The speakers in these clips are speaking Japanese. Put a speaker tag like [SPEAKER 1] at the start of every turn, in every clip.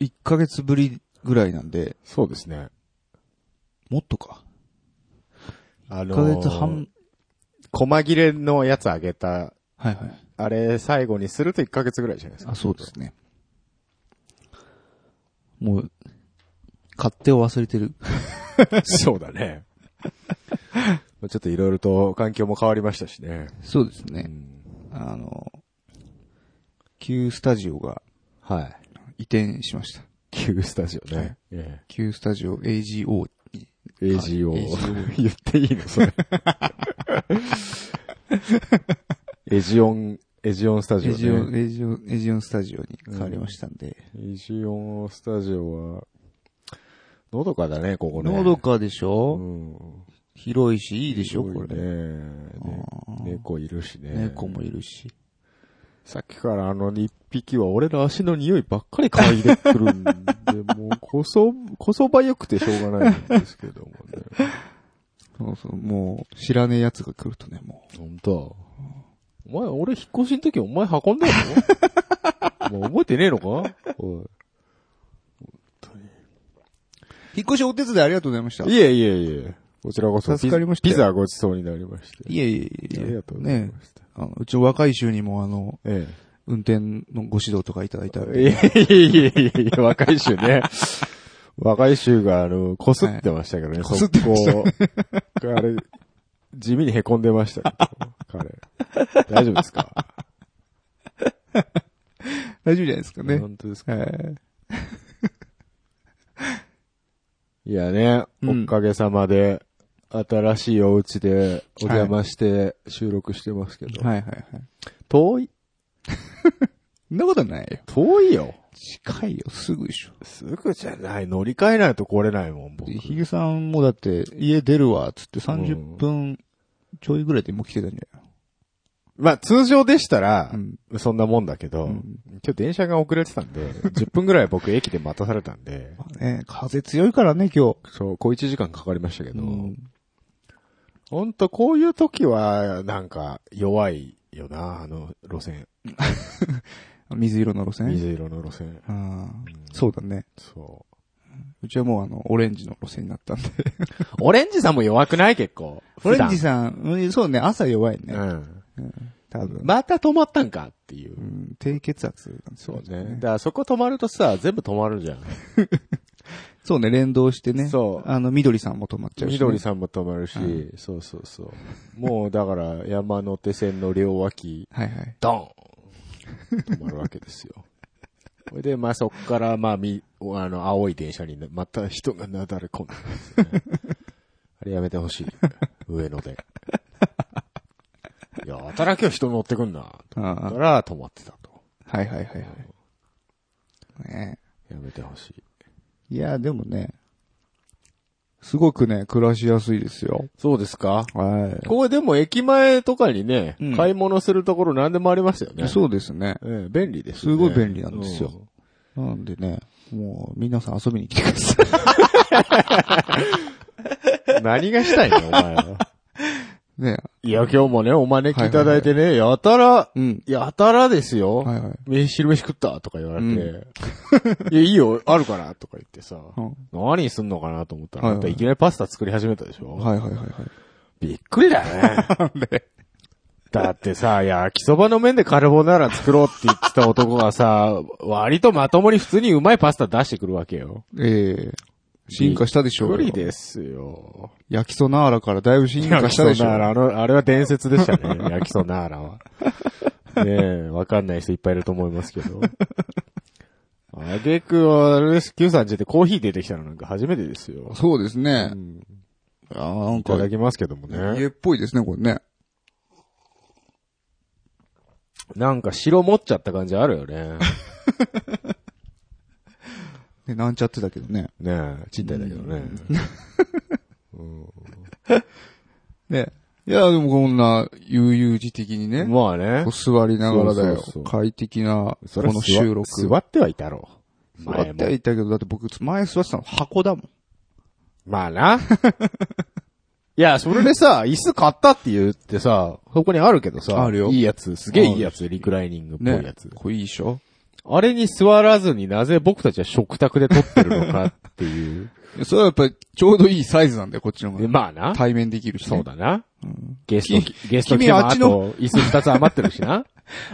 [SPEAKER 1] 1ヶ月ぶりぐらいなんで、
[SPEAKER 2] そうですね。
[SPEAKER 1] もっとか。
[SPEAKER 2] あ
[SPEAKER 1] 1
[SPEAKER 2] の
[SPEAKER 1] ヶ
[SPEAKER 2] ー、
[SPEAKER 1] 月半。
[SPEAKER 2] 細切れのやつあげた、
[SPEAKER 1] はいはい。
[SPEAKER 2] あれ最後にすると1ヶ月ぐらいじゃないですか。
[SPEAKER 1] あ、そうですね。もう、買手を忘れてる。
[SPEAKER 2] そうだね。まあちょっといろいろと環境も変わりましたしね。
[SPEAKER 1] そうです
[SPEAKER 2] う
[SPEAKER 1] ね。
[SPEAKER 2] ん
[SPEAKER 1] あの、Q スタジオが
[SPEAKER 2] はい。
[SPEAKER 1] 移転しました。
[SPEAKER 2] Q スタジオね。え
[SPEAKER 1] Q スタジオ AGO に。
[SPEAKER 2] え AGO
[SPEAKER 1] はい AGO
[SPEAKER 2] 言っていいのそれ。エジオン、エジオンスタジオ、ね。
[SPEAKER 1] AGO、AGO、AGO スタジオに変わりましたんで。
[SPEAKER 2] エジオンスタジオは、のどかだね、ここね。
[SPEAKER 1] のどかでし
[SPEAKER 2] う
[SPEAKER 1] ょ
[SPEAKER 2] ん。
[SPEAKER 1] 広いし、いいでしょこれ。
[SPEAKER 2] ね。ね
[SPEAKER 1] あー
[SPEAKER 2] 猫いるしね。
[SPEAKER 1] 猫もいるし。
[SPEAKER 2] さっきからあの一匹は俺の足の匂いばっかり嗅いでくるんで、もうこそ、 こそばよくてしょうがないんですけども ね。
[SPEAKER 1] そうそう、もう、知らねえ奴が来るとね、も
[SPEAKER 2] ほんと。お前、俺引っ越しの時お前運んだの もう覚えてねえのかお
[SPEAKER 1] う。引っ越しお手伝いありがとうございました。
[SPEAKER 2] いいえいえいえ。こちらこそ
[SPEAKER 1] 助かりました
[SPEAKER 2] ピ
[SPEAKER 1] よ
[SPEAKER 2] ザごちそうになりまして。
[SPEAKER 1] いえいえいえ。
[SPEAKER 2] ありがとうござい
[SPEAKER 1] ね
[SPEAKER 2] ました。
[SPEAKER 1] あのうちの若い衆にもあの、
[SPEAKER 2] え
[SPEAKER 1] 運転のご指導とかいただいたん
[SPEAKER 2] え。
[SPEAKER 1] で。
[SPEAKER 2] いえいえいえいえ、若い衆ね。若い衆が、あの、こすってましたけどね、
[SPEAKER 1] こすってました
[SPEAKER 2] た。あれ、地味に凹んでましたけど、彼。大丈夫ですか
[SPEAKER 1] 大丈夫じゃないですか ね。
[SPEAKER 2] 本当ですか
[SPEAKER 1] はい。
[SPEAKER 2] いやね、
[SPEAKER 1] うん
[SPEAKER 2] おかげさまで、新しいお家でお邪魔して収録してますけど。
[SPEAKER 1] はいはいはい。
[SPEAKER 2] 遠い
[SPEAKER 1] そんなことないよ。
[SPEAKER 2] 遠いよ。
[SPEAKER 1] 近いよ、すぐでしょ。
[SPEAKER 2] すぐじゃない。乗り換えないと来れないもん、僕。
[SPEAKER 1] ひげさんもだって、家出るわ、つって30分ちょいぐらいでもう来てたんじゃない
[SPEAKER 2] まあ、通常でしたら、
[SPEAKER 1] うん
[SPEAKER 2] そんなもんだけど、
[SPEAKER 1] うん
[SPEAKER 2] 今日電車が遅れてたんで、10分ぐらい僕駅で待たされたんで、
[SPEAKER 1] まあね、風強いからね、今日。
[SPEAKER 2] そう、小1時間かかりましたけど、
[SPEAKER 1] うん
[SPEAKER 2] ほんとこういう時は、なんか、弱いよな、あの路線。
[SPEAKER 1] 水色の路線
[SPEAKER 2] 水色の路線。
[SPEAKER 1] ああそうだね。
[SPEAKER 2] そう
[SPEAKER 1] ちはもうあの、オレンジの路線になったんで。
[SPEAKER 2] う。オレンジさんも弱くない結構。
[SPEAKER 1] オレンジ
[SPEAKER 2] さ
[SPEAKER 1] さん、うんそうね、朝弱いね。
[SPEAKER 2] うん。
[SPEAKER 1] 多分。
[SPEAKER 2] また止まったんかっていう
[SPEAKER 1] う。ん、低血圧なんです
[SPEAKER 2] そ
[SPEAKER 1] よ
[SPEAKER 2] うね。だからそこ止まるとさ、全部止まるじゃん。
[SPEAKER 1] そうね、連動してね。
[SPEAKER 2] そう
[SPEAKER 1] あの、緑さんも止まっちゃうし、ね。
[SPEAKER 2] 緑さんも止まるし、そうそうそう。もうだから山手線の両脇、
[SPEAKER 1] ん。はいはい。
[SPEAKER 2] ドーン止まるわけですよ。それで、まあそっから、まあみ、あの、青い電車になまた人がなだれ込んでますね、あれやめてほしい。上野で。いや、働きは人乗ってくんな。と
[SPEAKER 1] あ
[SPEAKER 2] 思
[SPEAKER 1] あ
[SPEAKER 2] ったら止まってたと。
[SPEAKER 1] はいはいはいはい。ね
[SPEAKER 2] やめてほしい。
[SPEAKER 1] いや、でもね、すごくね、暮らしやすいですよ。
[SPEAKER 2] そうですか
[SPEAKER 1] は
[SPEAKER 2] ここでも駅前とかにね、
[SPEAKER 1] うん
[SPEAKER 2] 買い物するところ何でもありますよね。
[SPEAKER 1] そうですね。
[SPEAKER 2] ええ便利です、
[SPEAKER 1] すごい便利なんですよ
[SPEAKER 2] うん
[SPEAKER 1] なんでね、もう、皆さん遊びに来てください。
[SPEAKER 2] 何がしたいのお前は。
[SPEAKER 1] ね
[SPEAKER 2] いや、今日もね、お招きいただいてね、やたら、
[SPEAKER 1] うん。
[SPEAKER 2] やたらですよ。
[SPEAKER 1] はいはい。
[SPEAKER 2] 飯、昼飯食ったとか言われて、 いや、いいよ、あるから、とか言ってさ、
[SPEAKER 1] うん
[SPEAKER 2] 何すんのかなと思ったら、
[SPEAKER 1] はい
[SPEAKER 2] あ
[SPEAKER 1] は
[SPEAKER 2] ん
[SPEAKER 1] い
[SPEAKER 2] たいきなりパスタ作り始めたでしょ、
[SPEAKER 1] はいはいはいはい。
[SPEAKER 2] びっくりだ ね。だってさ、焼きそばの麺でカルボナーラ作ろうって言ってた男がさ、割とまともに普通にうまいパスタ出してくるわけよ。
[SPEAKER 1] ええ進化したでしょうよ
[SPEAKER 2] 無理ですよ。
[SPEAKER 1] 焼きそなーらからだいぶ進化
[SPEAKER 2] 焼き
[SPEAKER 1] した
[SPEAKER 2] そ
[SPEAKER 1] でしょ
[SPEAKER 2] なーら、あの、あれは伝説でし たね。焼きそなーらは。ねえ、わかんない人いっぱいいると思いますけど。あげくは、あれです、Q さんちでコーヒー出てきたのなんか初めてですよ。
[SPEAKER 1] そうですね
[SPEAKER 2] う。ん
[SPEAKER 1] ああ、なん
[SPEAKER 2] いた
[SPEAKER 1] か、
[SPEAKER 2] だきますけどもね。
[SPEAKER 1] 家っぽいですね、これね。
[SPEAKER 2] なんか白持っちゃった感じあるよね。
[SPEAKER 1] ね、なんちゃってだけどね。
[SPEAKER 2] ねえ、賃貸だけどね。
[SPEAKER 1] ね。いや、でもこんな、悠々自適にね、
[SPEAKER 2] まあね
[SPEAKER 1] こう。座りながらだよ。
[SPEAKER 2] そうそうそう
[SPEAKER 1] 快適な、
[SPEAKER 2] そ
[SPEAKER 1] こ
[SPEAKER 2] れは
[SPEAKER 1] の
[SPEAKER 2] 座
[SPEAKER 1] 収録。
[SPEAKER 2] 座ってはいたろう。
[SPEAKER 1] 座っては
[SPEAKER 2] 前も
[SPEAKER 1] いたけど、だって僕、前座ってたの箱だもん。
[SPEAKER 2] まあな。 いや、それでさ、椅子買ったって言ってさ、そこにあるけどさ、
[SPEAKER 1] あるよ
[SPEAKER 2] いいやつ、すげえいいやつ、リクライニングっぽいやつ。
[SPEAKER 1] これいいでしょ
[SPEAKER 2] あれに座らずになぜ僕たちは食卓で撮ってるのかっ ていう。
[SPEAKER 1] いやそれはやっぱりちょうどいいサイズなんだよ、こっちの方
[SPEAKER 2] で
[SPEAKER 1] が。
[SPEAKER 2] まあな。
[SPEAKER 1] 対面できるし、ね。
[SPEAKER 2] そう。だな。ゲスト、ゲスト来
[SPEAKER 1] 君
[SPEAKER 2] ても
[SPEAKER 1] あっ
[SPEAKER 2] あ
[SPEAKER 1] ちの
[SPEAKER 2] と椅子二つ余ってる しな。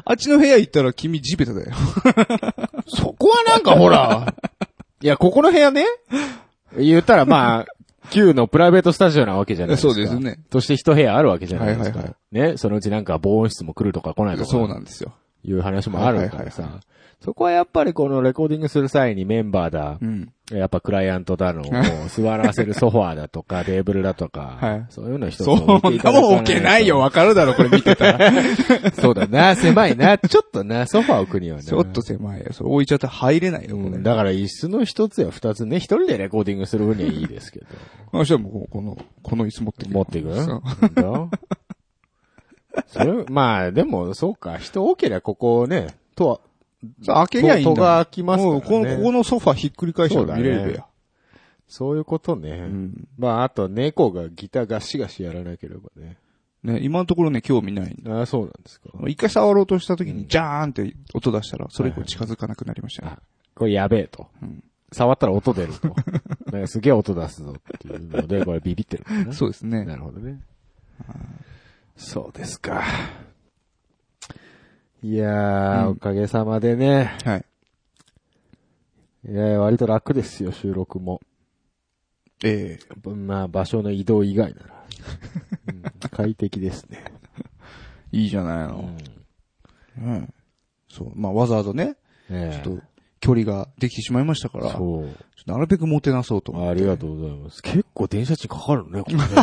[SPEAKER 1] あっちの部屋行ったら君地べただよ。
[SPEAKER 2] そこはなんかほら、 いや、ここの部屋ね、言ったらまあ、旧のプライベートスタジオなわけじゃないですか。
[SPEAKER 1] そうですね。
[SPEAKER 2] として一部屋あるわけじゃないですか。
[SPEAKER 1] はいはい
[SPEAKER 2] ね、そのうちなんか防音室も来るとか来ないとか。
[SPEAKER 1] そうなんですよ。
[SPEAKER 2] いう話もあるから
[SPEAKER 1] はいはいはい
[SPEAKER 2] さ。そこはやっぱりこのレコーディングする際にメンバーだ
[SPEAKER 1] う、ん。
[SPEAKER 2] やっぱクライアン トだの、もう座らせるソファーだとか、テーブルだとか、
[SPEAKER 1] はい
[SPEAKER 2] そういうの一つ
[SPEAKER 1] そん
[SPEAKER 2] 置いていた
[SPEAKER 1] な
[SPEAKER 2] だか
[SPEAKER 1] もん置けないよ、。わかるだろ、これ見てたら。
[SPEAKER 2] そうだな、狭いな、ちょっとな、ソファー置くにはね。
[SPEAKER 1] ちょっと狭いよ。それ置いちゃって入れないよ、
[SPEAKER 2] う
[SPEAKER 1] これ。
[SPEAKER 2] ん、だから椅子の一つや二つね、一人でレコーディングする分にはいいですけど。
[SPEAKER 1] あ、じゃあもう、この、この椅子持ってく
[SPEAKER 2] 持っていく
[SPEAKER 1] そう
[SPEAKER 2] 本当それ、まあ、でも、そうか、人多ければここをね、とは、
[SPEAKER 1] そう開けりゃいいんだもん。
[SPEAKER 2] 戸が開きますからね
[SPEAKER 1] もうこの、ここのソファひっくり返したら見れるよ。
[SPEAKER 2] そういうことね。
[SPEAKER 1] うん。
[SPEAKER 2] まあ、あと猫がギターガシガシやらなければね。
[SPEAKER 1] ね、今のところね、興味ないんだ。
[SPEAKER 2] ああ、そうなんですか。
[SPEAKER 1] 一回触ろうとした時に、ジャーンって音出したら、それ以降近づかなくなりましたね。
[SPEAKER 2] これやべえと。
[SPEAKER 1] うん
[SPEAKER 2] 触ったら音出る と。なんかすげえ音出すぞっていうので、これビビってるのかな。
[SPEAKER 1] そうですね。
[SPEAKER 2] なるほどね。そうですか。いやー、
[SPEAKER 1] うん
[SPEAKER 2] おかげさまでね。
[SPEAKER 1] はい。
[SPEAKER 2] いやー割と楽ですよ、収録も。
[SPEAKER 1] ええ
[SPEAKER 2] まあ、場所の移動以外な ら。うん快適ですね。
[SPEAKER 1] いいじゃないの。うん。そう。まあ、わざわざね、
[SPEAKER 2] え
[SPEAKER 1] ちょっ
[SPEAKER 2] え
[SPEAKER 1] と、距離ができてしまいましたから、ちょっ
[SPEAKER 2] そう。
[SPEAKER 1] となるべくもてなそうと。
[SPEAKER 2] ありがとうございます。結構電車賃かかるのね、 これねちょ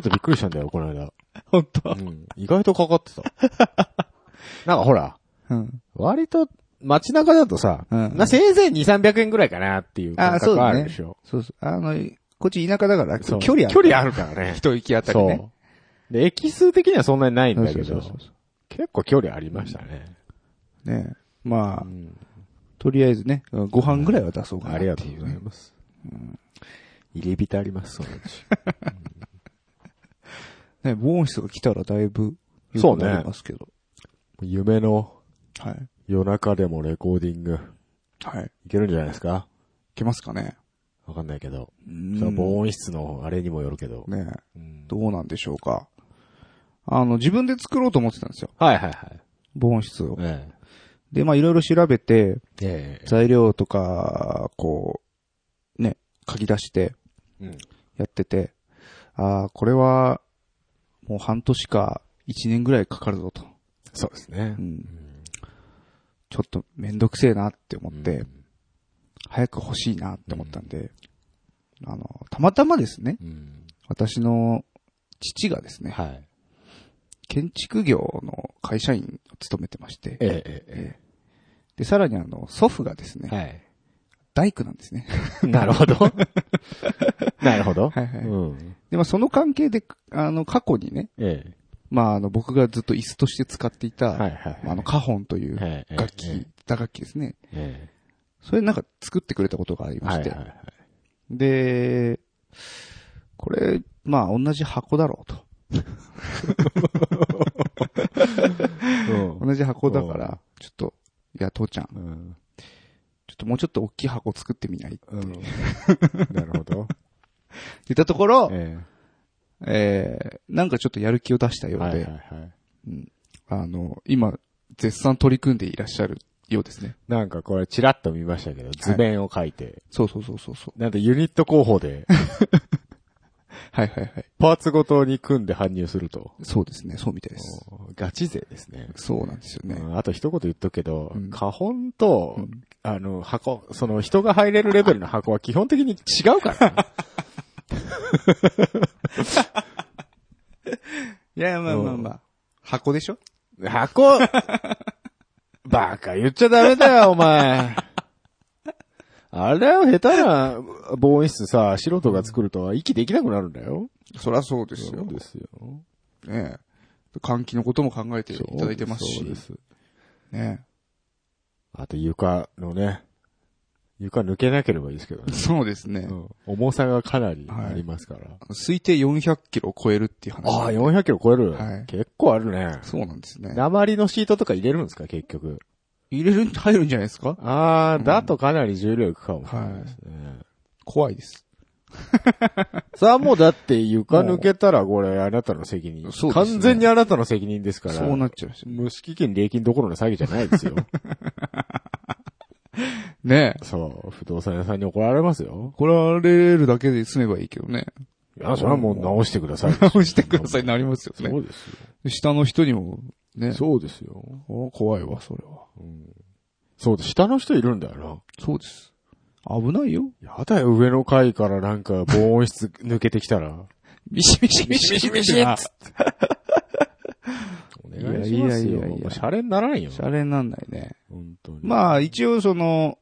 [SPEAKER 2] っとびっくりしたんだよ、この間。
[SPEAKER 1] 本当
[SPEAKER 2] うん。意外とかかってた。 なんかほら、
[SPEAKER 1] うん。
[SPEAKER 2] 割と街中だとさ、
[SPEAKER 1] うん
[SPEAKER 2] なせいぜい2、300円ぐらいかなっていう感
[SPEAKER 1] あ、そう
[SPEAKER 2] 覚
[SPEAKER 1] だ
[SPEAKER 2] ある
[SPEAKER 1] ね
[SPEAKER 2] でしょ。。
[SPEAKER 1] そうそう。あの、こっち田舎だから、
[SPEAKER 2] そう
[SPEAKER 1] 距離ある。
[SPEAKER 2] 距離あるからね。
[SPEAKER 1] 一息あたりね。
[SPEAKER 2] そう。で、駅数的にはそんなにないんだけ
[SPEAKER 1] そう
[SPEAKER 2] ど
[SPEAKER 1] そう、そうそ
[SPEAKER 2] 結構距離ありましたね。
[SPEAKER 1] うねまあ
[SPEAKER 2] う、ん
[SPEAKER 1] とりあえずね、ご飯ぐらいは出そうかな
[SPEAKER 2] あ
[SPEAKER 1] って
[SPEAKER 2] り
[SPEAKER 1] いう、
[SPEAKER 2] がとうございます。入り浸ります、そのうち。
[SPEAKER 1] ね、防音室が来たらだいぶ、
[SPEAKER 2] そうね
[SPEAKER 1] なりますけど。
[SPEAKER 2] 夢の
[SPEAKER 1] はい。
[SPEAKER 2] 夜中でもレコーディング、
[SPEAKER 1] はい。い
[SPEAKER 2] いけるんじゃないですか
[SPEAKER 1] けますかね。
[SPEAKER 2] わかんないけど。
[SPEAKER 1] う
[SPEAKER 2] その
[SPEAKER 1] ん
[SPEAKER 2] 防音室のあれにもよるけど。
[SPEAKER 1] ね
[SPEAKER 2] うん
[SPEAKER 1] どうなんでしょうか。あの、自分で作ろうと思ってたんですよ。
[SPEAKER 2] はいはいはい。
[SPEAKER 1] 防音室を。
[SPEAKER 2] え
[SPEAKER 1] で、まあ、いろいろ調べて、
[SPEAKER 2] え。え
[SPEAKER 1] 材料とか、こう、ね、書き出して、
[SPEAKER 2] え。うん。
[SPEAKER 1] やってて、ああ、これは、もう半年か、一年ぐらいかかるぞと。
[SPEAKER 2] そうですね
[SPEAKER 1] う。ん。ちょっとめんどくせえなって思って、早く欲しいなって思ったんで、あの、たまたまですね、
[SPEAKER 2] うん。
[SPEAKER 1] 私の父がですね、
[SPEAKER 2] はい。
[SPEAKER 1] 建築業の会社員を務めてまして、
[SPEAKER 2] えええ
[SPEAKER 1] で、さらにあの、祖父がですね、
[SPEAKER 2] え。はい。
[SPEAKER 1] 大工なんですね。
[SPEAKER 2] なるほど。 なるほど。
[SPEAKER 1] はいはい
[SPEAKER 2] うん。
[SPEAKER 1] で、まあその関係で、あの、過去にね、
[SPEAKER 2] ええ。
[SPEAKER 1] まああの、僕がずっと椅子として使っていた、
[SPEAKER 2] はいはい。
[SPEAKER 1] あの、カホンという
[SPEAKER 2] はい、
[SPEAKER 1] 楽器、
[SPEAKER 2] え
[SPEAKER 1] 打楽器ですね。
[SPEAKER 2] え。え
[SPEAKER 1] それなんか作ってくれたことがあり
[SPEAKER 2] え
[SPEAKER 1] ま
[SPEAKER 2] は
[SPEAKER 1] し
[SPEAKER 2] いは
[SPEAKER 1] て。
[SPEAKER 2] いはい。
[SPEAKER 1] で、これ、まあ同じ箱だろうと。
[SPEAKER 2] うん
[SPEAKER 1] 同じ箱だから、ちょっと、いや、父ちゃん、
[SPEAKER 2] うん。
[SPEAKER 1] ちょっともうちょっと大きい箱作ってみないって
[SPEAKER 2] うん。 なるほど。
[SPEAKER 1] 言ったところ、
[SPEAKER 2] え
[SPEAKER 1] えー、なんかちょっとやる気を出した
[SPEAKER 2] え。
[SPEAKER 1] ようで、
[SPEAKER 2] はいはいはい。
[SPEAKER 1] うんあの、今、絶賛取り組んでいらっしゃるようですね。
[SPEAKER 2] なんかこれチラッと見ましたけど、図面を書いて、
[SPEAKER 1] そうそうそうそうそう。
[SPEAKER 2] なんとユニット候補で、
[SPEAKER 1] はいはいはい。
[SPEAKER 2] パーツごとに組んで搬入すると。
[SPEAKER 1] そうですね、そうみたいです。
[SPEAKER 2] おーガチ勢ですね。
[SPEAKER 1] そうなんですよね
[SPEAKER 2] う。んあと一言言っとくけど、
[SPEAKER 1] うん
[SPEAKER 2] 花本と、
[SPEAKER 1] うん
[SPEAKER 2] あの、箱、その人が入れるレベルの箱は基本的に違うから ね。
[SPEAKER 1] いや、まあまあまあ。箱でしょ
[SPEAKER 2] 箱、バカ言っちゃダメだ よ、お前。あれは下手な防音室さ、素人が作ると息できなくなるんだよ。
[SPEAKER 1] そりゃそうです
[SPEAKER 2] そ
[SPEAKER 1] よ
[SPEAKER 2] う。ですよ。
[SPEAKER 1] ねえ換気のことも考えていただいてますし
[SPEAKER 2] そう。です。
[SPEAKER 1] ね
[SPEAKER 2] あと床のね、床抜けなければいいですけど
[SPEAKER 1] え
[SPEAKER 2] ね。
[SPEAKER 1] そうですね
[SPEAKER 2] う。ん重さがかなりありますから。
[SPEAKER 1] 推定400キロを超えるっていう話。
[SPEAKER 2] ああ、400キロ超える、
[SPEAKER 1] はい
[SPEAKER 2] 結構あるね。
[SPEAKER 1] そうなんですね。
[SPEAKER 2] 鉛のシートとか入れるんですか、結局。
[SPEAKER 1] 入れる、入るんじゃないですか
[SPEAKER 2] あー、だとかなり重量いくかもしれないですね。
[SPEAKER 1] 怖いです。
[SPEAKER 2] さあもうだって床抜けたらこれあなたの責任。
[SPEAKER 1] そうですね
[SPEAKER 2] 完全にあなたの責任ですから。
[SPEAKER 1] そうなっちゃうんですよ。
[SPEAKER 2] 無識金礼金どころの詐欺じゃないですよ。
[SPEAKER 1] ねえ。
[SPEAKER 2] そう、不動産屋さんに怒られますよ。
[SPEAKER 1] これはれるだけで済めばいいけどね。
[SPEAKER 2] いや、それはもう直してください。
[SPEAKER 1] 直してくださいになりますよね
[SPEAKER 2] そうですよ。
[SPEAKER 1] 下の人にも、ね。
[SPEAKER 2] そうですよ。
[SPEAKER 1] う。怖いわ、それは。
[SPEAKER 2] そうです。下の人いるんだよ
[SPEAKER 1] そうです。危ないよ。
[SPEAKER 2] な。やだよ、上の階からなんか防音室抜けてきたら。
[SPEAKER 1] ミシミシミシミシミシ
[SPEAKER 2] っ
[SPEAKER 1] っ
[SPEAKER 2] つ
[SPEAKER 1] つ
[SPEAKER 2] っ
[SPEAKER 1] って
[SPEAKER 2] お願いしますよ。
[SPEAKER 1] いやいやいやいや
[SPEAKER 2] もうシャレにならんよ
[SPEAKER 1] て。シ。ャレになんないね。
[SPEAKER 2] 本当に。
[SPEAKER 1] まあ、一応その、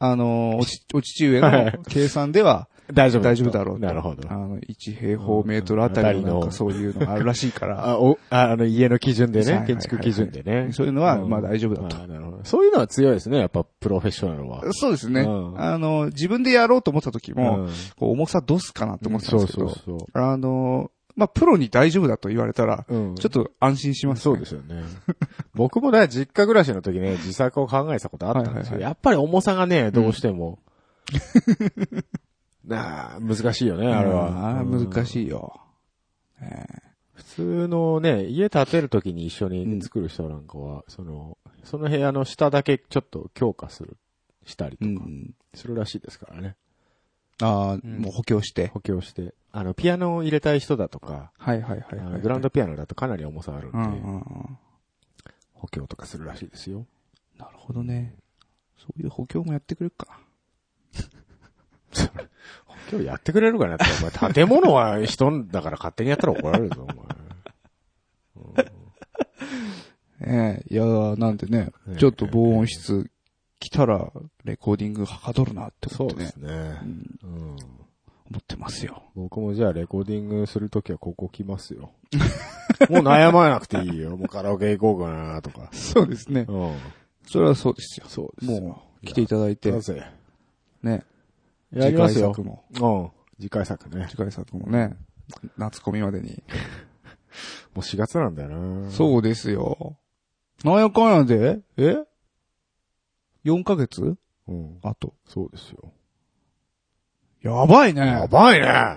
[SPEAKER 1] あの、おち、お父上の計算では、
[SPEAKER 2] 大丈夫
[SPEAKER 1] 大丈夫だろうと
[SPEAKER 2] なるほど
[SPEAKER 1] あ。の、1平方メートルあたりのなんかそういうのがあるらしいから、
[SPEAKER 2] あ、お、ああの、家の基準で
[SPEAKER 1] はいはい
[SPEAKER 2] ね
[SPEAKER 1] は。い
[SPEAKER 2] 建築基準でね。
[SPEAKER 1] そういうのは、
[SPEAKER 2] うん
[SPEAKER 1] まあ大丈夫だと
[SPEAKER 2] あ。なるほどそういうのは強いですね、やっぱプロフェッショナルは。
[SPEAKER 1] そうですね。
[SPEAKER 2] うん
[SPEAKER 1] あの、自分でやろうと思った時も、
[SPEAKER 2] うん
[SPEAKER 1] こう重さどうすかなって思ってたん
[SPEAKER 2] そ
[SPEAKER 1] で
[SPEAKER 2] う
[SPEAKER 1] すけど、
[SPEAKER 2] そうそう。
[SPEAKER 1] あの、まあ、プロに大丈夫だと言われたら、
[SPEAKER 2] うん
[SPEAKER 1] ちょっと安心します、ね。
[SPEAKER 2] そうですよね。僕もね、実家暮らしの時ね、自作を考えてたことあったん
[SPEAKER 1] は
[SPEAKER 2] ですけど、
[SPEAKER 1] いはいはい
[SPEAKER 2] やっぱり重さがね、どうして も。なあ、難しいよね、
[SPEAKER 1] うん。
[SPEAKER 2] あ
[SPEAKER 1] あ
[SPEAKER 2] れ
[SPEAKER 1] れ
[SPEAKER 2] は。
[SPEAKER 1] は、難
[SPEAKER 2] い。
[SPEAKER 1] しいよ。ね
[SPEAKER 2] 普通のね、家建てる時に一緒に作る人なんかは、その、その部屋の下だけちょっと強化する、したりと
[SPEAKER 1] う
[SPEAKER 2] か、
[SPEAKER 1] ん。
[SPEAKER 2] するらしいですからね。
[SPEAKER 1] ああ、
[SPEAKER 2] ん
[SPEAKER 1] もう補強して。
[SPEAKER 2] 補強して。あの、ピアノを入れたい人だとか、
[SPEAKER 1] はいはいはい、
[SPEAKER 2] あ
[SPEAKER 1] は
[SPEAKER 2] の
[SPEAKER 1] い。
[SPEAKER 2] グランドピアノだとかなり重さあるんで、
[SPEAKER 1] うんうんうん。
[SPEAKER 2] 補強とかするらしいですよ。
[SPEAKER 1] なるほどね。そういう補強もやってくれるか。
[SPEAKER 2] 今日やってくれるかなって、お 前、建物は人だから勝手にやったら怒られるぞ、
[SPEAKER 1] ええいやー、なんでね
[SPEAKER 2] ええ、
[SPEAKER 1] ちょっと防音室来たら、レコーディングはかどるなって
[SPEAKER 2] お
[SPEAKER 1] 思っ
[SPEAKER 2] 前。
[SPEAKER 1] てね、う
[SPEAKER 2] ね
[SPEAKER 1] ん
[SPEAKER 2] う
[SPEAKER 1] 思
[SPEAKER 2] ん。
[SPEAKER 1] ってますよ。
[SPEAKER 2] 僕もじゃあレコーディングするときはここ来ま すよ。もう悩まなくていいよ。もうカラオケ行こうかなとか。
[SPEAKER 1] そうですね。
[SPEAKER 2] うん。
[SPEAKER 1] それはそうですよ。
[SPEAKER 2] そうですよ。
[SPEAKER 1] もう、来ていただいて
[SPEAKER 2] な、ぜ
[SPEAKER 1] ね。
[SPEAKER 2] やりますよ
[SPEAKER 1] 次回作。も。
[SPEAKER 2] うん。次回作ね。
[SPEAKER 1] 次回作もね、夏コミまでに。
[SPEAKER 2] もう4月なんだよな。う。
[SPEAKER 1] そうですよ。なんやかんやで、え ?4 ヶ月
[SPEAKER 2] うん。
[SPEAKER 1] あと。
[SPEAKER 2] そうですよ。
[SPEAKER 1] やばいね。
[SPEAKER 2] やばいね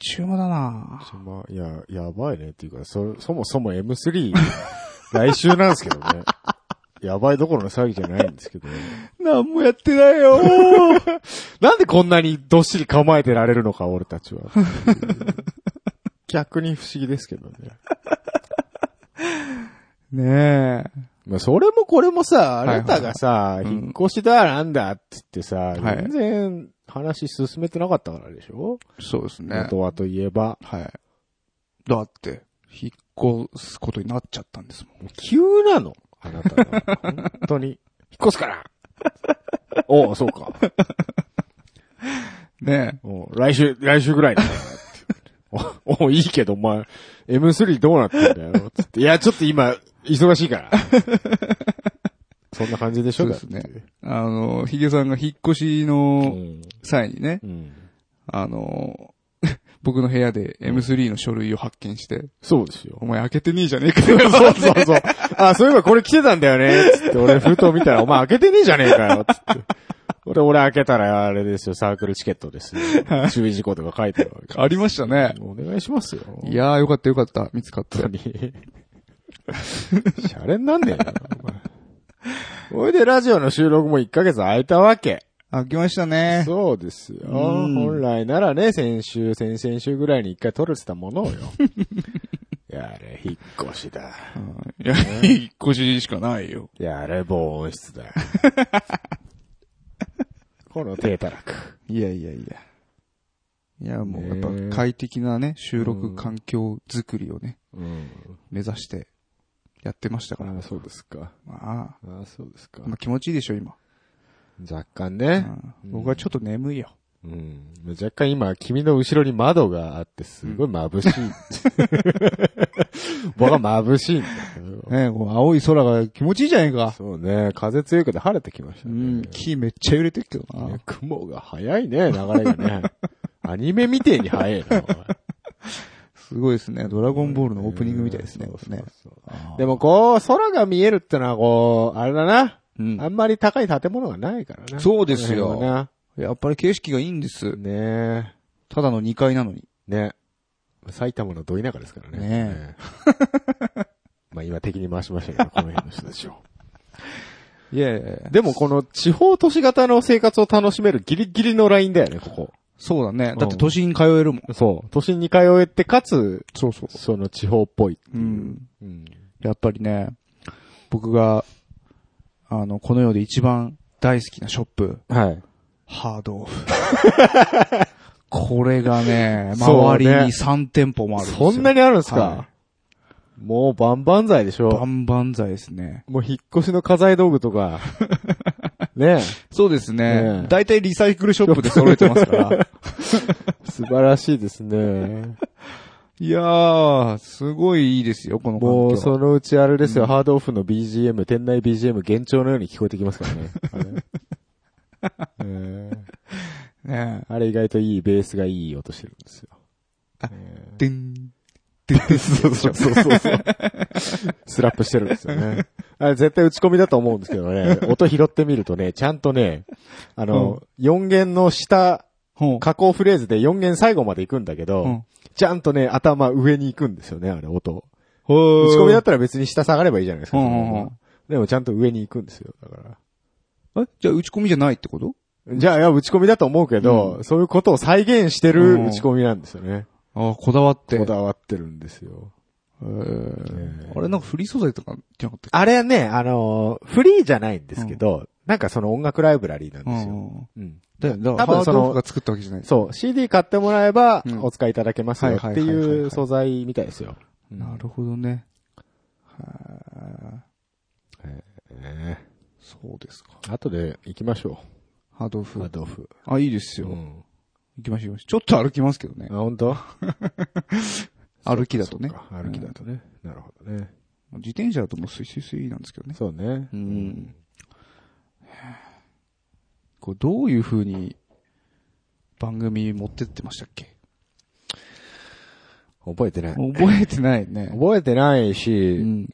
[SPEAKER 1] 中間だな
[SPEAKER 2] ちょまいや、やばいねっていうか、そ、そもそも M3、来週なんですけどね。やばいどころの詐欺じゃないんですけど。
[SPEAKER 1] なんもやってないよ
[SPEAKER 2] なんでこんなにどっしり構えてられるのか、俺たちは。逆に不思議ですけどね。
[SPEAKER 1] ねえ。
[SPEAKER 2] まあ、それもこれもさ、あ
[SPEAKER 1] いはい
[SPEAKER 2] なたがさ、
[SPEAKER 1] うん
[SPEAKER 2] 引っ越しだなんだってってさ、
[SPEAKER 1] はい
[SPEAKER 2] 全然話進めてなかったからでしょ
[SPEAKER 1] そうですね。
[SPEAKER 2] 元はといえば。
[SPEAKER 1] はい。だって、引っ越すことになっちゃったんですもん。
[SPEAKER 2] 急なの。あなたが。本当に。引っ越す からおう、そうか。
[SPEAKER 1] ね
[SPEAKER 2] おう来週、来週ぐらいだからって。 お、おいいけど、お前、M3 どうなってんだよ。つって。いや、ちょっと今、忙しいから。そんな感じでしょ
[SPEAKER 1] そうですね
[SPEAKER 2] だって
[SPEAKER 1] あの、ヒゲさんが引っ越し
[SPEAKER 2] う
[SPEAKER 1] の
[SPEAKER 2] ん。
[SPEAKER 1] 際にね、
[SPEAKER 2] うん。
[SPEAKER 1] あの、 僕の部屋で M3 の書類を発見して、
[SPEAKER 2] そうですよ
[SPEAKER 1] お。前開けてねえじゃねえか
[SPEAKER 2] そ
[SPEAKER 1] よ。
[SPEAKER 2] うそうそう。あ、そういえばこれ来てたんだよね。つって、俺封筒見たら、お前開けてねえじゃねえかよ。つって。俺、俺開けたら、あれですよ、サークルチケットですよ。注意事項とか書いてあるわけ。
[SPEAKER 1] ありましたね。
[SPEAKER 2] お願いしますよ。
[SPEAKER 1] いやーよかったよかった。見つかった
[SPEAKER 2] 本。当に。 シャレになんねえな、お前。おいで、ラジオの収録も1ヶ月空いたわけ。
[SPEAKER 1] 開きましたね。
[SPEAKER 2] そうですよ。
[SPEAKER 1] うん
[SPEAKER 2] 本来ならね、先週、先々週ぐらいに1回撮れてたも のをよ。やれ、引っ越しだ。
[SPEAKER 1] うんいや、引っ越ししかないよ。
[SPEAKER 2] やれ、防音室 だ。この手たらく。
[SPEAKER 1] いやいやいや。いや、もうや
[SPEAKER 2] ね
[SPEAKER 1] っ
[SPEAKER 2] え
[SPEAKER 1] ぱ快適なね、収録環境づくりをね、
[SPEAKER 2] うん。
[SPEAKER 1] 目指してやってましたから。
[SPEAKER 2] ああ、そうですか。
[SPEAKER 1] ま
[SPEAKER 2] ああ、そうですか
[SPEAKER 1] あ、まあ気持ちいいでしょ、今。
[SPEAKER 2] 若干
[SPEAKER 1] う
[SPEAKER 2] ね。
[SPEAKER 1] ん僕はちょっと眠いよ。
[SPEAKER 2] うん。若干今、君の後ろに窓があって、すごい眩しい。 僕は眩しいんだ けど。
[SPEAKER 1] ねえこう青い空が気持ちいいじゃないか。
[SPEAKER 2] そうね。風強くて晴れてきました
[SPEAKER 1] う
[SPEAKER 2] ね。
[SPEAKER 1] ん、木めっちゃ揺れてるけど
[SPEAKER 2] いや
[SPEAKER 1] な。
[SPEAKER 2] 雲が早いね、流れがね。アニメみてえに早いな。おい
[SPEAKER 1] すごいですね。ドラゴンボールのオープニングみたいですね、
[SPEAKER 2] うん
[SPEAKER 1] これね。
[SPEAKER 2] そうそうそう
[SPEAKER 1] あー
[SPEAKER 2] でもこう、空が見えるってのはこう、あれだな。
[SPEAKER 1] うん
[SPEAKER 2] あんまり高い建物がないからな。
[SPEAKER 1] そうですよ
[SPEAKER 2] この辺は
[SPEAKER 1] やっぱり景色がいいんです。
[SPEAKER 2] なね
[SPEAKER 1] ただの2階なのに。
[SPEAKER 2] え。ね埼玉のど田舎ですからね。
[SPEAKER 1] ね
[SPEAKER 2] え まあ今敵に回しましたけど、この辺の人たちを。
[SPEAKER 1] いやいやいや
[SPEAKER 2] でもこの地方都市型の生活を楽しめるギリギリのラインだよね、ここ。
[SPEAKER 1] そうだね。だって都心通えるもん。
[SPEAKER 2] そう。都心に通えて、かつ、
[SPEAKER 1] そうそ
[SPEAKER 2] その地方っぽいって
[SPEAKER 1] う
[SPEAKER 2] い
[SPEAKER 1] ん。
[SPEAKER 2] うん。
[SPEAKER 1] やっぱりね、僕が、あの、この世で一番大好きなショップ、
[SPEAKER 2] はい。
[SPEAKER 1] ハードオ フ。これがね、
[SPEAKER 2] そう
[SPEAKER 1] 周り
[SPEAKER 2] ね
[SPEAKER 1] に3店舗もあるんですよ。
[SPEAKER 2] そんなにあるんですか、
[SPEAKER 1] は
[SPEAKER 2] もうバンバン剤でし
[SPEAKER 1] バ
[SPEAKER 2] ょ
[SPEAKER 1] ンバン剤ですね。
[SPEAKER 2] もう引っ越しの家財道具と か。ね
[SPEAKER 1] そうですね
[SPEAKER 2] ね。
[SPEAKER 1] 大体リサイクルショップで揃えてますから。
[SPEAKER 2] え素晴らしいですね。
[SPEAKER 1] いやー、すごいいいですよ、この環境
[SPEAKER 2] もうそのうちあれですよ、
[SPEAKER 1] うん
[SPEAKER 2] ハードオフの BGM、店内 BGM 幻聴のように聞こえてきますからね。あれええ
[SPEAKER 1] ね
[SPEAKER 2] あれ意外といい、ベースがいい音してるんですよ。ええ
[SPEAKER 1] でん、でんでん
[SPEAKER 2] そうそうそうそうそう。スラップしてるんですよね。あれ絶対打ち込みだと思うんですけどね、音拾ってみるとね、ちゃんとね、あの、4弦の下、
[SPEAKER 1] ほう
[SPEAKER 2] 加工フレーズで4弦最後まで行くんだけど、
[SPEAKER 1] うん
[SPEAKER 2] ちゃんとね、頭上に行くんですよね、あれ音。
[SPEAKER 1] ほ
[SPEAKER 2] 打
[SPEAKER 1] う
[SPEAKER 2] ち込みだったら別に下下がればいいじゃないですか。
[SPEAKER 1] うんうんうん
[SPEAKER 2] でもちゃんと上に行くんですよ、だから。
[SPEAKER 1] えじゃあ打ち込みじゃないってこと
[SPEAKER 2] じゃあ、いや、打ち込みだと思うけど、
[SPEAKER 1] う
[SPEAKER 2] そういうことを再現して
[SPEAKER 1] う
[SPEAKER 2] る
[SPEAKER 1] ん
[SPEAKER 2] 打ち込みなんですよね。
[SPEAKER 1] ああ、こだわって。
[SPEAKER 2] こだわってるんですよ。
[SPEAKER 1] へー
[SPEAKER 2] ね
[SPEAKER 1] あれなんかフリー素材とかじゃなかったっ
[SPEAKER 2] あれはね、あのーフリーじゃないんですけど、なんかその音楽ライブラリーなん
[SPEAKER 1] け
[SPEAKER 2] ですよ。
[SPEAKER 1] うん
[SPEAKER 2] うん
[SPEAKER 1] だよ、だ
[SPEAKER 2] 多
[SPEAKER 1] から
[SPEAKER 2] 分
[SPEAKER 1] ハー
[SPEAKER 2] そ
[SPEAKER 1] ド
[SPEAKER 2] の
[SPEAKER 1] オフが作ったわけじゃない。
[SPEAKER 2] そう、CD 買ってもらえば
[SPEAKER 1] うん
[SPEAKER 2] お使いいただけますよって
[SPEAKER 1] はいはいはいはい
[SPEAKER 2] い
[SPEAKER 1] はいう
[SPEAKER 2] 素材みたいですよ。
[SPEAKER 1] なるほどね。は
[SPEAKER 2] ね
[SPEAKER 1] そうですか。
[SPEAKER 2] 後で行きましょ
[SPEAKER 1] ハードオ
[SPEAKER 2] う。
[SPEAKER 1] フ。
[SPEAKER 2] ドオフ。
[SPEAKER 1] あ、いいです
[SPEAKER 2] う
[SPEAKER 1] よ。
[SPEAKER 2] ん。
[SPEAKER 1] 行きましょう行きましょう。ちょっと歩きますけどね
[SPEAKER 2] あ、。本当？
[SPEAKER 1] 歩きだとね
[SPEAKER 2] そっ。か歩きだとね。なるほどね。
[SPEAKER 1] 自転車だともうスイスイスイなんですけどね。
[SPEAKER 2] そうね
[SPEAKER 1] う。ん。こう、どういう風に番組持ってってましたっけ
[SPEAKER 2] 覚えてない。
[SPEAKER 1] 覚えてないね。
[SPEAKER 2] 覚えてないうし、
[SPEAKER 1] ん。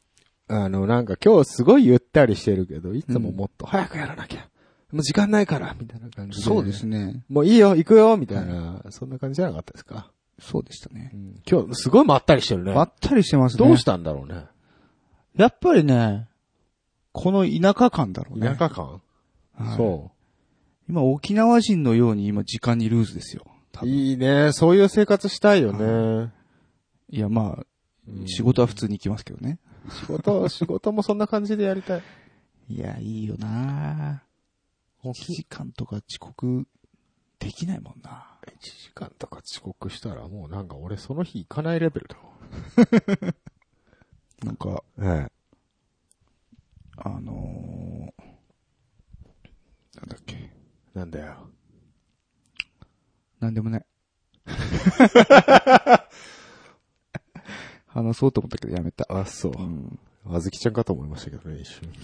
[SPEAKER 2] あの、なんか今日すごいゆったりしてるけど、いつももっと早くやらなきゃ。もう時間ないから、みたいな感じで。
[SPEAKER 1] そうですね。
[SPEAKER 2] もういいよ、行くよ、みたいな、そんな感じじゃなかったですか。
[SPEAKER 1] そうでしたね。
[SPEAKER 2] 今日、すごいまったりしてるね
[SPEAKER 1] ばったりしてますね。
[SPEAKER 2] どうしたんだろうね。
[SPEAKER 1] やっぱりね、この田舎感だろうね。
[SPEAKER 2] 田舎感
[SPEAKER 1] はい
[SPEAKER 2] そ
[SPEAKER 1] 今沖縄人のように今時間にルーズですよ。多
[SPEAKER 2] う。
[SPEAKER 1] 分
[SPEAKER 2] いいね、そういう生活したいよね。
[SPEAKER 1] いや、まあ、
[SPEAKER 2] うん
[SPEAKER 1] 仕事は普通に行きますけどね。
[SPEAKER 2] 仕事、仕事もそんな感じでやりたい。
[SPEAKER 1] いや、いいよな1時間とか遅刻できないもんな
[SPEAKER 2] 1時間とか遅刻したらもうなんか俺その日行かないレベルだ
[SPEAKER 1] なんか、
[SPEAKER 2] もん。え
[SPEAKER 1] あのー、なんだっけ。
[SPEAKER 2] え。なんだよ。
[SPEAKER 1] なんでも ない。話そうと思ったけどやめた。
[SPEAKER 2] あ、そう
[SPEAKER 1] う。ん。
[SPEAKER 2] あずきちゃんかと思いましたけどね、一瞬。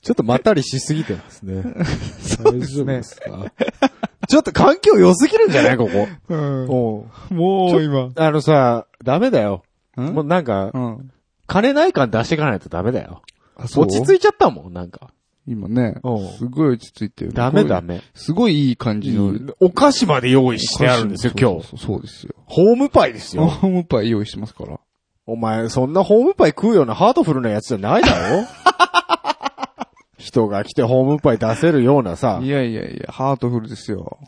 [SPEAKER 2] ちょっとまったりしすぎてますね。 そうですね。ちょっと環境良すぎるんじゃないここ。お
[SPEAKER 1] もう今。
[SPEAKER 2] あのさ、ダメだよ。
[SPEAKER 1] うん
[SPEAKER 2] もうなんか、
[SPEAKER 1] うん。
[SPEAKER 2] 金ない感出していかないとダメだよ。
[SPEAKER 1] そう
[SPEAKER 2] 落ち着いちゃったもん、なんか。
[SPEAKER 1] 今ね
[SPEAKER 2] うん、
[SPEAKER 1] すごい落ち着いてる。
[SPEAKER 2] ダメダメ。
[SPEAKER 1] すごいいい感じの。
[SPEAKER 2] お菓子まで用意してあるんですよ、今日。
[SPEAKER 1] 日。そうですよ。
[SPEAKER 2] ホームパイですよ。
[SPEAKER 1] ホームパイ用意してますから。
[SPEAKER 2] お前、そんなホームパイ食うようなハートフルなやつじゃないだ ろ人が来てホームパイ出せるようなさ
[SPEAKER 1] い。やいやいや、ハートフルですよ。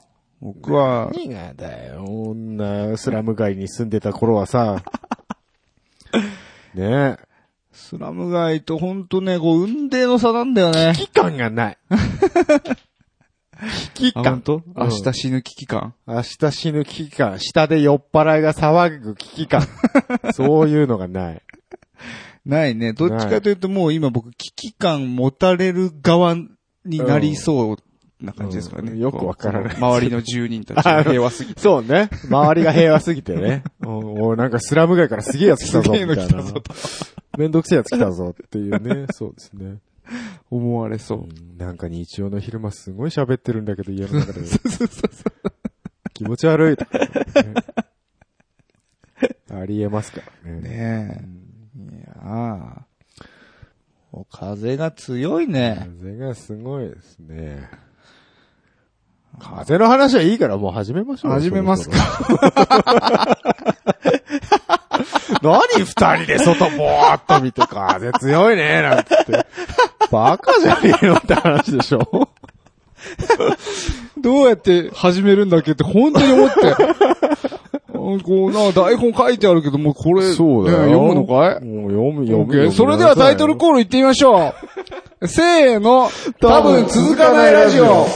[SPEAKER 1] 僕は、
[SPEAKER 2] 何がだよ、女、スラム街に住んでた頃 はさ。ねえ。
[SPEAKER 1] スラム街とほんとね、こう、運命の差なんだよね。
[SPEAKER 2] 危機感 がない。危機
[SPEAKER 1] あ、ほん
[SPEAKER 2] 感。
[SPEAKER 1] と
[SPEAKER 2] う
[SPEAKER 1] 明
[SPEAKER 2] ん
[SPEAKER 1] 日死ぬ危機感。
[SPEAKER 2] 明日死ぬ危機感。下で酔っ払いが騒ぐ危 機感。そういうのがない。
[SPEAKER 1] ないね。どっちかというともう今僕、危機感持たれる側になりそうな感じですからね。
[SPEAKER 2] うんよくわからな
[SPEAKER 1] こ
[SPEAKER 2] い
[SPEAKER 1] う周りの住人たち が平和すぎて。
[SPEAKER 2] そうね。周りが平和すぎてね。うんおいなんかスラム街からすげえやつ来た
[SPEAKER 1] す
[SPEAKER 2] ぞ。
[SPEAKER 1] げえの
[SPEAKER 2] み
[SPEAKER 1] 来
[SPEAKER 2] た
[SPEAKER 1] た
[SPEAKER 2] いな
[SPEAKER 1] ぞと
[SPEAKER 2] めんどくせえやつ来たぞっていうね。そうですね。
[SPEAKER 1] 思われそうう。
[SPEAKER 2] んなんか日曜の昼間すごい喋ってるんだけど家の中で。気持ち悪いとかね。り得ますからね。
[SPEAKER 1] ねえ。いやあお風が強いね。
[SPEAKER 2] 風がすごいですね。風の話はいいからもう始めましょう。
[SPEAKER 1] 始めますか
[SPEAKER 2] そろそろ。何二人で外ぼーっと見て風強いねなんつって。バカじゃねえのって話でしょ
[SPEAKER 1] どうやって始めるんだっけって本当に思 って。うんこうな、台本書いてあるけど、もうこれ、ね読むのかい
[SPEAKER 2] もう読む、
[SPEAKER 1] オ
[SPEAKER 2] 読
[SPEAKER 1] ッ
[SPEAKER 2] む
[SPEAKER 1] ケー。
[SPEAKER 2] 読む
[SPEAKER 1] それではタイトルコール行ってみましょう。せーの、多分続かないラジオ。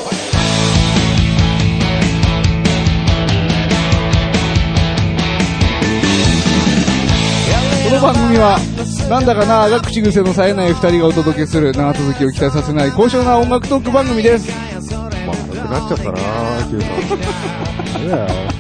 [SPEAKER 1] この番組は、なんだかなあが口癖の冴えない二人がお届けする長続きを期待させない高尚な音楽トーク番組です。
[SPEAKER 2] まあ、なくなっちゃったなーっていうのは。ね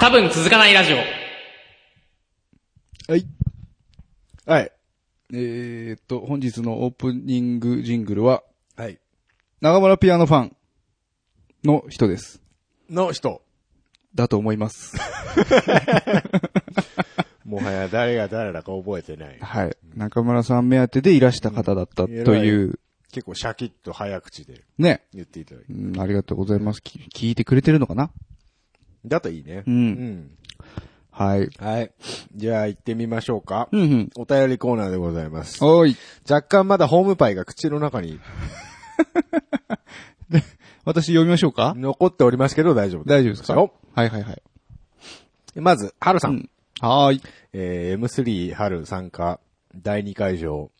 [SPEAKER 3] 多分続かないラジオ。
[SPEAKER 1] はい。
[SPEAKER 2] えはい。
[SPEAKER 1] えー、っと、本日のオープニングジングルは、
[SPEAKER 2] はい。
[SPEAKER 1] 長村ピアノファンの人です。
[SPEAKER 2] の人。
[SPEAKER 1] だと思います。
[SPEAKER 2] もはや誰が誰だか覚えてない。
[SPEAKER 1] はい。中村さん目当てでいらした方だったという、
[SPEAKER 2] 結構シャキッと早口で
[SPEAKER 1] ね。
[SPEAKER 2] 言っていただいて。
[SPEAKER 1] うん、ありがとうございます。き聞いてくれてるのかな
[SPEAKER 2] だといいね。
[SPEAKER 1] うんはい。
[SPEAKER 2] はい。じゃあ行ってみましょうか。
[SPEAKER 1] うんうん。
[SPEAKER 2] お便りコーナーでございます。
[SPEAKER 1] おい。
[SPEAKER 2] 若干まだホームパイが口の中に
[SPEAKER 1] 私読みましょうか
[SPEAKER 2] 残っておりますけど大丈夫
[SPEAKER 1] 大丈夫ですか
[SPEAKER 2] よ
[SPEAKER 1] はいはいはい。
[SPEAKER 2] まず、ハルさん。
[SPEAKER 1] うんはーい。
[SPEAKER 2] えー、M3 春参加第2会場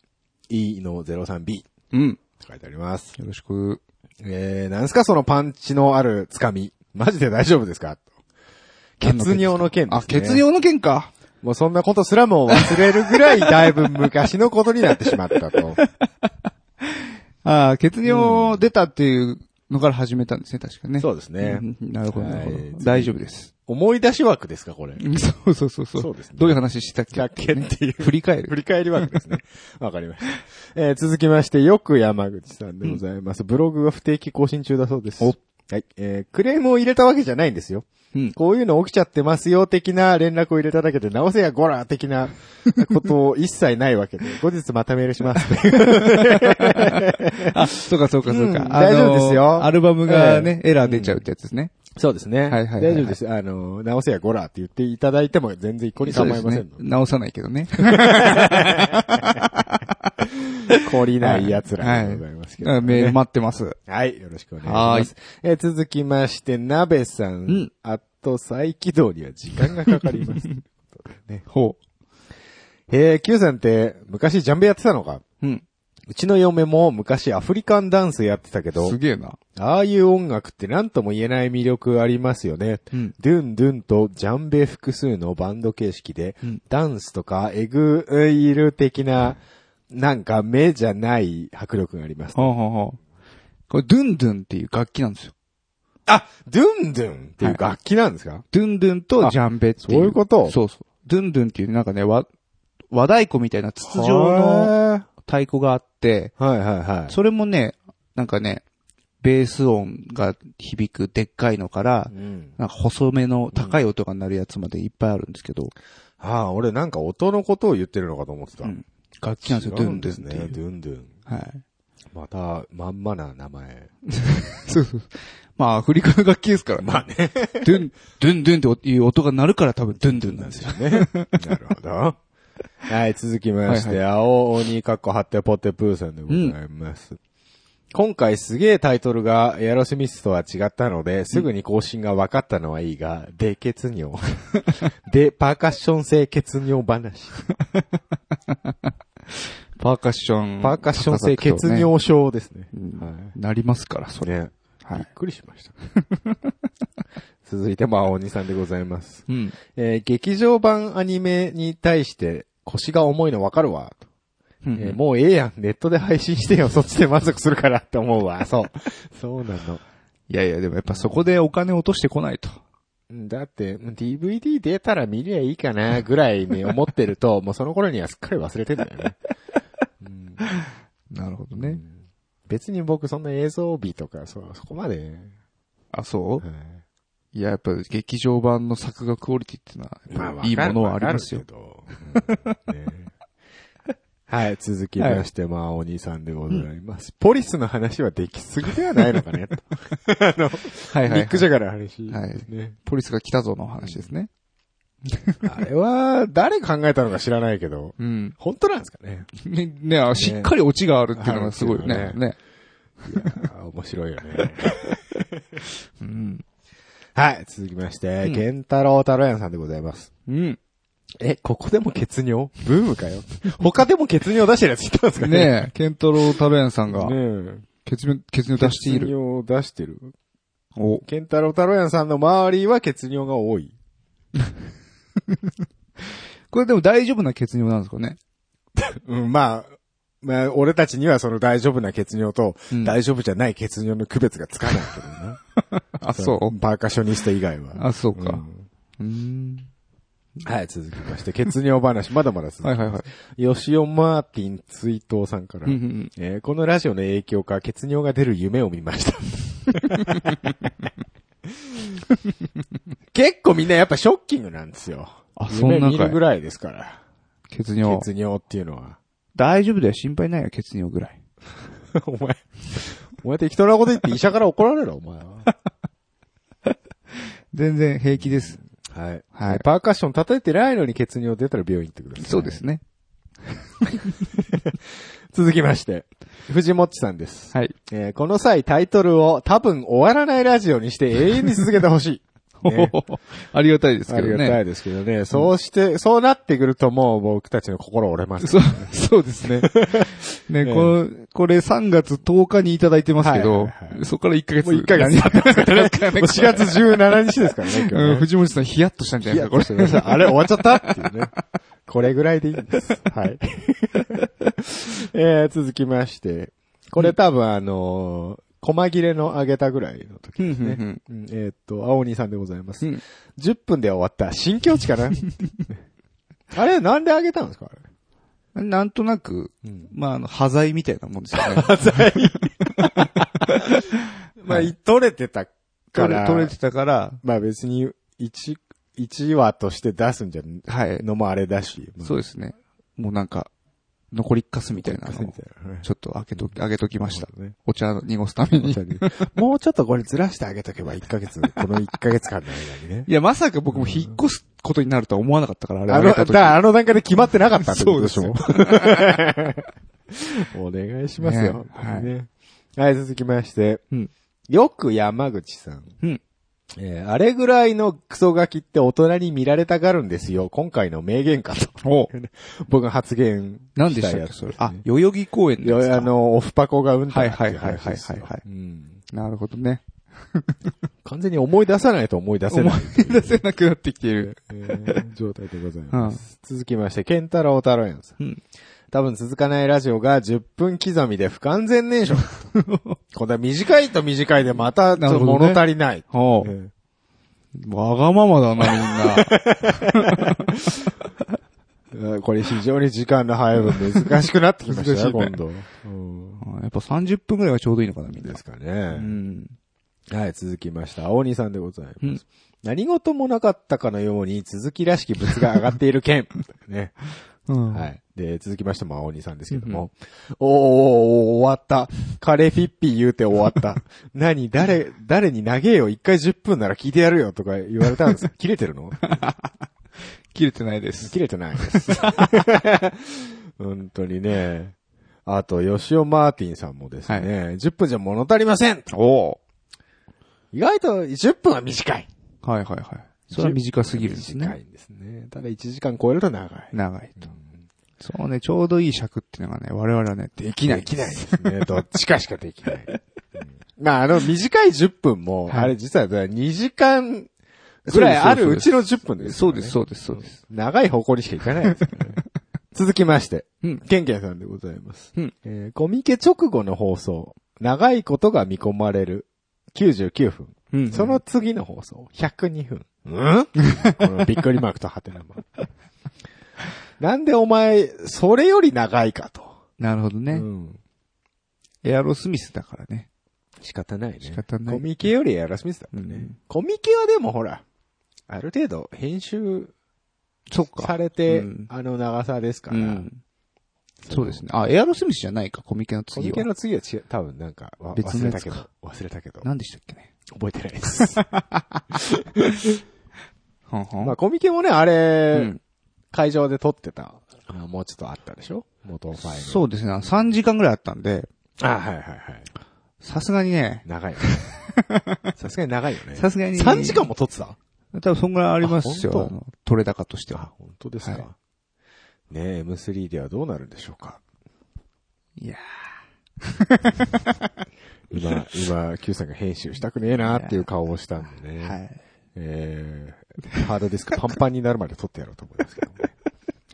[SPEAKER 2] E の 03B
[SPEAKER 1] うん。
[SPEAKER 2] 書いてあります。
[SPEAKER 1] よろしく。
[SPEAKER 2] えー、なんすかそのパンチのあるつかみ。マジで大丈夫ですかと血尿の件です、ね。
[SPEAKER 1] あ、血尿の件か。
[SPEAKER 2] もうそんなことすらも忘れるぐらいだいぶ昔のことになってしまったと。
[SPEAKER 1] あー血尿出たっていうのから始めたんですね、確かね。
[SPEAKER 2] そうですね
[SPEAKER 1] ん。なるほど、なるほ
[SPEAKER 2] はい
[SPEAKER 1] ど。大丈夫です。
[SPEAKER 2] 思い出し枠ですか、これ。
[SPEAKER 1] そうそうそう。
[SPEAKER 2] そうですね
[SPEAKER 1] どういう話したっけ
[SPEAKER 2] だっけっていう。
[SPEAKER 1] 振り返る。
[SPEAKER 2] 振り返り枠ですね。わかりました。えー続きまして、よく山口さんでございます。ブログが不定期更新中だそうです。
[SPEAKER 1] お
[SPEAKER 2] はい。えークレームを入れたわけじゃないんですよ。
[SPEAKER 1] うん
[SPEAKER 2] こういうの起きちゃってますよ、的な連絡を入れただけで、直せや、ゴラ的な ことを一切ないわけで、後日またメール します。
[SPEAKER 1] あ、そうかそうかそうか。
[SPEAKER 2] うん
[SPEAKER 1] あのー
[SPEAKER 2] 大丈夫ですよ
[SPEAKER 1] アルバムがね、
[SPEAKER 2] ええ
[SPEAKER 1] エラー出ちゃうってやつですね。
[SPEAKER 2] そうですね。
[SPEAKER 1] はいはいはいはい
[SPEAKER 2] 大丈夫です。あの、直せや、ゴラって言っていただいても全然一向に
[SPEAKER 1] そう
[SPEAKER 2] 構
[SPEAKER 1] で
[SPEAKER 2] い
[SPEAKER 1] す
[SPEAKER 2] ませ
[SPEAKER 1] ね
[SPEAKER 2] んの。。
[SPEAKER 1] 直さないけどね。
[SPEAKER 2] 懲り ない奴らでございますけど、ね。
[SPEAKER 1] はいメール待ってます。
[SPEAKER 2] はい、よろしくお願いします。えー続きまして、鍋さん。
[SPEAKER 1] ん
[SPEAKER 2] あと、再起動には時間がかか ります。
[SPEAKER 1] ほ
[SPEAKER 2] えー、Q さんって、昔ジャンベやってたのか
[SPEAKER 1] う。うん。
[SPEAKER 2] うちの嫁も昔アフリカンダンスやってたけど
[SPEAKER 1] す、げえな。
[SPEAKER 2] ああいう音楽って何とも言えない魅力ありますよね。
[SPEAKER 1] うん
[SPEAKER 2] ドゥンドゥンとジャンベ複数のバンド形式で、
[SPEAKER 1] うん
[SPEAKER 2] ダンスとかエグイル的な、なんか目じゃない迫力があります。
[SPEAKER 1] ほうほうほう。これ、ドゥンドゥンっていう楽器なんですよ。
[SPEAKER 2] あ、ドゥンドゥンっていう楽器なんですか、
[SPEAKER 1] ドゥンドゥンとジャンベっていう。
[SPEAKER 2] そういうこと
[SPEAKER 1] そうそう。ドゥンドゥンっていうなんかね、わ、和太鼓みたいな筒状の
[SPEAKER 2] は
[SPEAKER 1] 太鼓があって、
[SPEAKER 2] いはいはい。
[SPEAKER 1] それもね、なんかね、ベース音が響くでっかいのから、
[SPEAKER 2] うん
[SPEAKER 1] なんか細めの高い音が鳴るやつまでいっぱいあるんですけど、
[SPEAKER 2] ああ、俺なんか音のことを言ってるのかと思ってた。
[SPEAKER 1] うん楽器なんですよ、
[SPEAKER 2] 違
[SPEAKER 1] ドゥ
[SPEAKER 2] うん
[SPEAKER 1] ンドゥンっ
[SPEAKER 2] です
[SPEAKER 1] て
[SPEAKER 2] ね。
[SPEAKER 1] いう。
[SPEAKER 2] ドゥンドゥン。
[SPEAKER 1] はい。
[SPEAKER 2] また、まんまな名前。
[SPEAKER 1] そうそう。 まあ、アフリカの楽器ですからね。まあね。ドゥン、ドゥンドゥンっていう音が鳴るから多分ドゥンドゥンなんですよ。
[SPEAKER 2] ね。なる ほど。はい、続きまして、
[SPEAKER 1] はい
[SPEAKER 2] 青鬼かっこはってポテプーさんでございます。今回すげえタイトルがエアロスミスとは違ったので、すぐに更新が分かったのはいいが、で、血尿。 で、パーカッション性血尿話。
[SPEAKER 1] パーカッション。
[SPEAKER 2] パーカッション性
[SPEAKER 1] 高
[SPEAKER 2] 血
[SPEAKER 1] 々とね
[SPEAKER 2] 尿症ですね。
[SPEAKER 1] うんなりますから、それ。
[SPEAKER 2] ね。
[SPEAKER 1] はい
[SPEAKER 2] びっくりしました。 続いても青鬼さんでございます。
[SPEAKER 1] うん。
[SPEAKER 2] えー劇場版アニメに対して腰が重いのわかるわ。とえーもうええやん、ネットで配信してよ、そっ ちで満足するから って思うわ。そう。そうなの。
[SPEAKER 1] いやいや、でもやっぱそこでお金落としてこないと。
[SPEAKER 2] うんだって、うん DVD 出たら見りゃいいかな、ぐらいに思ってると、 もうその頃にはすっかり忘れてんだよ ね。うん
[SPEAKER 1] なるほど
[SPEAKER 2] う
[SPEAKER 1] ね。
[SPEAKER 2] ん別に僕そんな映像美とか、そうそこまで、
[SPEAKER 1] あ、そう
[SPEAKER 2] はい
[SPEAKER 1] いや、やっぱ劇場版の作画クオリティってのは、やっぱいいものはありますよ
[SPEAKER 2] わ。かるけどうん ねはい、続きまして、まあ、お兄さんでございます。ポリスの話はできすぎで はないのかね、とあの、
[SPEAKER 1] は
[SPEAKER 2] ニック・ジャガーの話、
[SPEAKER 1] はい
[SPEAKER 2] ね。
[SPEAKER 1] ポリスが来たぞの話ですね。
[SPEAKER 2] あれは、誰考えたのか知らないけど、
[SPEAKER 1] うん。
[SPEAKER 2] 本当なんですかね。
[SPEAKER 1] ね、ねあしっかりオチがあるっていうのがすごいよ
[SPEAKER 2] ある
[SPEAKER 1] ね
[SPEAKER 2] っ。ていうの
[SPEAKER 1] ね。
[SPEAKER 2] いやー面白いよ ね。
[SPEAKER 1] うん。
[SPEAKER 2] はい、続きまして、
[SPEAKER 1] うん
[SPEAKER 2] ケンタロウ太郎やんさんでございます。
[SPEAKER 1] うん。
[SPEAKER 2] え、ここでも血尿ブームかよ。他でも血尿出してるやついたんですかね
[SPEAKER 1] ねえ、ケントロウタベンさんが、
[SPEAKER 2] ねえ。
[SPEAKER 1] 血尿、血尿出してい
[SPEAKER 2] 血
[SPEAKER 1] る。
[SPEAKER 2] 尿を出してる。
[SPEAKER 1] お、
[SPEAKER 2] ケンタロウ太郎やんさんの周りは血尿が多い。
[SPEAKER 1] これでも大丈夫な血尿なんですかね。
[SPEAKER 2] うん、まあ、まあ、俺たちにはその大丈夫な血尿と、
[SPEAKER 1] うん
[SPEAKER 2] 大丈夫じゃない血尿の区別がつかないけどな。
[SPEAKER 1] あ、 そう。
[SPEAKER 2] パーカッショニスト以外は。
[SPEAKER 1] あ、そうか。
[SPEAKER 2] うん
[SPEAKER 1] うーん。
[SPEAKER 2] はい、続きまして、血尿話、 まだまだ続き
[SPEAKER 1] はい
[SPEAKER 2] ます。
[SPEAKER 1] はいはい。
[SPEAKER 2] 吉尾マーティン追悼さんから。
[SPEAKER 1] うんうん
[SPEAKER 2] えーこのラジオの影響か、血尿が出る夢を見ま した。 結構みんなやっぱショッキングなんですよ。
[SPEAKER 1] あそんなか
[SPEAKER 2] 夢
[SPEAKER 1] い
[SPEAKER 2] 見るぐらいですから。
[SPEAKER 1] 血尿。
[SPEAKER 2] 血尿っていうのは。
[SPEAKER 1] 大丈夫だよ、心配ないよ、血尿ぐらい。
[SPEAKER 2] お前、お前適当なこと言って医者から怒られるお前は。
[SPEAKER 1] 全然平気です。
[SPEAKER 2] はい。
[SPEAKER 1] はい
[SPEAKER 2] パーカッション叩いてないのに血尿出たら病院行ってください。
[SPEAKER 1] そうですね。
[SPEAKER 2] 続きまして、藤もっちさんです。
[SPEAKER 1] はい。
[SPEAKER 2] えーこの際タイトルを多分終わらないラジオにして永遠に続けて ほしい。ね
[SPEAKER 1] ありがたいです
[SPEAKER 2] あ
[SPEAKER 1] け
[SPEAKER 2] り
[SPEAKER 1] ど
[SPEAKER 2] がた
[SPEAKER 1] ね。
[SPEAKER 2] いですけどね。そうして、そうなってくるともう僕たちの心折れます。
[SPEAKER 1] そう、そうですね。ね、
[SPEAKER 2] ええ
[SPEAKER 1] この、これ3月10日にいただいてますけど、
[SPEAKER 2] はいはいは
[SPEAKER 1] そこから1ヶ月。
[SPEAKER 2] もう1ヶ 月
[SPEAKER 1] 何経ってますから
[SPEAKER 2] もう
[SPEAKER 1] ね。
[SPEAKER 2] 4月17日ですから ね、今
[SPEAKER 1] うん、
[SPEAKER 2] 日ね。
[SPEAKER 1] 藤本さんヒヤッとしたんじゃ
[SPEAKER 2] い
[SPEAKER 1] ないで
[SPEAKER 2] や、
[SPEAKER 1] すか、これ。
[SPEAKER 2] ちょっとねあれ終わっちゃったっていうね。これぐらいでいいんです。はい。 えー、続きまして。これ多分あのー、細切れの揚げたぐらいの時ですね。
[SPEAKER 1] うんうん
[SPEAKER 2] うんえーっと、青鬼さんでございます。
[SPEAKER 1] うん
[SPEAKER 2] 10分で終わった。新境地 かなあれ、なんで揚げたんですかあれ。
[SPEAKER 1] なんとなく、まあ、あの、端材みたいなもんですよ ね。
[SPEAKER 2] まあ、取れてたか
[SPEAKER 1] 取れ
[SPEAKER 2] ら。
[SPEAKER 1] 取れてたから、
[SPEAKER 2] まあ別に、一、一話として出すんじゃ、
[SPEAKER 1] はい。
[SPEAKER 2] のもあれだし。
[SPEAKER 1] そう
[SPEAKER 2] う
[SPEAKER 1] ですね。もうなんか、残りかすみたいなのを、ちょっと開けと、開けときました。
[SPEAKER 2] ね。
[SPEAKER 1] お茶濁すために。い
[SPEAKER 2] もうちょっとこれずらしてあげとけば、1ヶ月、この1ヶ月間の間にね。
[SPEAKER 1] や、まさか僕も引っ越すことになるとは思わなかったから、あれ
[SPEAKER 2] あの、
[SPEAKER 1] 開
[SPEAKER 2] だ
[SPEAKER 1] けた
[SPEAKER 2] か
[SPEAKER 1] 時
[SPEAKER 2] らあの段階で決まってなかったってことでし
[SPEAKER 1] そ
[SPEAKER 2] ょ お願いします
[SPEAKER 1] ね
[SPEAKER 2] よ。
[SPEAKER 1] はい
[SPEAKER 2] ねはい、続きまして。
[SPEAKER 1] うん
[SPEAKER 2] よく山口さん。
[SPEAKER 1] うん
[SPEAKER 2] えーあれぐらいのクソガキって大人に見られたがるんですよ。今回の名言かと。 僕が発言
[SPEAKER 1] 何で
[SPEAKER 2] し
[SPEAKER 1] したた
[SPEAKER 2] や
[SPEAKER 1] っけ、
[SPEAKER 2] つ
[SPEAKER 1] そ
[SPEAKER 2] で
[SPEAKER 1] れ
[SPEAKER 2] すね。
[SPEAKER 1] あ、代々木公園
[SPEAKER 2] いや
[SPEAKER 1] ですか
[SPEAKER 2] あの、オフパコがうんだってう
[SPEAKER 1] はいはい
[SPEAKER 2] 話
[SPEAKER 1] はいはいはい
[SPEAKER 2] ですよ
[SPEAKER 1] はい
[SPEAKER 2] うん
[SPEAKER 1] なるほどね。
[SPEAKER 2] 完全に思い出さないと思い出せない。
[SPEAKER 1] 思い出せなくなってきている。
[SPEAKER 2] えー状態でございます。続きまして、ケンタロウ太郎やんさん。
[SPEAKER 1] うん
[SPEAKER 2] 多分続かないラジオが10分刻みで不完全燃 焼。これは短いと短いでまたちょっと物足りない。
[SPEAKER 1] おう
[SPEAKER 2] えー
[SPEAKER 1] わがままだな、みんな。
[SPEAKER 2] えーこれ非常に時間の配分難しくなってきましたね、
[SPEAKER 1] 難し
[SPEAKER 2] 今
[SPEAKER 1] いね
[SPEAKER 2] 度。うん
[SPEAKER 1] うんやっぱ30分くらいがちょうどいいのかな、みんな
[SPEAKER 2] で。すか
[SPEAKER 1] う
[SPEAKER 2] ね。
[SPEAKER 1] ん。
[SPEAKER 2] はい、続きました。青鬼さんでございます。
[SPEAKER 1] うん
[SPEAKER 2] 何事もなかったかのように続きらしき物が上がっている 件。ね。
[SPEAKER 1] うん
[SPEAKER 2] は。い。で、続きましても青鬼さんですけども。おーおーおー終わった。カレーフィッピー言うて終わった。 何誰、誰に投げよ。一回10分なら聞いてやるよとか言われたんです。切れてるの
[SPEAKER 1] 切れてないです。
[SPEAKER 2] 切れてないです。 本当にね。あと、吉尾マーティンさんもですね、10分じゃ物足りません
[SPEAKER 1] お
[SPEAKER 2] 意外と10分は短い。
[SPEAKER 1] はいはいはい。それは短すぎるんです
[SPEAKER 2] 短
[SPEAKER 1] ね。
[SPEAKER 2] いんですね。ただ1時間超えると長い。
[SPEAKER 1] 長いと。そうね、ちょうどいい尺っていうのがね、我々はね、できない。
[SPEAKER 2] できないですね。どっちかしかできない。うんまあ、あの、短い10分も、
[SPEAKER 1] はい
[SPEAKER 2] あれ実は2時間ぐらいあるうちの10分です、
[SPEAKER 1] そうです、。そうです、そうです。
[SPEAKER 2] 長い方向にしか行かないですからね、 続きまして、
[SPEAKER 1] うん
[SPEAKER 2] ケンケンさんでございます。
[SPEAKER 1] うん
[SPEAKER 2] えーコミケ直後の放送、長いことが見込まれる、99分。
[SPEAKER 1] うん
[SPEAKER 2] その次の放送、102分。うんこのびっくりマークとハテナマーク。なんでお前、それより長いかと。
[SPEAKER 1] なるほどね。
[SPEAKER 2] うん。
[SPEAKER 1] エアロスミスだからね。
[SPEAKER 2] 仕方ないね。
[SPEAKER 1] 仕方ない
[SPEAKER 2] コミケよりエアロスミスだもんね。
[SPEAKER 1] うん
[SPEAKER 2] コミケはでもほら、ある程度編集
[SPEAKER 1] そっ
[SPEAKER 2] さ。れて、
[SPEAKER 1] うん
[SPEAKER 2] あの長さですか
[SPEAKER 1] う
[SPEAKER 2] ら、
[SPEAKER 1] ん。そうですね。あ、エアロスミスじゃないか、コミケの
[SPEAKER 2] コ
[SPEAKER 1] 次
[SPEAKER 2] ミケ
[SPEAKER 1] は。
[SPEAKER 2] の次は違う、多分なんか、わ
[SPEAKER 1] 別
[SPEAKER 2] 忘
[SPEAKER 1] の
[SPEAKER 2] れ
[SPEAKER 1] や
[SPEAKER 2] た
[SPEAKER 1] つ
[SPEAKER 2] け
[SPEAKER 1] か
[SPEAKER 2] ど、忘れたけど、
[SPEAKER 1] 何でしたっけね。
[SPEAKER 2] 覚えてないです。
[SPEAKER 1] はんはん
[SPEAKER 2] まあコミケもね、あ
[SPEAKER 1] う
[SPEAKER 2] れ、
[SPEAKER 1] ん
[SPEAKER 2] 会場で撮ってた、あもうちょっとあったでしょ元ファイル。
[SPEAKER 1] そうですね。3時間ぐらいあったんで、
[SPEAKER 2] あ、はいはいはい。
[SPEAKER 1] さすがにね、
[SPEAKER 2] 長いよね。さすがに長いよね。
[SPEAKER 1] さすがに。
[SPEAKER 2] 3時間も撮ってた
[SPEAKER 1] 多分そんぐらいあります
[SPEAKER 2] あ本
[SPEAKER 1] よ。
[SPEAKER 2] 当
[SPEAKER 1] あの取れ高としては。、
[SPEAKER 2] 本当です
[SPEAKER 1] はい
[SPEAKER 2] ねえ、M3 ではどうなるんでしょうか。
[SPEAKER 1] いや
[SPEAKER 2] 今、今、Q さんが編集したくねえなっていう顔をしたんでね。
[SPEAKER 1] ーはい。
[SPEAKER 2] えー、ハードディスクパンパンになるまで撮ってやろうと思いますけどもね。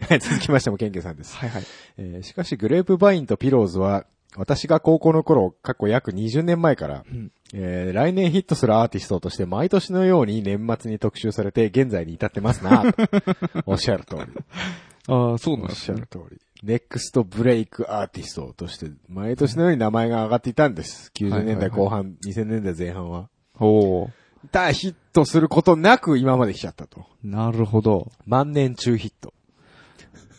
[SPEAKER 2] はい続きましても、ケンケンさんです。
[SPEAKER 1] はいはい。
[SPEAKER 2] えーしかし、グレープバインとピローズは、私が高校の頃、過去約20年前から、
[SPEAKER 1] うん
[SPEAKER 2] えー来年ヒットするアーティストとして毎年のように年末に特集されて、現在に至ってますなとおっしゃる通り。
[SPEAKER 1] ああ、そう
[SPEAKER 2] おっしゃ
[SPEAKER 1] ね
[SPEAKER 2] る通り。ネクストブレイクアーティストとして、毎年のように名前が上がっていたんです。90年代後半、2000年代前半は。
[SPEAKER 1] おー
[SPEAKER 2] だ、ヒットすることなく今まで来ちゃったと。
[SPEAKER 1] なるほど。
[SPEAKER 2] 万年中ヒット。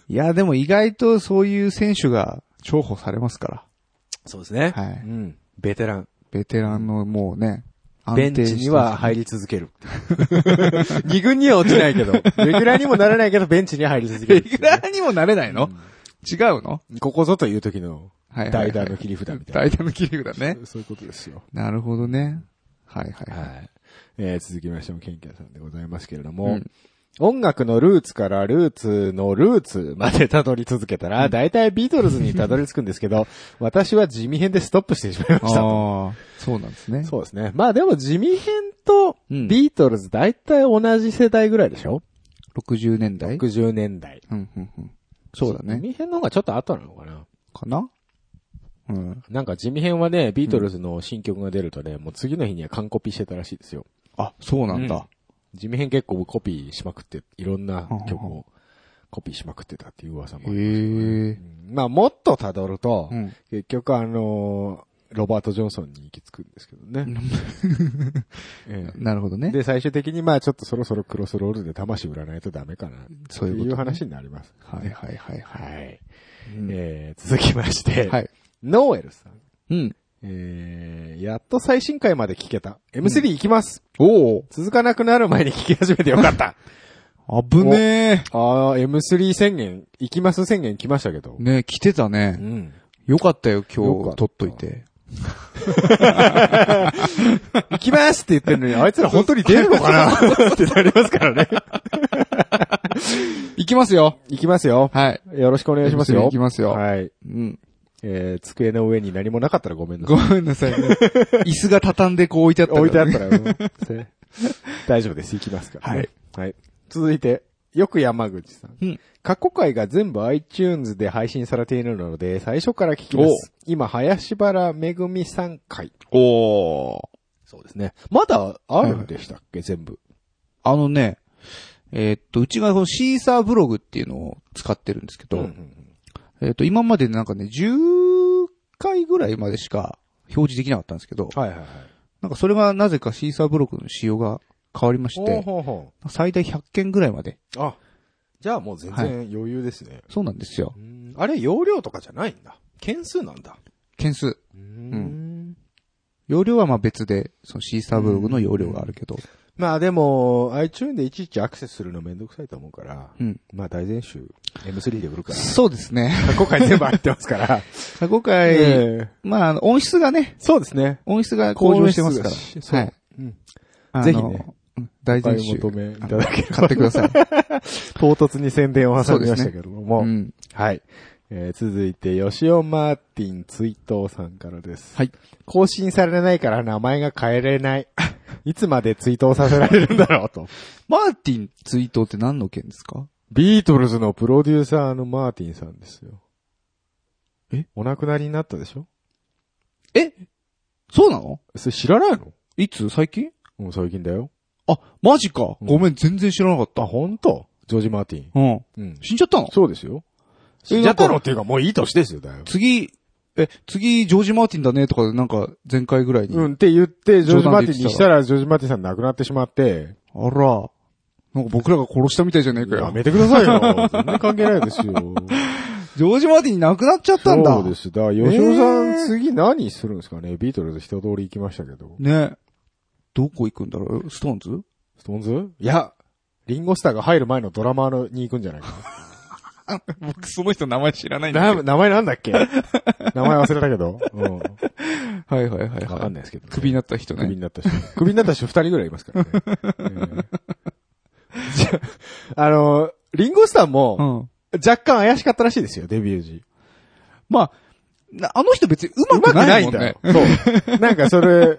[SPEAKER 1] いや、でも意外とそういう選手が重宝されますから。
[SPEAKER 2] そうですね
[SPEAKER 1] はい
[SPEAKER 2] うん。ベテラン。
[SPEAKER 1] ベテランのもうね、
[SPEAKER 2] ベンチには
[SPEAKER 1] 安定
[SPEAKER 2] 入り続ける。 二軍には落ちないけど、レギュラーにもならないけど、ベンチには入り続け
[SPEAKER 1] して
[SPEAKER 2] る
[SPEAKER 1] レギュラーにもなれないの、違うの
[SPEAKER 2] ここぞという時の
[SPEAKER 1] はいはいは
[SPEAKER 2] 代
[SPEAKER 1] い
[SPEAKER 2] 打の切り札みたい
[SPEAKER 1] 代
[SPEAKER 2] な。
[SPEAKER 1] 打の切り札ね。
[SPEAKER 2] そういうことですよ。
[SPEAKER 1] なるほどね。はいはいはい。
[SPEAKER 2] はい。えー続きましても、ケンケンさんでございますけれど
[SPEAKER 1] う
[SPEAKER 2] も
[SPEAKER 1] ん、
[SPEAKER 2] 音楽のルーツからルーツのルーツまでたどり続けたら、大体ビートルズにたどり着くんです けど、私は地味編でストップしてしまいました。
[SPEAKER 1] ああ、そうなんですね。
[SPEAKER 2] そうですね。まあでも地味編と
[SPEAKER 1] うん
[SPEAKER 2] ビートルズ大体同じ世代ぐらいでしょ、
[SPEAKER 1] 60年代
[SPEAKER 2] ?60 年代。
[SPEAKER 1] うんうんうん。そうだ
[SPEAKER 2] 地
[SPEAKER 1] ね。
[SPEAKER 2] 味編の方がちょっと後なのかな
[SPEAKER 1] かなうん。
[SPEAKER 2] なんか地味編はね、ビートルズの新曲が出るとね、もう次の日には完コピしてたらしいですよ。
[SPEAKER 1] あ、そうなん
[SPEAKER 2] うん
[SPEAKER 1] だ。
[SPEAKER 2] 地味編結構コピーしまくって、いろんな曲をコピーしまくってたっていう噂もあ
[SPEAKER 1] へ
[SPEAKER 2] りますよ
[SPEAKER 1] え
[SPEAKER 2] ね。うんまあもっと辿ると、
[SPEAKER 1] うん。
[SPEAKER 2] 結局あのーロバート・ジョンソンに行き着くんですけどね。 ええ
[SPEAKER 1] なるほどね。
[SPEAKER 2] で、最終的にまあちょっとそろそろクロスロールで魂売らないとダメかな。
[SPEAKER 1] そういうことね
[SPEAKER 2] っていう話になります。
[SPEAKER 1] はいはいはいはい。
[SPEAKER 2] はい。
[SPEAKER 1] うん
[SPEAKER 2] えー続きまして、
[SPEAKER 1] はい。
[SPEAKER 2] ノーエルさん。
[SPEAKER 1] うん。
[SPEAKER 2] えー、やっと最新回まで聞けた。M3 行きます。おお。続かなくなる前に聞き始めてよかった。
[SPEAKER 1] あぶね
[SPEAKER 2] あー、M3 宣言、行きます宣言来ましたけど
[SPEAKER 1] え。。ね来てた
[SPEAKER 2] う
[SPEAKER 1] ね。
[SPEAKER 2] ん。
[SPEAKER 1] よかったよ、
[SPEAKER 2] よか
[SPEAKER 1] 今
[SPEAKER 2] った
[SPEAKER 1] 日、取っといて。
[SPEAKER 2] 行きますって言ってる のに、あいつら本当に出るのかな ってなりますからね。
[SPEAKER 1] いきますよ。
[SPEAKER 2] 行きますよ。
[SPEAKER 1] はい。
[SPEAKER 2] よろしくお願いしますよ。
[SPEAKER 1] M3 行きますよ
[SPEAKER 2] はい。
[SPEAKER 1] うん。
[SPEAKER 2] えー、机の上に何もなかったらごめんなさ
[SPEAKER 1] ご
[SPEAKER 2] い。
[SPEAKER 1] めんなさい ね。椅子が畳んでこう置いてあったから
[SPEAKER 2] 置
[SPEAKER 1] ね
[SPEAKER 2] いてあったら、うん せ大丈夫です。行きますから、ね。はい。続いて、よく山口さん。
[SPEAKER 1] うん
[SPEAKER 2] 過去回が全部 iTunes で配信されているので、最初から聞きます。今、林原めぐみさん回。
[SPEAKER 1] おー。
[SPEAKER 2] そうですね。まだあるんでしたっけ、全部。
[SPEAKER 1] あのね、えーっと、うちがこのシーサーブログっていうのを使ってるんですけど、
[SPEAKER 2] うんうんうん
[SPEAKER 1] えーっと、今までなんかね、10回ぐらいまでしか表示できなかったんですけど、
[SPEAKER 2] はいはいはい。
[SPEAKER 1] なんかそれがなぜかシーサーブログの仕様が変わりまし
[SPEAKER 2] ほう
[SPEAKER 1] て、
[SPEAKER 2] ほうほ
[SPEAKER 1] 最大100件ぐらいまで。
[SPEAKER 2] う。あ、じゃあもう全
[SPEAKER 1] はい
[SPEAKER 2] 然余裕ですね。
[SPEAKER 1] そうなんですよ
[SPEAKER 2] う。んあれ、容量とかじゃないんだ。件数なんだ。
[SPEAKER 1] 件数。
[SPEAKER 2] うん
[SPEAKER 1] 容量はまあ別で、そのシーサーブログの容量があるけど、
[SPEAKER 2] まあでも、iTunes でいちいちアクセスするのめんどくさいと思うから、
[SPEAKER 1] うん
[SPEAKER 2] まあ大全集、M3 で売るか ら。
[SPEAKER 1] そうですね。
[SPEAKER 2] 過去回全部入ってますから。
[SPEAKER 1] 過去回、
[SPEAKER 2] ええ
[SPEAKER 1] まあ、音質がね、
[SPEAKER 2] そうですね。
[SPEAKER 1] 音質が向上してますか
[SPEAKER 2] 高音質だし
[SPEAKER 1] ら。
[SPEAKER 2] そう。うん
[SPEAKER 1] はい。
[SPEAKER 2] ぜひね
[SPEAKER 1] あの。うん大
[SPEAKER 2] お買
[SPEAKER 1] 前
[SPEAKER 2] い
[SPEAKER 1] 集。
[SPEAKER 2] 求めいただければ
[SPEAKER 1] 買ってくださ い。
[SPEAKER 2] 唐突に宣伝を挟みましたけれども。
[SPEAKER 1] うん。
[SPEAKER 2] はい。えー続いて、吉尾マーティン追悼さんからです。
[SPEAKER 1] はい。
[SPEAKER 2] 更新されないから名前が変えれない。 いつまで追悼させられるんだろうと。
[SPEAKER 1] マーティンツイートって何の件ですか
[SPEAKER 2] ビートルズのプロデューサーのマーティンさんですよ。
[SPEAKER 1] え
[SPEAKER 2] お亡くなりになったでしょ
[SPEAKER 1] えそうなの
[SPEAKER 2] それ知らないの
[SPEAKER 1] いつ最近
[SPEAKER 2] もう最近だよ。
[SPEAKER 1] あ、マジか。
[SPEAKER 2] うん
[SPEAKER 1] ごめん、全然知らなかっ
[SPEAKER 2] あ、
[SPEAKER 1] た。
[SPEAKER 2] 本当ジョージ・マーティン。
[SPEAKER 1] うん。
[SPEAKER 2] うん
[SPEAKER 1] 死んじゃったの
[SPEAKER 2] そうですよ。
[SPEAKER 1] え
[SPEAKER 2] 死んじゃった
[SPEAKER 1] な
[SPEAKER 2] の
[SPEAKER 1] んか
[SPEAKER 2] っていうか、もういい年ですよ、だいぶ。
[SPEAKER 1] 次、え、次、ジョージ・マーティンだねとか、なんか、前回ぐらいに。
[SPEAKER 2] うん、って言って、ジョージ・マー
[SPEAKER 1] 冗談で
[SPEAKER 2] ティンに
[SPEAKER 1] 言って
[SPEAKER 2] したたら、ジョージ・マーティンさん亡くなってしまって、
[SPEAKER 1] あら、なんか僕らが殺したみたいじゃねえか
[SPEAKER 2] や
[SPEAKER 1] よ。
[SPEAKER 2] めてくださいよ。全然関係ないですよ。
[SPEAKER 1] ジョージ・マーティン亡くなっちゃったんだ。
[SPEAKER 2] そうです。だから、吉尾さん、
[SPEAKER 1] えー
[SPEAKER 2] 次何するんですかねビートルズ一通り行きましたけど。
[SPEAKER 1] ね。どこ行くんだろうストーンズ
[SPEAKER 2] ストーンズいや、リンゴスターが入る前のドラマーのに行くんじゃないか
[SPEAKER 1] 僕、その人名前知らな
[SPEAKER 2] な。
[SPEAKER 1] い
[SPEAKER 2] な 名前なんだっけ名前忘れたけど。うん。
[SPEAKER 1] はいはいはい
[SPEAKER 2] わか
[SPEAKER 1] は
[SPEAKER 2] ん
[SPEAKER 1] い。
[SPEAKER 2] ないですけどね、
[SPEAKER 1] 首になった人
[SPEAKER 2] クビ
[SPEAKER 1] ね。
[SPEAKER 2] になった人。クビになった人二人ぐらいいますからね。ええ じゃああの、リンゴスター
[SPEAKER 1] う
[SPEAKER 2] も、
[SPEAKER 1] ん。
[SPEAKER 2] 若干怪しかったらしいですよ、デビュー時。
[SPEAKER 1] まあ、なあの人別に上手くないもんね。
[SPEAKER 2] 上手くないんだよ。そう。 なんかそれ、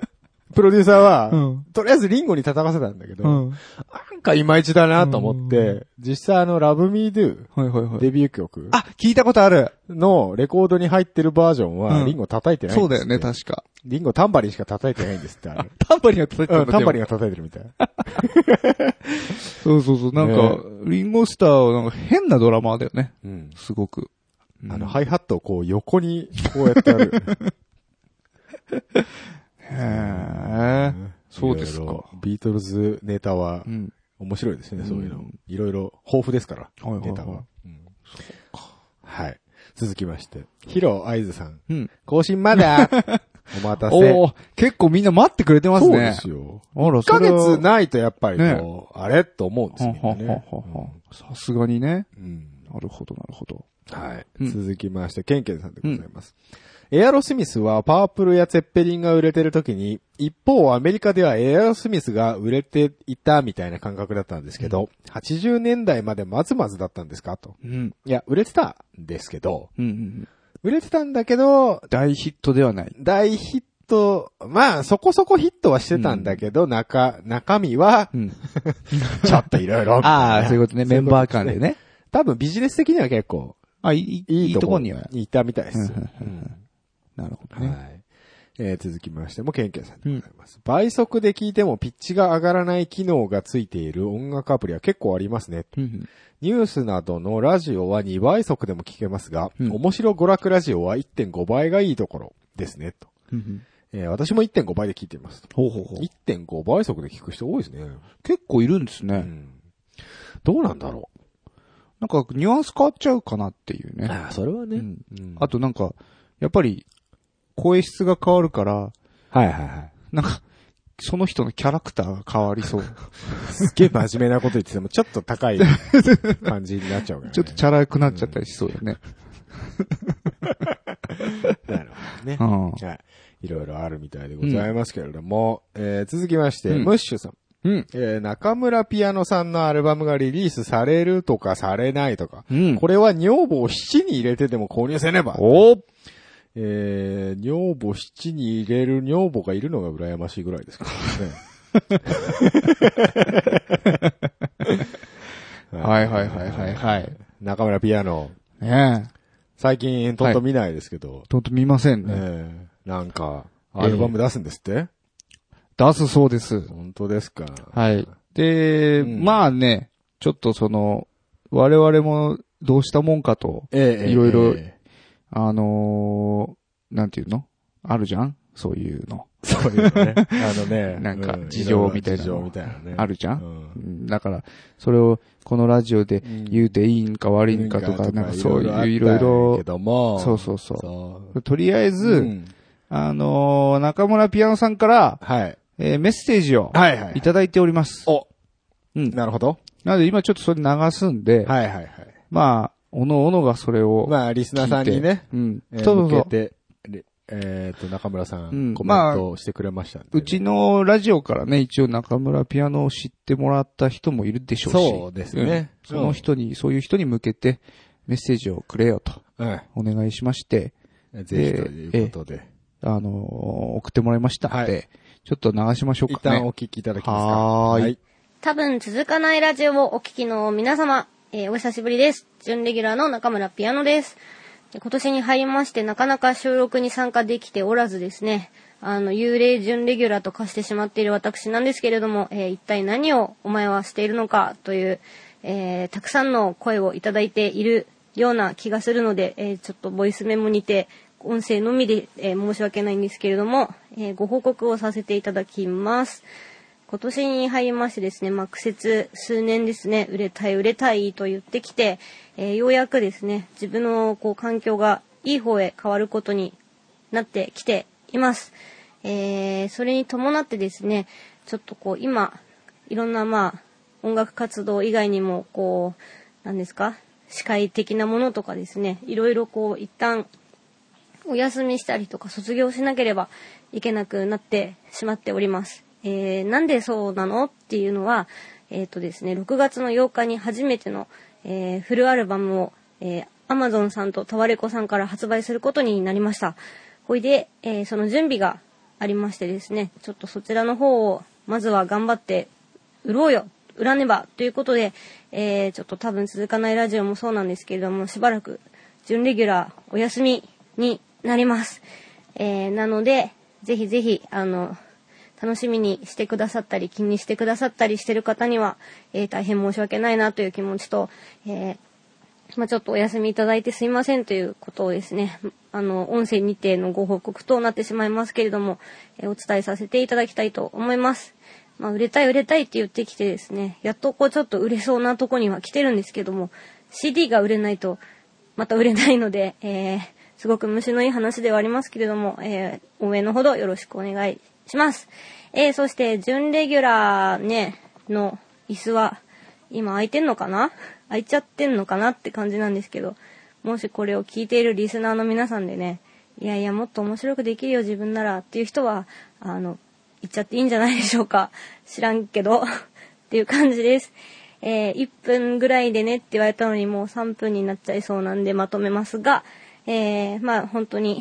[SPEAKER 2] プロデューサーは、
[SPEAKER 1] うん
[SPEAKER 2] とりあえずリンゴに叩かせたんだけど、
[SPEAKER 1] うん。
[SPEAKER 2] なんかいまいちだなと思って、
[SPEAKER 1] う
[SPEAKER 2] 実際あの、ラブミードゥ
[SPEAKER 1] はいはいはい。
[SPEAKER 2] デビュー曲
[SPEAKER 1] あ、聞いたことある。
[SPEAKER 2] のレコードに入ってるバージョン
[SPEAKER 1] う
[SPEAKER 2] は、
[SPEAKER 1] ん
[SPEAKER 2] リンゴ叩いてないん
[SPEAKER 1] そ
[SPEAKER 2] です
[SPEAKER 1] う
[SPEAKER 2] って
[SPEAKER 1] だよね、確か。
[SPEAKER 2] リンゴタンバリンしか叩いてないんですって、あれ。
[SPEAKER 1] タンバリンが叩いてた
[SPEAKER 2] うんん
[SPEAKER 1] だ
[SPEAKER 2] タンバリン
[SPEAKER 1] で
[SPEAKER 2] が叩いてるみたい。
[SPEAKER 1] もそうそうそう。なんか、リンゴスターはなんか変なドラマーだよね。
[SPEAKER 2] うん。
[SPEAKER 1] すごく。うん
[SPEAKER 2] あの、ハイハットをこう横に、こうやってやる。
[SPEAKER 1] へえ。 そうですか
[SPEAKER 2] いろいろビートルズネタは
[SPEAKER 1] うん。
[SPEAKER 2] 面白いですね、そういうの
[SPEAKER 1] うん。
[SPEAKER 2] いろいろ豊富ですから、
[SPEAKER 1] はいはいはい
[SPEAKER 2] ネタは。うんはい。続きまして、ヒロアイズさん。
[SPEAKER 1] うん。
[SPEAKER 2] 更新ま だお待たせ。
[SPEAKER 1] おー結構みんな待ってくれてます
[SPEAKER 2] そう
[SPEAKER 1] ね。
[SPEAKER 2] ですよ。
[SPEAKER 1] あら、
[SPEAKER 2] 1ヶ
[SPEAKER 1] それは
[SPEAKER 2] 月ないとやっぱり
[SPEAKER 1] ね
[SPEAKER 2] こう、あれと思うんです
[SPEAKER 1] は
[SPEAKER 2] よ
[SPEAKER 1] はは
[SPEAKER 2] ね。
[SPEAKER 1] ははさすがにね。
[SPEAKER 2] うんうん
[SPEAKER 1] なるほど、なるほど。
[SPEAKER 2] はい、
[SPEAKER 1] うん
[SPEAKER 2] 続きまして、ケンケンさんでございます。エアロスミスはパープルやゼッペリンが売れてる時に、一方アメリカではエアロスミスが売れていたみたいな感覚だったんですけど、80年代までまずまずだったんですかと。
[SPEAKER 1] うん。
[SPEAKER 2] いや、売れてたんですけど、
[SPEAKER 1] うんうん。
[SPEAKER 2] 売れてたんだけど、
[SPEAKER 1] 大ヒットではない。
[SPEAKER 2] 大ヒット、まあそこそこヒットはしてたんだけど、中、中身は
[SPEAKER 1] う、ん。
[SPEAKER 2] ちょっといろいろ。
[SPEAKER 1] ああ、そういうことね。メンバー間で。ね。
[SPEAKER 2] 多分ビジネス的には結構、
[SPEAKER 1] あ、いい、い
[SPEAKER 2] い
[SPEAKER 1] い
[SPEAKER 2] い
[SPEAKER 1] と
[SPEAKER 2] と
[SPEAKER 1] こ
[SPEAKER 2] こ
[SPEAKER 1] に
[SPEAKER 2] に
[SPEAKER 1] は。
[SPEAKER 2] いたみたいですよ。
[SPEAKER 1] う
[SPEAKER 2] うん
[SPEAKER 1] なるほど
[SPEAKER 2] は
[SPEAKER 1] ね。
[SPEAKER 2] い。えー続きましても、ケンケンさんでございます。倍速で聞いてもピッチが上がらない機能がついている音楽アプリは結構ありますね。
[SPEAKER 1] うん
[SPEAKER 2] ニュースなどのラジオは2倍速でも聞けますが、
[SPEAKER 1] うん
[SPEAKER 2] 面白娯楽ラジオは1.5倍がいいところですね、と。
[SPEAKER 1] うん。うんうん
[SPEAKER 2] えー私も1.5倍で聞いています。
[SPEAKER 1] ほうほうほう。
[SPEAKER 2] 1.5倍速で聞く人多いですね。
[SPEAKER 1] 結構いるんです
[SPEAKER 2] う
[SPEAKER 1] ね。
[SPEAKER 2] ん。どうなんだろ
[SPEAKER 1] なんか、ニュアンス変わっちゃうかなっていう
[SPEAKER 2] う。
[SPEAKER 1] ね。
[SPEAKER 2] ああ、それは
[SPEAKER 1] う
[SPEAKER 2] ね。
[SPEAKER 1] ん
[SPEAKER 2] うん
[SPEAKER 1] あとなんか、やっぱり、声質が変わるから、
[SPEAKER 2] はいはいはい。
[SPEAKER 1] なんか、その人のキャラクターが変わりそう。
[SPEAKER 2] すっげえ真面目なこと言ってても、ちょっと高い感じになっちゃうから ね。
[SPEAKER 1] ちょっとチャラくなっちゃったりしそうだね。
[SPEAKER 2] なるほどね
[SPEAKER 1] う。ん。
[SPEAKER 2] はい。いろいろあるみたいでございますけれども、えー続きまして、
[SPEAKER 1] うん
[SPEAKER 2] ムッシュさん。
[SPEAKER 1] うん。
[SPEAKER 2] えー中村ピアノさんのアルバムがリリースされるとかされないとか、
[SPEAKER 1] うん。
[SPEAKER 2] これは女房を七に入れてでも購入せねば。
[SPEAKER 1] おー
[SPEAKER 2] えー、女房七に入れる女房がいるのが羨ましいぐら いですからね。
[SPEAKER 1] はいはいはいはいはい。
[SPEAKER 2] 中村ピアノ、
[SPEAKER 1] ねえ。
[SPEAKER 2] 最近とんと見ないですけど、
[SPEAKER 1] とんと見ません
[SPEAKER 2] え
[SPEAKER 1] ね。
[SPEAKER 2] ーなんか、アルバム出すんですって、
[SPEAKER 1] 出すそうです。
[SPEAKER 2] 本当ですか。
[SPEAKER 1] はい。で、
[SPEAKER 2] うん
[SPEAKER 1] まあね、ちょっとその、我々もどうしたもんかと、
[SPEAKER 2] え
[SPEAKER 1] いろいろあのー、なんていうのあるじゃんそういうの。
[SPEAKER 2] そうい うのね。あのね。
[SPEAKER 1] なんか
[SPEAKER 2] う
[SPEAKER 1] 事情みたいなの
[SPEAKER 2] 事情みたいなね。
[SPEAKER 1] あるじゃん
[SPEAKER 2] うん
[SPEAKER 1] うんだから、それをこのラジオで言うでいいんか悪いんかとか、なんかそういういろい
[SPEAKER 2] あった
[SPEAKER 1] ろ
[SPEAKER 2] け、ども。
[SPEAKER 1] そうそうそう
[SPEAKER 2] そう。
[SPEAKER 1] とりあえ
[SPEAKER 2] う
[SPEAKER 1] ず、
[SPEAKER 2] ん
[SPEAKER 1] あのー、中村ピアノさんから、
[SPEAKER 2] はい。
[SPEAKER 1] えーメッセージを
[SPEAKER 2] はいはい
[SPEAKER 1] ただいております。
[SPEAKER 2] お
[SPEAKER 1] うん。
[SPEAKER 2] なるほど。
[SPEAKER 1] なので今ちょっとそれ流すんで、
[SPEAKER 2] はいはいはい。
[SPEAKER 1] まあ、おのおのがそれを、
[SPEAKER 2] まあ、リスナーさんにね、
[SPEAKER 1] うん。
[SPEAKER 2] えー
[SPEAKER 1] そうそう
[SPEAKER 2] 向
[SPEAKER 1] そ
[SPEAKER 2] けて、れえっと、中村さ
[SPEAKER 1] うん
[SPEAKER 2] ん、コメントをしてくれましたんで
[SPEAKER 1] う。
[SPEAKER 2] ね
[SPEAKER 1] うちのラジオからね、一応中村ピアノを知ってもらった人もいるでしょうし。
[SPEAKER 2] そうですね
[SPEAKER 1] うんその人に、そういう人に向けてメッセージをくれよと
[SPEAKER 2] う
[SPEAKER 1] お願いしまして、
[SPEAKER 2] ん。ぜひということで。
[SPEAKER 1] あのー送ってもらいましたので、
[SPEAKER 2] は
[SPEAKER 1] ちょっと流しましょう
[SPEAKER 2] 一
[SPEAKER 1] かね。
[SPEAKER 2] 旦お聞きいただきますか。
[SPEAKER 1] はーい
[SPEAKER 4] 多分続かないラジオをお聞きの皆様、えーお久しぶりです。準レギュラーの中村ピアノです。えー今年に入りましてなかなか収録に参加できておらずですね、あの、幽霊準レギュラーと化してしまっている私なんですけれども、えー一体何をお前はしているのかという、えーたくさんの声をいただいているような気がするので、えーちょっとボイスメモにて、音声のみで、えー申し訳ないんですけれども、えーご報告をさせていただきます。今年に入りましてですね、まあ、苦節数年ですね、売れたい売れたいと言ってきて、えーようやくですね、自分のこう環境がいい方へ変わることになってきています。えーそれに伴ってですね、ちょっとこう今、いろんなまあ、音楽活動以外にもこう、なんですか、司会的なものとかですね、いろいろこう一旦お休みしたりとか卒業しなければいけなくなってしまっております。えーなんでそうなのっていうのは、えっ、とですね、6月の8日に初めての、えーフルアルバムを、えー Amazon さんとタワレコさんから発売することになりました。ほいで、えーその準備がありましてですね、ちょっとそちらの方を、まずは頑張って売ろうよ売らねばということで、えーちょっと多分続かないラジオもそうなんですけれども、しばらく準レギュラーお休みになります。えーなので、ぜひぜひ、あの、楽しみにしてくださったり、気にしてくださったりしてる方には、えー大変申し訳ないなという気持ちと、えーまあ、ちょっとお休みいただいてすいませんということをですね、あの、音声にてのご報告となってしまいますけれども、えーお伝えさせていただきたいと思います。まあ、売れたい売れたいって言ってきてですね、やっとこうちょっと売れそうなとこには来てるんですけども、CD が売れないと、また売れないので、えーすごく虫のいい話ではありますけれども、えー応援のほどよろしくお願いします。えーそして、準レギュラーね、の椅子は、今空いてんのかな空いちゃってんのかなって感じなんですけど、もしこれを聞いているリスナーの皆さんでね、いやいや、もっと面白くできるよ、自分ならっていう人は、あの、言っちゃっていいんじゃないでしょうか。 知らんけど、 っていう感じです。えー1分ぐらいでねって言われたのにもう3分になっちゃいそうなんでまとめますが、えーまあ本当に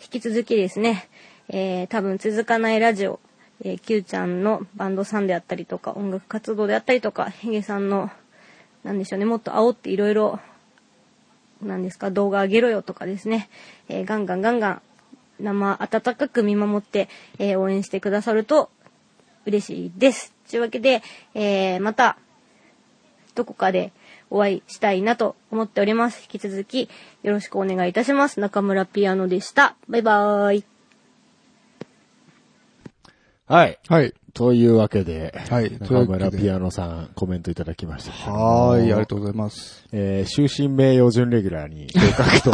[SPEAKER 4] 引き続きですね、えー多分続かないラジオ、えー、Q ちゃんのバンドさんであったりとか、音楽活動であったりとか、ヒゲさんの、なんでしょうね、もっと煽っていろいろ、なんですか、動画上げろよとかですね、えーガンガンガンガン、生温かく見守って、えー応援してくださると嬉しいです。というわけで、えーまた、どこかでお会いしたいなと思っております。引き続きよろしくお願いいたします。中村ピアノでした。バイバーイ。
[SPEAKER 2] はい。
[SPEAKER 1] はい。
[SPEAKER 2] というわけで、
[SPEAKER 1] はい
[SPEAKER 2] 中村ピアノさん、コメントいただきました。
[SPEAKER 1] はーい、ありがとうございます。
[SPEAKER 2] えー、終身名誉準レギュラーに合格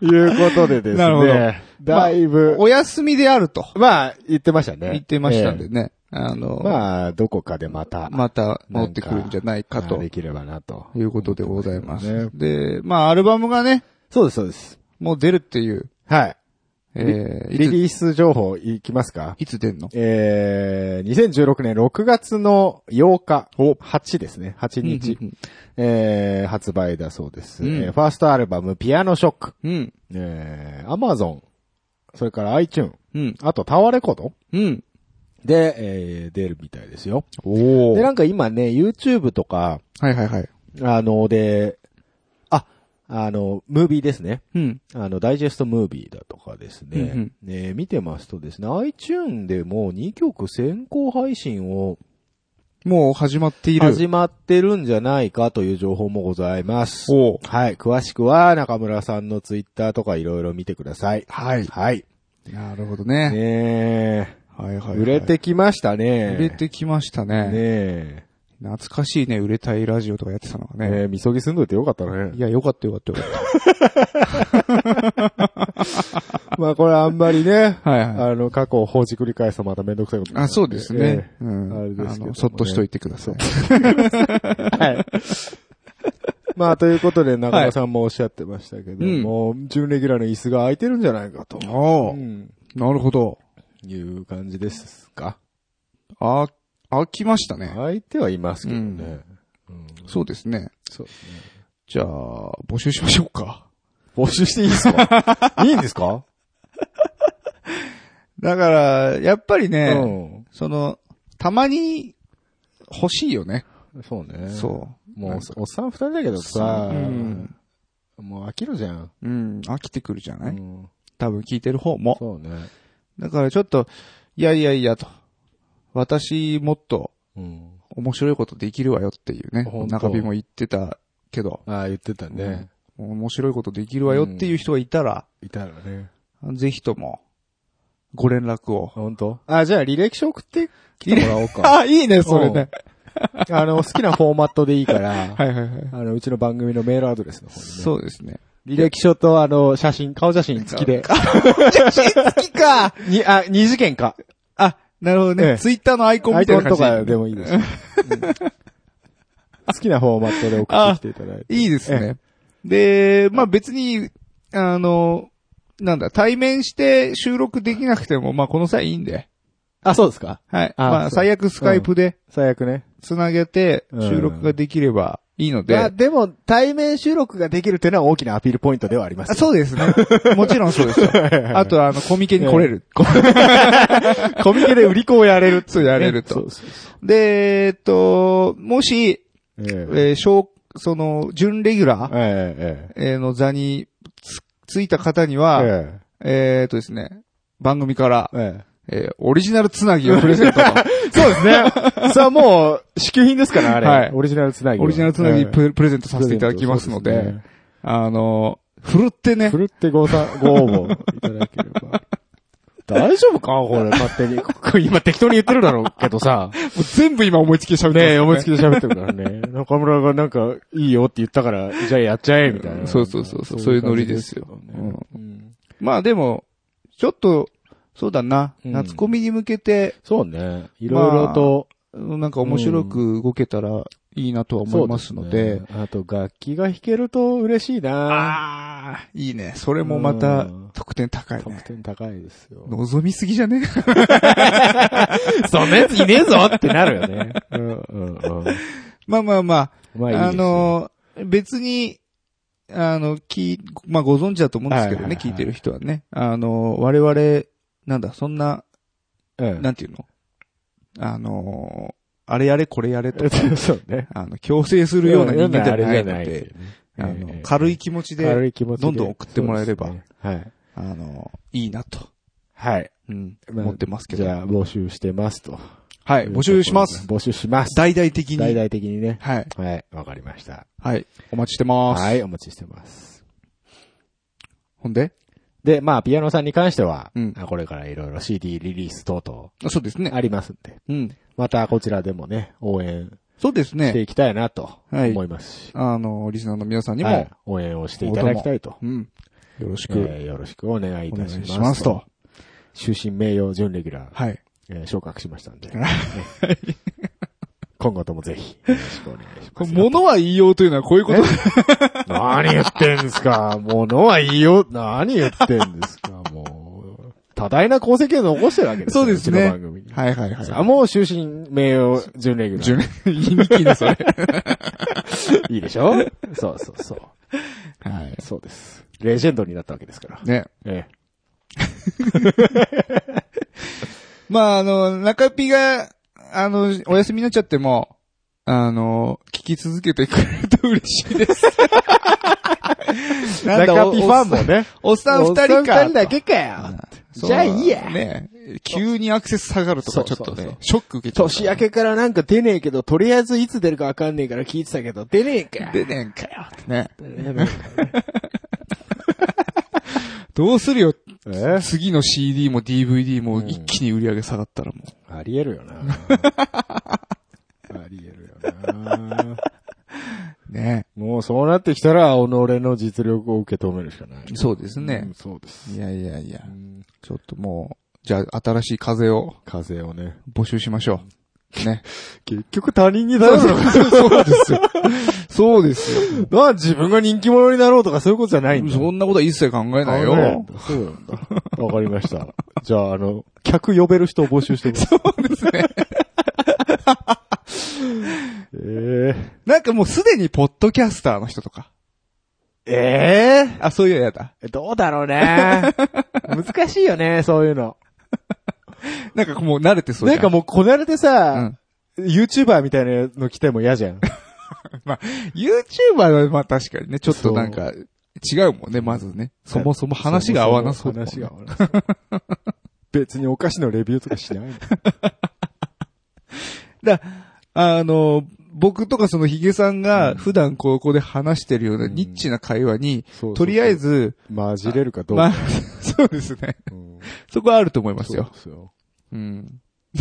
[SPEAKER 2] と、いうことでです
[SPEAKER 1] なるほ
[SPEAKER 2] ね、
[SPEAKER 1] ど
[SPEAKER 2] だいぶ、
[SPEAKER 1] お休みであると
[SPEAKER 2] まあ、言ってましたね。
[SPEAKER 1] 言ってましたん
[SPEAKER 2] え
[SPEAKER 1] でね。あの、
[SPEAKER 2] えまあ、どこかでまた、
[SPEAKER 1] また戻ってくるんじゃないか
[SPEAKER 2] なん
[SPEAKER 1] と
[SPEAKER 2] できればなと。
[SPEAKER 1] いうことでございます。
[SPEAKER 2] ね
[SPEAKER 1] で、まあ、アルバムがね、
[SPEAKER 2] そうです、そうです。
[SPEAKER 1] もう出るっていう、
[SPEAKER 2] はい。
[SPEAKER 1] えー、
[SPEAKER 2] リ
[SPEAKER 1] い
[SPEAKER 2] リース情報いきますか
[SPEAKER 1] つ、いつ出んの
[SPEAKER 2] えー、2016年6月の8日、8ですね、8日、
[SPEAKER 1] うん
[SPEAKER 2] えー、発売だそうです、
[SPEAKER 1] うん
[SPEAKER 2] えーファーストアルバム、ピアノショック、
[SPEAKER 1] うん、
[SPEAKER 2] えー、Amazon、それから iTune、
[SPEAKER 1] うん、
[SPEAKER 2] あとタワーレコード
[SPEAKER 1] うん。
[SPEAKER 2] で、えー、出るみたいですよ。
[SPEAKER 1] お
[SPEAKER 2] で、なんか今ね、YouTube とか、
[SPEAKER 1] はいはいはい。
[SPEAKER 2] あの、で、あ、あの、ムービーですね。
[SPEAKER 1] うん、
[SPEAKER 2] あの、ダイジェストムービーだとかですね。
[SPEAKER 1] うんうん
[SPEAKER 2] ね見てますとですね、iTune でも2曲先行配信を
[SPEAKER 1] もう始まっている。
[SPEAKER 2] 始まってるんじゃないかという情報もございます。
[SPEAKER 1] おう
[SPEAKER 2] はい。詳しくは中村さんのツイッターとかいろいろ見てください。
[SPEAKER 1] はい。
[SPEAKER 2] はい。
[SPEAKER 1] なるほど
[SPEAKER 2] ね
[SPEAKER 1] ね。
[SPEAKER 2] え、
[SPEAKER 1] はいはい、はい。
[SPEAKER 2] 売れてきましたね。
[SPEAKER 1] 売れてきましたね。
[SPEAKER 2] ねえ。
[SPEAKER 1] 懐かしいね、売れたいラジオとかやってたのが
[SPEAKER 2] ね
[SPEAKER 1] ね。
[SPEAKER 2] え、みそぎすんどいてよかったね
[SPEAKER 1] い。や、よかったよかったよかっ
[SPEAKER 2] まあこれあんまりね、
[SPEAKER 1] た。はいはい。
[SPEAKER 2] あの、過去をほじくり返すとまためんどくさいことにな
[SPEAKER 1] あ、
[SPEAKER 2] る
[SPEAKER 1] そうですね。
[SPEAKER 2] ええ
[SPEAKER 1] うん。
[SPEAKER 2] あれですけ
[SPEAKER 1] あ
[SPEAKER 2] ども
[SPEAKER 1] の
[SPEAKER 2] ね
[SPEAKER 1] そっとしといてください。
[SPEAKER 2] はい。まあ、ということで、中田さんもおっしゃってましたけども、準レギュラーの椅子が空いてるんじゃないかと。
[SPEAKER 1] お
[SPEAKER 2] う
[SPEAKER 1] ー
[SPEAKER 2] ん。
[SPEAKER 1] なるほど。
[SPEAKER 2] いう感じですか。
[SPEAKER 1] あ、飽きましたね。
[SPEAKER 2] 空いてはいますけどね。
[SPEAKER 1] そうですね。
[SPEAKER 2] そう
[SPEAKER 1] じゃあ、募集しましょうか。
[SPEAKER 2] 募集していいですか いいんですか
[SPEAKER 1] だから、やっぱり
[SPEAKER 2] う
[SPEAKER 1] ね、
[SPEAKER 2] ん。
[SPEAKER 1] その、たまに欲しいよね。
[SPEAKER 2] そうね。
[SPEAKER 1] そう。
[SPEAKER 2] もう、おっさん二人だけ
[SPEAKER 1] う
[SPEAKER 2] どさ、
[SPEAKER 1] ん
[SPEAKER 2] もう飽きるじゃん。
[SPEAKER 1] うん、飽きてくるじゃない、
[SPEAKER 2] うん
[SPEAKER 1] 多分聞いてる方も。
[SPEAKER 2] そうね。
[SPEAKER 1] だからちょっと、いやいやいやと。私もっと
[SPEAKER 2] うん。
[SPEAKER 1] 面白いことできるわよっていうね
[SPEAKER 2] ほん。と
[SPEAKER 1] 中身も言ってたけど、
[SPEAKER 2] ああ、言ってたね。
[SPEAKER 1] 面白いことできるわよっていう人がいたら、
[SPEAKER 2] いたらね。
[SPEAKER 1] ぜひとも、ご連絡を。
[SPEAKER 2] 本当？あ、じゃあ履歴書送ってきてもらおう か。
[SPEAKER 1] あ、いいね、それね。
[SPEAKER 2] あの、好きなフォーマットでいいから、
[SPEAKER 1] はいはいはい。
[SPEAKER 2] あの、うちの番組のメールアドレスの方にね。
[SPEAKER 1] そうですね。
[SPEAKER 2] 履歴書とあの、写真、顔写真付きで。
[SPEAKER 1] 好き か
[SPEAKER 2] に、あ、二次元か。
[SPEAKER 1] あ、なるほど
[SPEAKER 2] え
[SPEAKER 1] ね。
[SPEAKER 2] え
[SPEAKER 1] ツイッターのアイコン
[SPEAKER 2] ア
[SPEAKER 1] み
[SPEAKER 2] イ
[SPEAKER 1] たい
[SPEAKER 2] コ
[SPEAKER 1] な
[SPEAKER 2] ンと
[SPEAKER 1] 感
[SPEAKER 2] か
[SPEAKER 1] じ
[SPEAKER 2] でもいいですし。うん好きなフォーマットで送ってきていただいて。
[SPEAKER 1] いいですね。で、まあ別に、あの、なんだ、対面して収録できなくても、まあこの際いいんで。
[SPEAKER 2] あ、そうですか
[SPEAKER 1] はい。ま
[SPEAKER 2] あそ
[SPEAKER 1] あ
[SPEAKER 2] う
[SPEAKER 1] 最悪スカイプで
[SPEAKER 2] 最悪ね。
[SPEAKER 1] つなげて
[SPEAKER 2] うん
[SPEAKER 1] 収録ができればいいので。
[SPEAKER 2] まあでも、対面収録ができるっていうのは大きなアピールポイントではあります
[SPEAKER 1] あ
[SPEAKER 2] よ。
[SPEAKER 1] そうですね。もちろんそうですよ。あとは、あの、コミケに来れる。
[SPEAKER 2] コミケで売り子をやれるって
[SPEAKER 1] そうやれると
[SPEAKER 2] そうそうそ
[SPEAKER 1] で、えっと、もし、
[SPEAKER 2] う。え
[SPEAKER 1] えー、小その、準レギュラー
[SPEAKER 2] ええ
[SPEAKER 1] えーの座につついた方に
[SPEAKER 2] え
[SPEAKER 1] は、
[SPEAKER 2] え
[SPEAKER 1] えーっとですね、番組から、
[SPEAKER 2] ええ
[SPEAKER 1] えーオリジナルつなぎをプレゼントと。
[SPEAKER 2] えそうですね。さあ もう、支給品ですから、あれ。
[SPEAKER 1] はい
[SPEAKER 2] オリジナルつなぎは。
[SPEAKER 1] オリジナルつなぎ
[SPEAKER 2] ええ
[SPEAKER 1] ププレゼントさせていただきますので、
[SPEAKER 2] そうすね
[SPEAKER 1] あの、ふるってね
[SPEAKER 2] ふ、るってごさ、ご応募いただければ。 大丈夫かこれ、勝手に。 これ今適当に言ってるだろうけどさ。
[SPEAKER 1] もう全部今思いつきで喋ってます
[SPEAKER 2] ねえ、思いつ
[SPEAKER 1] き。
[SPEAKER 2] きで喋ってるからね。 中村がなんか、いいよって言ったから、じゃあやっちゃえ、みたいな。
[SPEAKER 1] そうそうそうそうそういうノリですよ
[SPEAKER 2] そういう感じですけどねうん
[SPEAKER 1] まあでも、ちょっと、そうだな、
[SPEAKER 2] うん
[SPEAKER 1] 夏コミに向けて、
[SPEAKER 2] そうね。いろいろと、
[SPEAKER 1] なんか面白く動けたらいいなとは思いますので、
[SPEAKER 2] そうすねあと、楽器が弾けると嬉しいな
[SPEAKER 1] ああ、いいね。それもまた
[SPEAKER 2] うん、
[SPEAKER 1] 得点高い
[SPEAKER 2] 得
[SPEAKER 1] ね。
[SPEAKER 2] 点高いですよ。
[SPEAKER 1] 望みすぎじゃ ね
[SPEAKER 2] そんなやついねえぞってなるよね。うんうんうん。
[SPEAKER 1] まあまあまあ、
[SPEAKER 2] まあいいですよ
[SPEAKER 1] あ、の、別に、あの、き、まあ、ご存知だと思うんですけどね、
[SPEAKER 2] はいはい
[SPEAKER 1] 聞
[SPEAKER 2] はい
[SPEAKER 1] いてる人はね。あの、我々、なんだ、そんな、
[SPEAKER 2] うん
[SPEAKER 1] なんていうのあの、あれやれこれやれとか、
[SPEAKER 2] そうね。
[SPEAKER 1] あの、強制するような人間ではないので、あ
[SPEAKER 2] あれじゃない
[SPEAKER 1] の、軽い気持ちで、
[SPEAKER 2] い気持ちで
[SPEAKER 1] どんどん送ってもらえれば
[SPEAKER 2] そうですねはい。
[SPEAKER 1] あの、いいなと、
[SPEAKER 2] はい。
[SPEAKER 1] うん、
[SPEAKER 2] まあ
[SPEAKER 1] 思ってますけ
[SPEAKER 2] じ
[SPEAKER 1] ど。
[SPEAKER 2] ゃあ、募集してますと。
[SPEAKER 1] はい、募集します。
[SPEAKER 2] 募集します。
[SPEAKER 1] 大々的
[SPEAKER 2] 大
[SPEAKER 1] に。
[SPEAKER 2] 々的にね。
[SPEAKER 1] はい。
[SPEAKER 2] はい。わかりました。
[SPEAKER 1] はい。お待ちしてます。
[SPEAKER 2] はい。お待ちしてます。
[SPEAKER 1] ほんで
[SPEAKER 2] で、まあ、ピアノさんに関しては、
[SPEAKER 1] うん
[SPEAKER 2] あこれからいろいろ CD リリース等々
[SPEAKER 1] あそうですね。
[SPEAKER 2] ありますんで、
[SPEAKER 1] うん。
[SPEAKER 2] またこちらでもね、応援
[SPEAKER 1] そうです
[SPEAKER 2] して
[SPEAKER 1] ね。
[SPEAKER 2] いきたいなと
[SPEAKER 1] はい
[SPEAKER 2] 思いますし、
[SPEAKER 1] あの、リスナーの皆さんに
[SPEAKER 2] は
[SPEAKER 1] も
[SPEAKER 2] い、応援をしていただきたいと。
[SPEAKER 1] うん。よろし
[SPEAKER 2] え
[SPEAKER 1] く、
[SPEAKER 2] ーよろしくお願いい
[SPEAKER 1] お願
[SPEAKER 2] た
[SPEAKER 1] い
[SPEAKER 2] します。
[SPEAKER 1] しますと。。
[SPEAKER 2] 終身名誉準レギュラー、
[SPEAKER 1] はい。
[SPEAKER 2] えー昇格しましたんで、ね今後ともぜひ、よろしくお願いします。
[SPEAKER 1] 物は言いようというのはこういうこと
[SPEAKER 2] 何言ってんですか物はいいよ。何言ってんですかもう。多大な功績を残してるわけです よ
[SPEAKER 1] そうですね
[SPEAKER 2] うちの番組に。
[SPEAKER 1] はいはいはい
[SPEAKER 2] さあ、。もう終身名誉準レギュラー。
[SPEAKER 1] 順 言いにくいな、 それ。
[SPEAKER 2] いいでしょそうそうそう。
[SPEAKER 1] はい。
[SPEAKER 2] そうです。レジェンドになったわけですから。
[SPEAKER 1] ね。
[SPEAKER 2] え
[SPEAKER 1] まあ、あの、中ピが、あの、お休みになっちゃっても、あの、聞き続けてくれると嬉しい です。
[SPEAKER 2] え。中ピファンも
[SPEAKER 1] ね
[SPEAKER 2] ね。
[SPEAKER 1] おっさん二人か。
[SPEAKER 2] おっさん二人だけかよ。
[SPEAKER 1] そう
[SPEAKER 2] じゃあいいや
[SPEAKER 1] ね急にアクセス下がるとかちょっと
[SPEAKER 2] そうそうそ
[SPEAKER 1] ね
[SPEAKER 2] う、
[SPEAKER 1] ショック受けちゃう。
[SPEAKER 2] 年明けからなんか出ねえけど、とりあえずいつ出るかわかんねえから聞いてたけど、出ねえか。
[SPEAKER 1] 出ねえんかよ。ね。
[SPEAKER 2] ね
[SPEAKER 1] どうするよ。
[SPEAKER 2] え
[SPEAKER 1] 次の CD も DVD も一気に売り上げ下がったらもう。
[SPEAKER 2] ありえるよな。ありえるよな。
[SPEAKER 1] ね
[SPEAKER 2] もうそうなってきたら、己の実力を受け止めるしかない。
[SPEAKER 1] そうですね
[SPEAKER 2] うんそうです。
[SPEAKER 1] いやいやいや
[SPEAKER 2] う。ん
[SPEAKER 1] ちょっともう、じゃあ新しい風を
[SPEAKER 2] 風をね。
[SPEAKER 1] 募集しましょう。 ね。
[SPEAKER 2] 結局他人に頼むのか。
[SPEAKER 1] そうですよ。そうですよ。
[SPEAKER 2] なあ自分が人気者になろうとかそういうことじゃないんだ。
[SPEAKER 1] そんなことは一切考えない
[SPEAKER 2] 考えないん
[SPEAKER 1] よ。
[SPEAKER 2] だ。そうなんだ。わかりました。じゃあ、あの、客呼べる人を募集してます。そうですね。え
[SPEAKER 1] なんかもうすでにポッドキャスターの人とか。
[SPEAKER 2] ええ
[SPEAKER 1] あ、そういうのやだ。
[SPEAKER 2] えどうだろう ね。難しいよね、そういうの。
[SPEAKER 1] なんかもう慣れてそうじ
[SPEAKER 2] な
[SPEAKER 1] ゃ
[SPEAKER 2] んかもうこなれて
[SPEAKER 1] う
[SPEAKER 2] さ
[SPEAKER 1] ん、
[SPEAKER 2] YouTuber みたいなの来ても嫌じゃん。
[SPEAKER 1] YouTuber はまあ確かにね、ちょっとなんか、違うもんね、まずね。そもそも話が合わなそうだもんね
[SPEAKER 2] 話が合わなそう。 別にお菓子のレビューとかしないの。
[SPEAKER 1] だあの、僕とかそのヒゲさんが普段ここで話してるようなニッチな会話に、
[SPEAKER 2] そうそうそう
[SPEAKER 1] とりあえず、
[SPEAKER 2] 混じれるかどう
[SPEAKER 1] まあ
[SPEAKER 2] か。、
[SPEAKER 1] そうですね。
[SPEAKER 2] うん
[SPEAKER 1] そこはあると思います
[SPEAKER 2] そう
[SPEAKER 1] よ
[SPEAKER 2] で。すよ。
[SPEAKER 1] うん。
[SPEAKER 2] い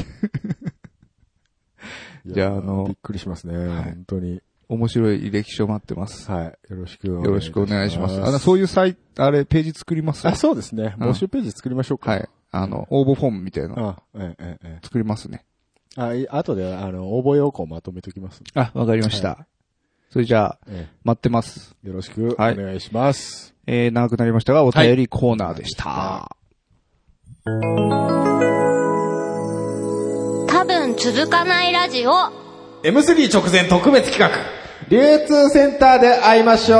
[SPEAKER 2] や
[SPEAKER 1] じゃああの
[SPEAKER 2] びっくりしますね。
[SPEAKER 1] はい
[SPEAKER 2] 本当に。
[SPEAKER 1] 面白い歴史を待ってます。
[SPEAKER 2] はい。よろしくお
[SPEAKER 1] よ
[SPEAKER 2] 願いい
[SPEAKER 1] ろ
[SPEAKER 2] た
[SPEAKER 1] しくお願いします。あ
[SPEAKER 2] あ
[SPEAKER 1] の、そういうサイト、あれ、ページ作りますよ
[SPEAKER 2] そうですね。
[SPEAKER 1] うん
[SPEAKER 2] 募集ページ作りましょうか。
[SPEAKER 1] はい。あの、応募フォームみたいなの
[SPEAKER 2] あ、ええ、ええ、え
[SPEAKER 1] 作りますね。
[SPEAKER 2] え。あい、あとで、あの、応募要項まとめておきます。
[SPEAKER 1] あ、わかりました。それじゃあ、
[SPEAKER 2] え
[SPEAKER 1] 待ってます。
[SPEAKER 2] え。よろしくお
[SPEAKER 1] はい
[SPEAKER 2] 願いします。
[SPEAKER 1] えー、長くなりましたが、お便りコーナーでした。
[SPEAKER 4] 多分続かないラジオ
[SPEAKER 5] M3 直前特別企画。
[SPEAKER 2] 流通センターで会いましょ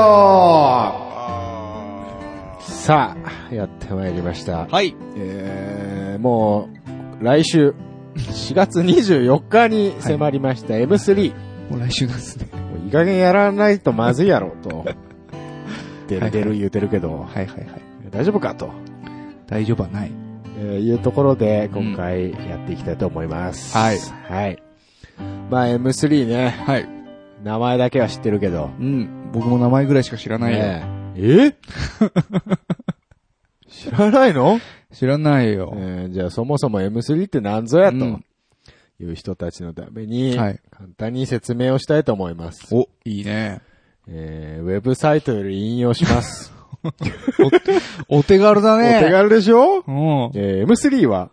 [SPEAKER 2] うさあ、やってまいりました。
[SPEAKER 1] はい。
[SPEAKER 2] えー、もう、来週、4月24日に迫りました M3。
[SPEAKER 1] もう来週なんですね。
[SPEAKER 2] もういい加減やらないとまずいやろ、と。出る出る言うてるけど、
[SPEAKER 1] はいはいはい。
[SPEAKER 2] 大丈夫かと、
[SPEAKER 1] 大丈夫はない。
[SPEAKER 2] えーいうところで、今回やっていきたいと思います。
[SPEAKER 1] はい
[SPEAKER 2] はい。まあ M3 ね、
[SPEAKER 1] はい。
[SPEAKER 2] 名前だけは知ってるけど。
[SPEAKER 1] うん。僕も名前ぐらいしか知らないよ。
[SPEAKER 2] ねえ 知らないの、
[SPEAKER 1] 知らないよ。
[SPEAKER 2] えーじゃあそもそも M3 って何ぞやと、
[SPEAKER 1] うん
[SPEAKER 2] いう人たちのために、
[SPEAKER 1] はい
[SPEAKER 2] 簡単に説明をしたいと思います。
[SPEAKER 1] お、いいね。
[SPEAKER 2] えーウェブサイトより引用します。
[SPEAKER 1] お手軽だ
[SPEAKER 2] お
[SPEAKER 1] ね。
[SPEAKER 2] 手軽でしょ、
[SPEAKER 1] うん。
[SPEAKER 2] えー ?M3 は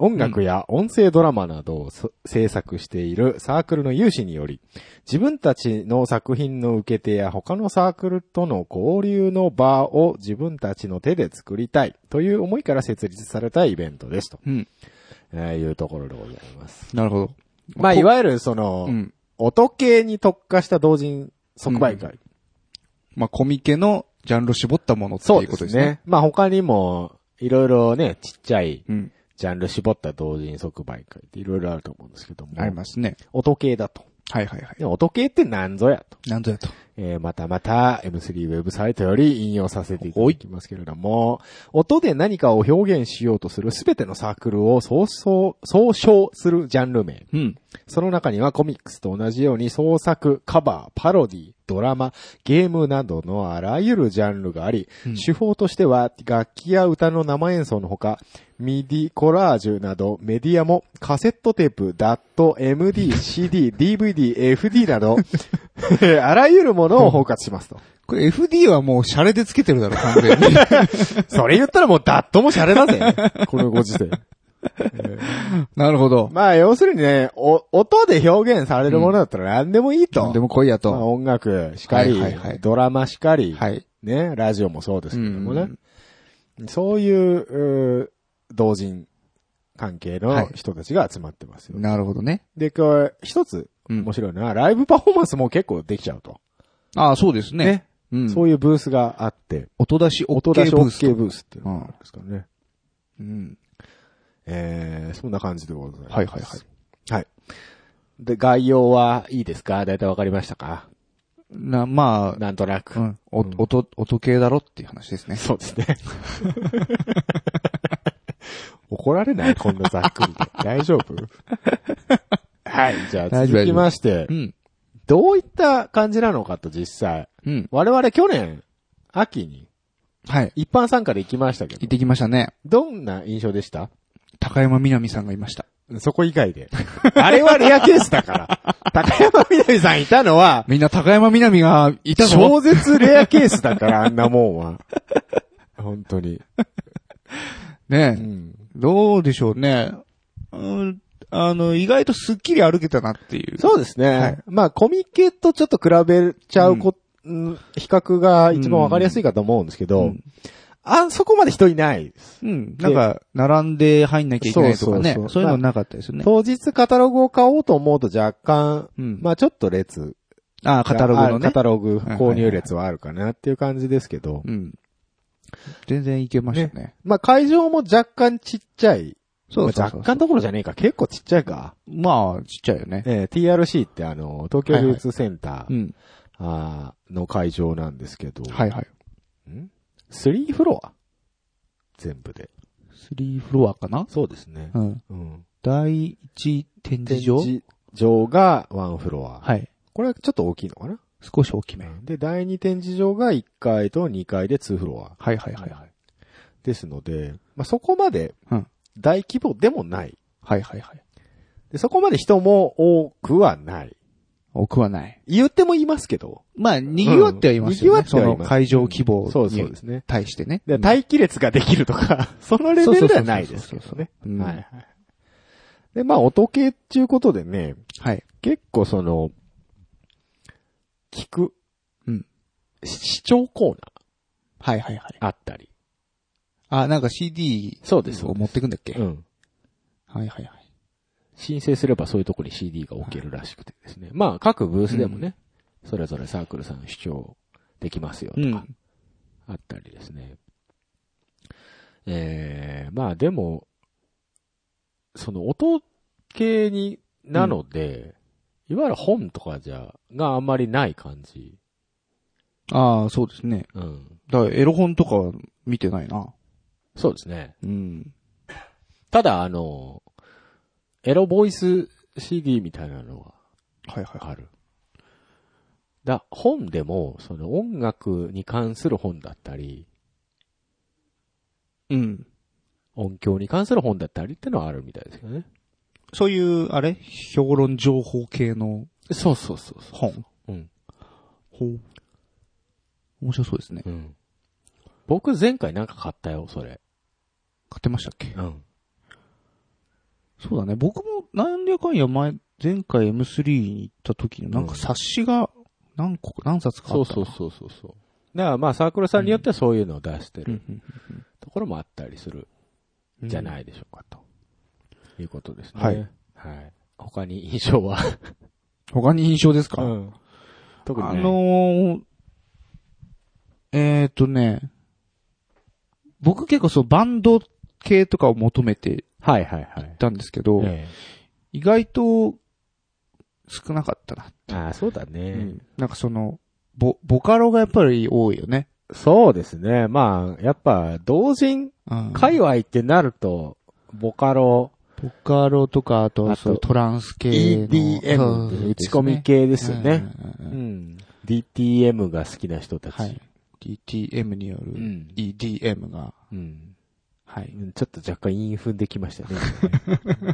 [SPEAKER 2] 音楽や音声ドラマなどをそ制作しているサークルの有志により、自分たちの作品の受け手や他のサークルとの交流の場を自分たちの手で作りたいという思いから設立されたイベントですと、
[SPEAKER 1] うん。
[SPEAKER 2] えーいうところでございます。
[SPEAKER 1] なるほど。
[SPEAKER 2] まあ、いわゆるその、
[SPEAKER 1] うん。
[SPEAKER 2] 音系に特化した同人即売会。
[SPEAKER 1] まあ、コミケのジャンルを絞ったものって
[SPEAKER 2] そう
[SPEAKER 1] いう
[SPEAKER 2] で
[SPEAKER 1] ことですすね
[SPEAKER 2] ね。。まあ他にも、いろいろね、ちっちゃい
[SPEAKER 1] うん。
[SPEAKER 2] ジャンル絞った同人即売会っていろいろあると思うんですけども。
[SPEAKER 1] ありますね。
[SPEAKER 2] 音系だと。
[SPEAKER 1] はいはいはい。
[SPEAKER 2] で音系って何ぞやと。
[SPEAKER 1] なんぞやと。
[SPEAKER 2] えーまたまた M3 ウェブサイトより引用させていただきますけれども、音で何かを表現しようとするすべてのサークルを総称総称するジャンル名。
[SPEAKER 1] うん。
[SPEAKER 2] その中にはコミックスと同じように創作、カバー、パロディ、ドラマ、ゲームなどのあらゆるジャンルがあり、手法としては楽器や歌の生演奏のほか、ミディ、コラージュなどメディアもカセットテープ、ダット、MD、CD、DVD、FD など、 あらゆるものを包括しますと。
[SPEAKER 1] これ FD はもうシャレでつけてるだろ、完全 に。
[SPEAKER 2] それ言ったらもうダットもシャレだぜ。このご時世。
[SPEAKER 1] なるほど。
[SPEAKER 2] まあ要するにね、お音で表現されるものだったら何でもいいと。
[SPEAKER 1] でも来いや
[SPEAKER 2] まあ、
[SPEAKER 1] と。
[SPEAKER 2] 音楽しかり、
[SPEAKER 1] はいはいはい
[SPEAKER 2] ドラマしかり、
[SPEAKER 1] はい。
[SPEAKER 2] ね、ラジオもそうですけどもね
[SPEAKER 1] う、
[SPEAKER 2] そういううー同人関係
[SPEAKER 1] は
[SPEAKER 2] の
[SPEAKER 1] い
[SPEAKER 2] 人たちが集まってますよ。
[SPEAKER 1] なるほどね。
[SPEAKER 2] で、これ、一つ
[SPEAKER 1] うん
[SPEAKER 2] 面白いのは、ライブパフォーマンスも結構できちゃうと。
[SPEAKER 1] ああ、そうですね。うん。
[SPEAKER 2] そういうブースがあって、
[SPEAKER 1] 音出し OK
[SPEAKER 2] 音出し OK
[SPEAKER 1] ブースと
[SPEAKER 2] ブースっていうのがあるんですからね。
[SPEAKER 1] うん。
[SPEAKER 2] えー、そんな感じでございます。
[SPEAKER 1] はいはいはい。
[SPEAKER 2] はい。で、概要はいいですかだいたいわかりましたか
[SPEAKER 1] な、まあ、
[SPEAKER 2] なんとなく。
[SPEAKER 1] うん。お音、音系だろっていう話ですね。
[SPEAKER 2] そうですね。怒られないこんなざっくりで。大丈夫はい。じゃあ
[SPEAKER 1] 大丈夫
[SPEAKER 2] 続きまして
[SPEAKER 1] う、ん。
[SPEAKER 2] どういった感じなのかと実際。
[SPEAKER 1] うん。
[SPEAKER 2] 我々去年、秋に
[SPEAKER 1] はい。
[SPEAKER 2] 一般参加で行きました
[SPEAKER 1] 行
[SPEAKER 2] け
[SPEAKER 1] っ
[SPEAKER 2] ど、
[SPEAKER 1] てきましたね。
[SPEAKER 2] どんな印象でした
[SPEAKER 1] 高山みなみさんがいました。
[SPEAKER 2] そこ以外で。あれはレアケースだから。高山みなみさんいたのは、
[SPEAKER 1] みんな高山みなみがいたぞ
[SPEAKER 2] 超絶レアケースだから、あんなもんは。本当に。
[SPEAKER 1] ね
[SPEAKER 2] う
[SPEAKER 1] え、
[SPEAKER 2] ん。
[SPEAKER 1] どうでしょうね。うん、あの、意外とスッキリ歩けたなっていう。
[SPEAKER 2] そうですね。
[SPEAKER 1] はい
[SPEAKER 2] まあ、コミケとちょっと比べちゃうこ、うん比較が一番わかりやすいかと思うんですけど、
[SPEAKER 1] うん
[SPEAKER 2] あ、そこまで人いないです。
[SPEAKER 1] うん。なんか、並んで入んなきゃいけないとかね。そ
[SPEAKER 2] そ
[SPEAKER 1] う
[SPEAKER 2] そう
[SPEAKER 1] う
[SPEAKER 2] そう
[SPEAKER 1] いうのなかったですよね。
[SPEAKER 2] 当日カタログを買おうと思うと若干、
[SPEAKER 1] うん
[SPEAKER 2] まあちょっと列
[SPEAKER 1] ああ、
[SPEAKER 2] があ
[SPEAKER 1] カ
[SPEAKER 2] る。
[SPEAKER 1] タログのね
[SPEAKER 2] カ。タログ購入列はあるかなっていう感じですけど、
[SPEAKER 1] うん。全然いけましたね。
[SPEAKER 2] まあ会場も若干ちっちゃい。
[SPEAKER 1] そうそうそう
[SPEAKER 2] まあ若干どころじゃねえか、結構ちっちゃいか。
[SPEAKER 1] まあ、ちっちゃいよね。
[SPEAKER 2] えー TRC ってあの、東京流通センター、
[SPEAKER 1] うん。
[SPEAKER 2] あーの会場なんですけど、
[SPEAKER 1] はいはい。
[SPEAKER 2] 3フロア全部で。
[SPEAKER 1] 3フロアかな
[SPEAKER 2] そうですね
[SPEAKER 1] う。ん。
[SPEAKER 2] うん。
[SPEAKER 1] 第1展
[SPEAKER 2] 展
[SPEAKER 1] 示場
[SPEAKER 2] 示場が1フロア。
[SPEAKER 1] はい。
[SPEAKER 2] これはちょっと大きいのかな
[SPEAKER 1] 少し大きめ。
[SPEAKER 2] で、第2展示場が1階と2階で2フロア。
[SPEAKER 1] はいはいはいはい。
[SPEAKER 2] ですので、まあ、そこまで
[SPEAKER 1] うん。
[SPEAKER 2] 大規模でもない。
[SPEAKER 1] はいはいはい。
[SPEAKER 2] で、そこまで人も多くはない。
[SPEAKER 1] 奥はない。
[SPEAKER 2] 言ってもいますけど。
[SPEAKER 1] まあ、賑わってはいますよ
[SPEAKER 2] 賑
[SPEAKER 1] ね。
[SPEAKER 2] わってはいます
[SPEAKER 1] その会場規模
[SPEAKER 2] そうそう
[SPEAKER 1] に
[SPEAKER 2] ですね。
[SPEAKER 1] 対してね。
[SPEAKER 2] で待機列ができるとか、 そのレベルではないですけどね。
[SPEAKER 1] うん
[SPEAKER 2] はいはい。で、まあ、音系っていうことでね、
[SPEAKER 1] はい。
[SPEAKER 2] 結構その、聞く、
[SPEAKER 1] うん
[SPEAKER 2] し視聴コー
[SPEAKER 1] はいはいはい。
[SPEAKER 2] ナーあったり。
[SPEAKER 1] あ、なんか CD
[SPEAKER 2] そうです
[SPEAKER 1] を持ってくんだっけ
[SPEAKER 2] うん。
[SPEAKER 1] はいはいはい。
[SPEAKER 2] 申請すればそういうとこに CD が置けるらしくてですね。まあ、各ブースでもね、それぞれサークルさん主張できますよとか、
[SPEAKER 1] うん
[SPEAKER 2] あったりですね。えー、まあでも、その音系に、なので、いわゆる本とかじゃ、があんまりない感じ。
[SPEAKER 1] ああ、そうですね。
[SPEAKER 2] うん。
[SPEAKER 1] だからエロ本とかは見てないな。
[SPEAKER 2] そうですね。
[SPEAKER 1] うん。
[SPEAKER 2] ただ、あの、エロボイス CD みたいなのは
[SPEAKER 1] はいはいはい。
[SPEAKER 2] ある。だ、本でも、その音楽に関する本だったり、
[SPEAKER 1] うん。
[SPEAKER 2] 音響に関する本だったりってのはあるみたいですけどね。
[SPEAKER 1] そういう、あれ評論情報系の
[SPEAKER 2] そうそうそうそう。
[SPEAKER 1] 本
[SPEAKER 2] うん。
[SPEAKER 1] ほう。面白そうですね。
[SPEAKER 2] うん。僕前回なんか買ったよ、それ。
[SPEAKER 1] 買ってましたっけ
[SPEAKER 2] うん。
[SPEAKER 1] そうだね。僕もなんやかんや前、前回 M3 に行った時のなんか冊子が何個か、何冊かあ
[SPEAKER 2] そ
[SPEAKER 1] っ
[SPEAKER 2] う
[SPEAKER 1] た
[SPEAKER 2] そ
[SPEAKER 1] な
[SPEAKER 2] うそうそうそう。だからまあサークルさんによってはそういうのを出して
[SPEAKER 1] う
[SPEAKER 2] る
[SPEAKER 1] ん
[SPEAKER 2] ところもあったりする
[SPEAKER 1] うん。。
[SPEAKER 2] じゃないいでしょうか、ということですね。
[SPEAKER 1] はい。
[SPEAKER 2] はい。他に印象は
[SPEAKER 1] 他に印象ですか、
[SPEAKER 2] ん。 特に、ね。
[SPEAKER 1] あのー、えっ、ー、とね、僕結構そうバンド系とかを求めて
[SPEAKER 2] はいはいはい。
[SPEAKER 1] たんですけど、
[SPEAKER 2] え
[SPEAKER 1] 意外と少なかったな。
[SPEAKER 2] えああ、そうだね、
[SPEAKER 1] なんかその、ボ、ボカロがやっぱり多いよね。
[SPEAKER 2] そうですね。まあ、やっぱ、同人
[SPEAKER 1] うん
[SPEAKER 2] 界隈ってなると、ボカロ、
[SPEAKER 1] ボカロとか、あと、
[SPEAKER 2] あと
[SPEAKER 1] そうトランス系の。そうですね
[SPEAKER 2] 打ち込み系ですよね。。
[SPEAKER 1] う
[SPEAKER 2] うん
[SPEAKER 1] うんうん
[SPEAKER 2] ん。DTM が好きな人たち。
[SPEAKER 1] はい。DTM によ
[SPEAKER 2] う
[SPEAKER 1] る
[SPEAKER 2] ん。
[SPEAKER 1] EDM が、
[SPEAKER 2] うん。
[SPEAKER 1] はい。
[SPEAKER 2] ちょっと若干陰踏んできましたね。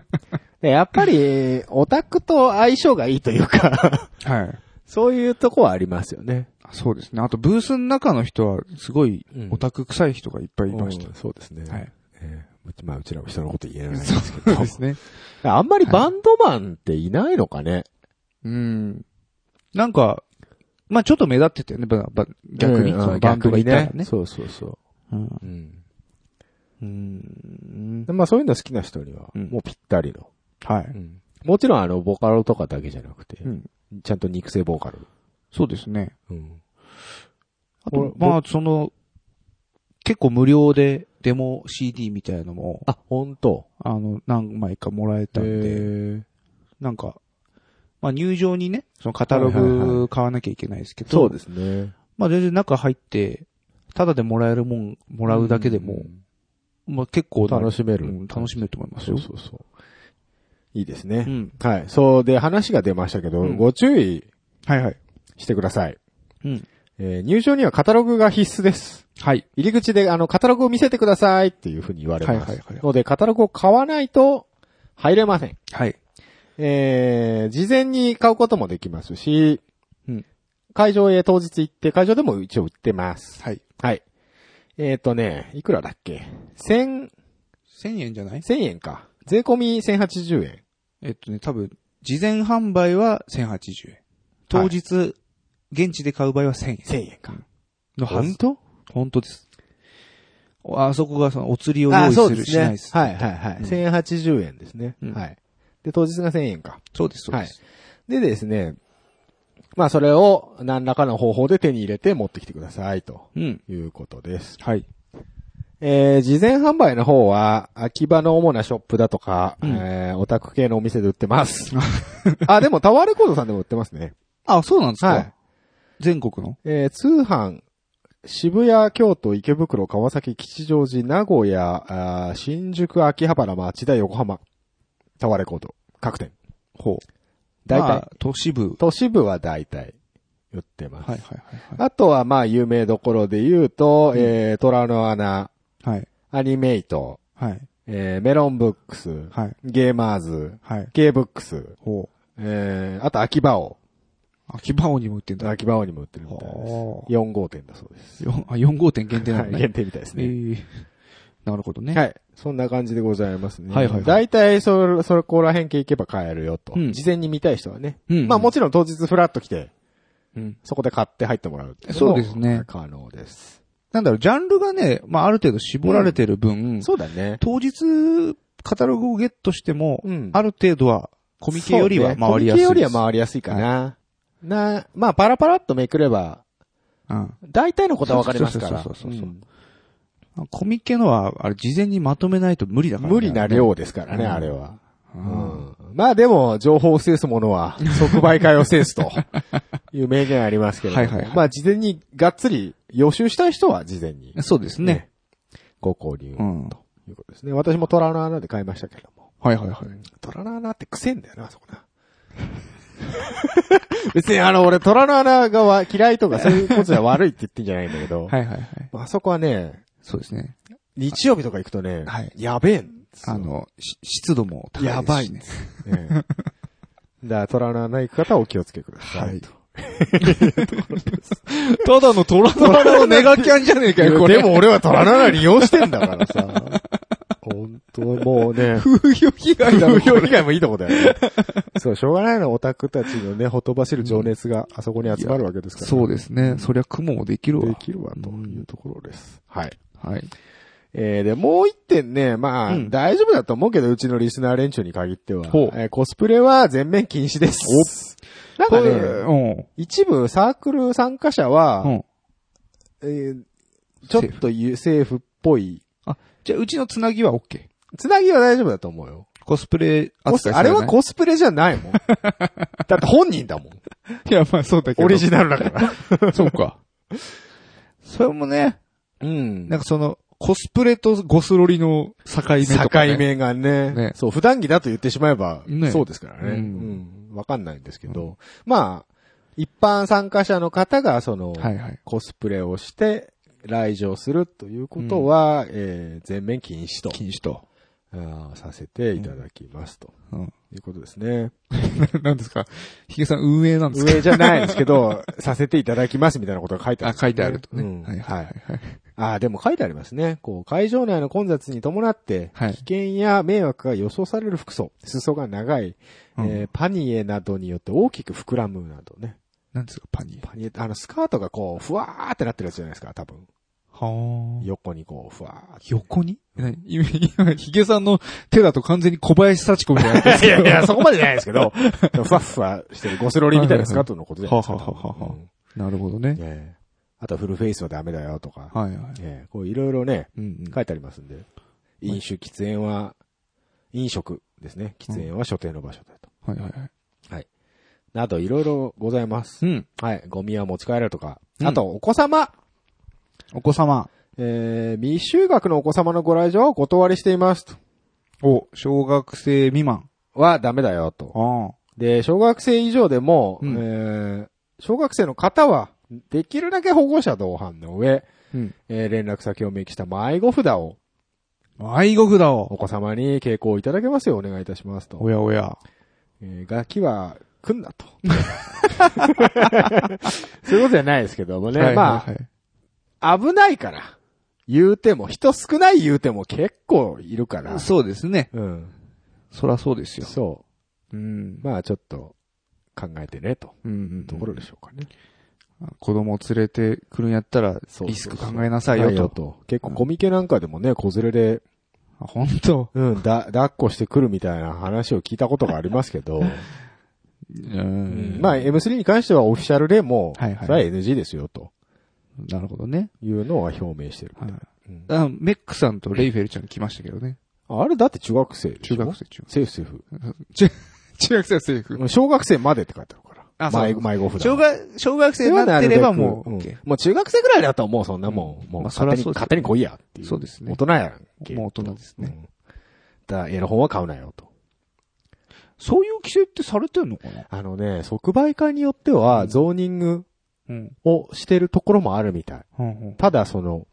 [SPEAKER 2] でやっぱり、オタクと相性がいいというか、
[SPEAKER 1] はい。
[SPEAKER 2] そういうとこはありますよね。
[SPEAKER 1] そうですね。あと、ブースの中の人は、すごい
[SPEAKER 2] うん、
[SPEAKER 1] オタク臭い人がいっぱいいました
[SPEAKER 2] うん。そうですね。
[SPEAKER 1] はい。
[SPEAKER 2] ええうちまあ、うちらも人のこと言えないんで
[SPEAKER 1] そう
[SPEAKER 2] すけど。
[SPEAKER 1] ですね。
[SPEAKER 2] あんまりバンドマンっていないのかね、
[SPEAKER 1] うん。なんか、まあちょっと目立ってたよね、ばば逆に。
[SPEAKER 2] うん
[SPEAKER 1] そのバンドがいたらね。
[SPEAKER 2] そうそうそうう。うん。
[SPEAKER 1] ん。
[SPEAKER 2] でまあそういうの好きな人には、
[SPEAKER 1] うん
[SPEAKER 2] もうぴったりの。
[SPEAKER 1] は
[SPEAKER 2] う
[SPEAKER 1] い。
[SPEAKER 2] んもちろんあの、ボカロとかだけじゃなくて、
[SPEAKER 1] うん
[SPEAKER 2] ちゃんと肉声ボーカル。
[SPEAKER 1] そうですね。
[SPEAKER 2] うん。
[SPEAKER 1] あ
[SPEAKER 2] 俺
[SPEAKER 1] と、まあその、結構無料でデモ CD みたいなのも、
[SPEAKER 2] あ、ほんと。
[SPEAKER 1] あの、何枚かもらえたんで、
[SPEAKER 2] え
[SPEAKER 1] なんか、まあ入場にね、そのカタロ
[SPEAKER 2] はいはいは
[SPEAKER 1] グ買わなきゃいけないですけど、
[SPEAKER 2] そうですね。
[SPEAKER 1] まあ全然中入って、ただでもらえるもん、もらうだけで
[SPEAKER 2] う
[SPEAKER 1] も、
[SPEAKER 2] ん
[SPEAKER 1] まあ結構な
[SPEAKER 2] 楽しめる
[SPEAKER 1] うん楽しめると思います
[SPEAKER 2] そ
[SPEAKER 1] よ
[SPEAKER 2] う。そうそう。いいですね。
[SPEAKER 1] うん。
[SPEAKER 2] はい。そうで、話が出ましたけど、
[SPEAKER 1] うん
[SPEAKER 2] ご注意
[SPEAKER 1] はいはい。
[SPEAKER 2] してください。
[SPEAKER 1] うん。
[SPEAKER 2] えー入場にはカタログが必須です。
[SPEAKER 1] はい。
[SPEAKER 2] 入り口で、あの、カタログを見せてくださいっていうふうに言われます。
[SPEAKER 1] はいはいはい
[SPEAKER 2] ので、カタログを買わないと入れません。
[SPEAKER 1] はい。
[SPEAKER 2] えー、事前に買うこともできますし、
[SPEAKER 1] うん
[SPEAKER 2] 会場へ当日行って、会場でも一応売ってます。
[SPEAKER 1] はい。
[SPEAKER 2] はい。えっ、ー、とね、いくらだっけ ?1000、
[SPEAKER 1] 1000円じゃない
[SPEAKER 2] 1000円か。税込み1080円。
[SPEAKER 1] えっとね、多分、事前販売は1080円。当日、現地で買う場合は1000円。
[SPEAKER 2] 1000円か。
[SPEAKER 1] のはず。
[SPEAKER 2] 当
[SPEAKER 1] 本当です。おあそこがそのお釣りを用意する、しないです。
[SPEAKER 2] はいはいはい。1080円ですね、
[SPEAKER 1] うん
[SPEAKER 2] はい。で、当日が1000円か。
[SPEAKER 1] そうです、そうです。
[SPEAKER 2] でですね、まあそれを何らかの方法で手に入れて持ってきてくださいと
[SPEAKER 1] うん。
[SPEAKER 2] いうことです。
[SPEAKER 1] はい。
[SPEAKER 2] えー、事前販売の方は、秋葉の主なショップだとか、
[SPEAKER 1] うん
[SPEAKER 2] えー、オタク系のお店で売っ てます。あ、でもタワーレコードさんでも売ってますね。
[SPEAKER 1] あ、そうなんですか、
[SPEAKER 2] はい
[SPEAKER 1] 全国の
[SPEAKER 2] えー、通販、渋谷、京都、池袋、川崎、吉祥寺、名古屋、あー新宿、秋葉原、町田、横浜、タワーレコード、各店。
[SPEAKER 1] ほう。
[SPEAKER 2] 大体、
[SPEAKER 1] まあ都市部。
[SPEAKER 2] 都市部は大体、売ってます。
[SPEAKER 1] はいはいはい
[SPEAKER 2] あとは、まあ、有名どころで言うと、えー、虎の穴、
[SPEAKER 1] はい。はい。
[SPEAKER 2] アニメイト、
[SPEAKER 1] はい。
[SPEAKER 2] えー、メロンブックス、
[SPEAKER 1] はい。
[SPEAKER 2] ゲーマーズ、
[SPEAKER 1] はい。
[SPEAKER 2] ゲーブックス、
[SPEAKER 1] ほう。
[SPEAKER 2] えー、あと、秋葉王。
[SPEAKER 1] 秋葉王にも売ってんだ。
[SPEAKER 2] 秋葉王にも売ってるみたいです。
[SPEAKER 1] ほう。
[SPEAKER 2] 4号店だそうです。
[SPEAKER 1] よんあ、4号店限定な
[SPEAKER 2] は
[SPEAKER 1] の
[SPEAKER 2] い、
[SPEAKER 1] ね。
[SPEAKER 2] 限定みたいです
[SPEAKER 1] え
[SPEAKER 2] ね。
[SPEAKER 1] ーなるほどね。
[SPEAKER 2] はい。そんな感じでございますね。
[SPEAKER 1] はいはいはい
[SPEAKER 2] 大体、そ、そこら辺系行けば買えるよと。
[SPEAKER 1] うん
[SPEAKER 2] 事前に見たい人はね。
[SPEAKER 1] うん
[SPEAKER 2] まあもちろん当日フラッと来て、
[SPEAKER 1] うん。
[SPEAKER 2] そこで買って入ってもらうっていの
[SPEAKER 1] そ
[SPEAKER 2] も
[SPEAKER 1] うですね
[SPEAKER 2] 可能です。
[SPEAKER 1] なんだろう、ジャンルがね、まあ、ある程度絞られてる分、
[SPEAKER 2] そうだね。
[SPEAKER 1] 当日、カタログをゲットしても、
[SPEAKER 2] うん
[SPEAKER 1] ある程度は、コミケよりは
[SPEAKER 2] そうね
[SPEAKER 1] 回りやすいです。
[SPEAKER 2] コミケよりは回りやすいかな。な、まあパラパラっとめくれば、
[SPEAKER 1] うん
[SPEAKER 2] 大体のことはわかりますから。
[SPEAKER 1] そうそうそうそうそうんコミケのは、あれ、事前にまとめないと無理だから、
[SPEAKER 2] 無理な量ですからね、
[SPEAKER 1] うん
[SPEAKER 2] あれは。
[SPEAKER 1] う。
[SPEAKER 2] うんんまあでも、情報を制すも のは、即売会を制すという名言ありますけれども、
[SPEAKER 1] はいはいはい
[SPEAKER 2] まあ事前にがっつり予習したい人は事前に、
[SPEAKER 1] そうですね。
[SPEAKER 2] ご購入
[SPEAKER 1] うん。
[SPEAKER 2] ということですね。私も虎の穴で買いましたけれども。
[SPEAKER 1] はいはいはい。
[SPEAKER 2] 虎の穴って癖んだよな、あそこな。 別にあの、俺虎の穴がわ嫌いとかそういうことじゃ悪いって言ってんじゃないんだけど、
[SPEAKER 1] はいはいはい。
[SPEAKER 2] まああそこはね、
[SPEAKER 1] そうですね。
[SPEAKER 2] 日曜日とか行くとね、
[SPEAKER 1] はい
[SPEAKER 2] やべえんですよ
[SPEAKER 1] あの、し湿度も高いですし、ね。
[SPEAKER 2] やばいね。ねえだから、虎の穴行く方はお気をつけください。
[SPEAKER 1] はい。 ただの虎の穴のネガキャンじゃねえかよ、これ。
[SPEAKER 2] でも俺は虎の穴利用してんだか らさ。本当もうね。
[SPEAKER 1] 風評被害だろ
[SPEAKER 2] 風。評以外もいいとこだよね。そう、しょうがないの、オタクたちのね、ほとばしる情熱があそこに集まるわけですから、
[SPEAKER 1] そうですね。そりゃ雲もできるわ。
[SPEAKER 2] できるわ、というところです。はい。
[SPEAKER 1] はい。
[SPEAKER 2] えー、で、もう一点ね、まあ、
[SPEAKER 1] うん
[SPEAKER 2] 大丈夫だと思うけど、うちのリスナー連中に限っては、
[SPEAKER 1] ほう
[SPEAKER 2] えーコスプレは全面禁止です。なんかね、
[SPEAKER 1] ね、
[SPEAKER 2] 一部サークル参加者は、
[SPEAKER 1] うん。うん。
[SPEAKER 2] えーちょっとゆ政府っぽい。
[SPEAKER 1] じゃあ、うちのつなぎは OK。
[SPEAKER 2] つなぎは大丈夫だと思うよ。
[SPEAKER 1] コスプレ扱い
[SPEAKER 2] あれは
[SPEAKER 1] コ
[SPEAKER 2] コスプレじゃな いもん。だって本人だもん。
[SPEAKER 1] いや、まあそうだけど。
[SPEAKER 2] オリジナルだ
[SPEAKER 1] か
[SPEAKER 2] から。
[SPEAKER 1] ら。そうか。それもね、
[SPEAKER 2] うん
[SPEAKER 1] なんかその、コスプレとゴスロリの境目と
[SPEAKER 2] 境
[SPEAKER 1] か、ね。。
[SPEAKER 2] 目がね
[SPEAKER 1] ね
[SPEAKER 2] そう、普段着だと言ってしまえば、
[SPEAKER 1] ね
[SPEAKER 2] そうですからね。
[SPEAKER 1] う
[SPEAKER 2] うんん。わ、かんないんですけど、まあ、一般参加者の方が、その、
[SPEAKER 1] はいはい。
[SPEAKER 2] コスプレをして、来場するということは、えー全面禁止と、
[SPEAKER 1] 禁止と。
[SPEAKER 2] あーさせていただきますと。
[SPEAKER 1] うん。
[SPEAKER 2] いうことですね。
[SPEAKER 1] なんですかヒゲさん運営なんですか
[SPEAKER 2] 上じゃないですけ ど、させていただきますみたいなことが書いてあ
[SPEAKER 1] あ
[SPEAKER 2] る、、
[SPEAKER 1] 書いてあるとね。
[SPEAKER 2] うん
[SPEAKER 1] はいはいはい。
[SPEAKER 2] ああ、でも書いてありますね。こう、会場内の混雑に伴って、
[SPEAKER 1] はい
[SPEAKER 2] 危険や迷惑が予想される服装、裾が長い、
[SPEAKER 1] うん
[SPEAKER 2] えーパニエなどによって大きく膨らむなどね。
[SPEAKER 1] なんですかパニー。
[SPEAKER 2] パニエ、あの、スカートがこう、ふわーってなってるやつじゃないですか、多分。
[SPEAKER 1] はあ。
[SPEAKER 2] 横にこう、ふわーって。
[SPEAKER 1] 横に何今、今ヒゲさんの手だと完全に小林幸子み たいになってるんですけど。
[SPEAKER 2] いや、そこまでじゃないですけど、 ふわふわしてるゴスロリみたいなスカートのことじゃないですか。
[SPEAKER 1] はいはいはいはあはあはあはあ
[SPEAKER 2] うん
[SPEAKER 1] なるほどね。
[SPEAKER 2] ええあと、フルフェイスはダメだよとか、
[SPEAKER 1] はいはい。
[SPEAKER 2] ええこう、いろいろね、
[SPEAKER 1] うんうん。
[SPEAKER 2] 書いてありますんで。飲酒、喫煙は、飲食ですね。喫煙は所定の場所だと。
[SPEAKER 1] はいはいはい。
[SPEAKER 2] など、いろいろございます。
[SPEAKER 1] ん。
[SPEAKER 2] はい。ゴミは持ち帰るとか。
[SPEAKER 1] うん
[SPEAKER 2] あと、お子様。
[SPEAKER 1] お子様。
[SPEAKER 2] えー、未就学のお子様のご来場はお断りしていますと。
[SPEAKER 1] お、小学生未満。
[SPEAKER 2] は、ダメだよと。
[SPEAKER 1] ああ。
[SPEAKER 2] で、小学生以上でも、
[SPEAKER 1] うん
[SPEAKER 2] えー、小学生の方は、できるだけ保護者同伴の上、
[SPEAKER 1] うん。
[SPEAKER 2] えー連絡先を明記した迷子札を
[SPEAKER 1] 愛国だ
[SPEAKER 2] お
[SPEAKER 1] を。
[SPEAKER 2] 子様に傾向いただけますようお願いいたしますと。
[SPEAKER 1] おやおや。
[SPEAKER 2] えー、ガキは来んなと。 そういうことじゃないですけどもね。
[SPEAKER 1] はい
[SPEAKER 2] ま
[SPEAKER 1] はいはい
[SPEAKER 2] あ、危ないから。言うても、人少ない言うても結構いるから。
[SPEAKER 1] そうですね。
[SPEAKER 2] うん。
[SPEAKER 1] そらそうですよ。
[SPEAKER 2] そ
[SPEAKER 1] うん
[SPEAKER 2] う。。まあちょっと考えてね、と。
[SPEAKER 1] うんうん
[SPEAKER 2] ところでしょうかね。
[SPEAKER 1] 子供を連れてくるんやったら、
[SPEAKER 2] そう
[SPEAKER 1] リス
[SPEAKER 2] そう
[SPEAKER 1] ク
[SPEAKER 2] そう
[SPEAKER 1] 考えなさいよと。
[SPEAKER 2] 結構コミケなんかでもね、子連れで、
[SPEAKER 1] あ本当
[SPEAKER 2] うん、だ、抱っこしてくるみたいな話を聞いたことがありますけど、
[SPEAKER 1] う
[SPEAKER 2] うんんまあ M3 に関してはオフィシャルでも、
[SPEAKER 1] はいはい
[SPEAKER 2] それは NG ですよ、と
[SPEAKER 1] なるほどね。
[SPEAKER 2] いうのは表明してるみたい。
[SPEAKER 1] はい
[SPEAKER 2] うん
[SPEAKER 1] あメックさんとレイフェルちゃん来ましたけどね。
[SPEAKER 2] あれだって中学生でし
[SPEAKER 1] 中
[SPEAKER 2] ょ
[SPEAKER 1] 学生、中学
[SPEAKER 2] セーフセーフ。
[SPEAKER 1] 生。中学生はセーフ。
[SPEAKER 2] 小学生までって書いてあるから。
[SPEAKER 1] あそう
[SPEAKER 2] 迷子迷子札。
[SPEAKER 1] 小学、小学生になってればもう、
[SPEAKER 2] ん
[SPEAKER 1] OK
[SPEAKER 2] もう中学生ぐらいだともうそんなもん、もう
[SPEAKER 1] まあそ
[SPEAKER 2] 勝
[SPEAKER 1] りゃそうです
[SPEAKER 2] 手に、
[SPEAKER 1] よ
[SPEAKER 2] 勝手に来いやっていう。
[SPEAKER 1] そうですね
[SPEAKER 2] 大人やんけ。
[SPEAKER 1] もう大人ですね。
[SPEAKER 2] うんだから、エロ本は買うなよと。
[SPEAKER 1] そういう規制ってされてんのかな
[SPEAKER 2] あのね、即売会によっては、ゾーニング
[SPEAKER 1] うん。
[SPEAKER 2] をしてるところもあるみたい。
[SPEAKER 1] うん。
[SPEAKER 2] ただ、その、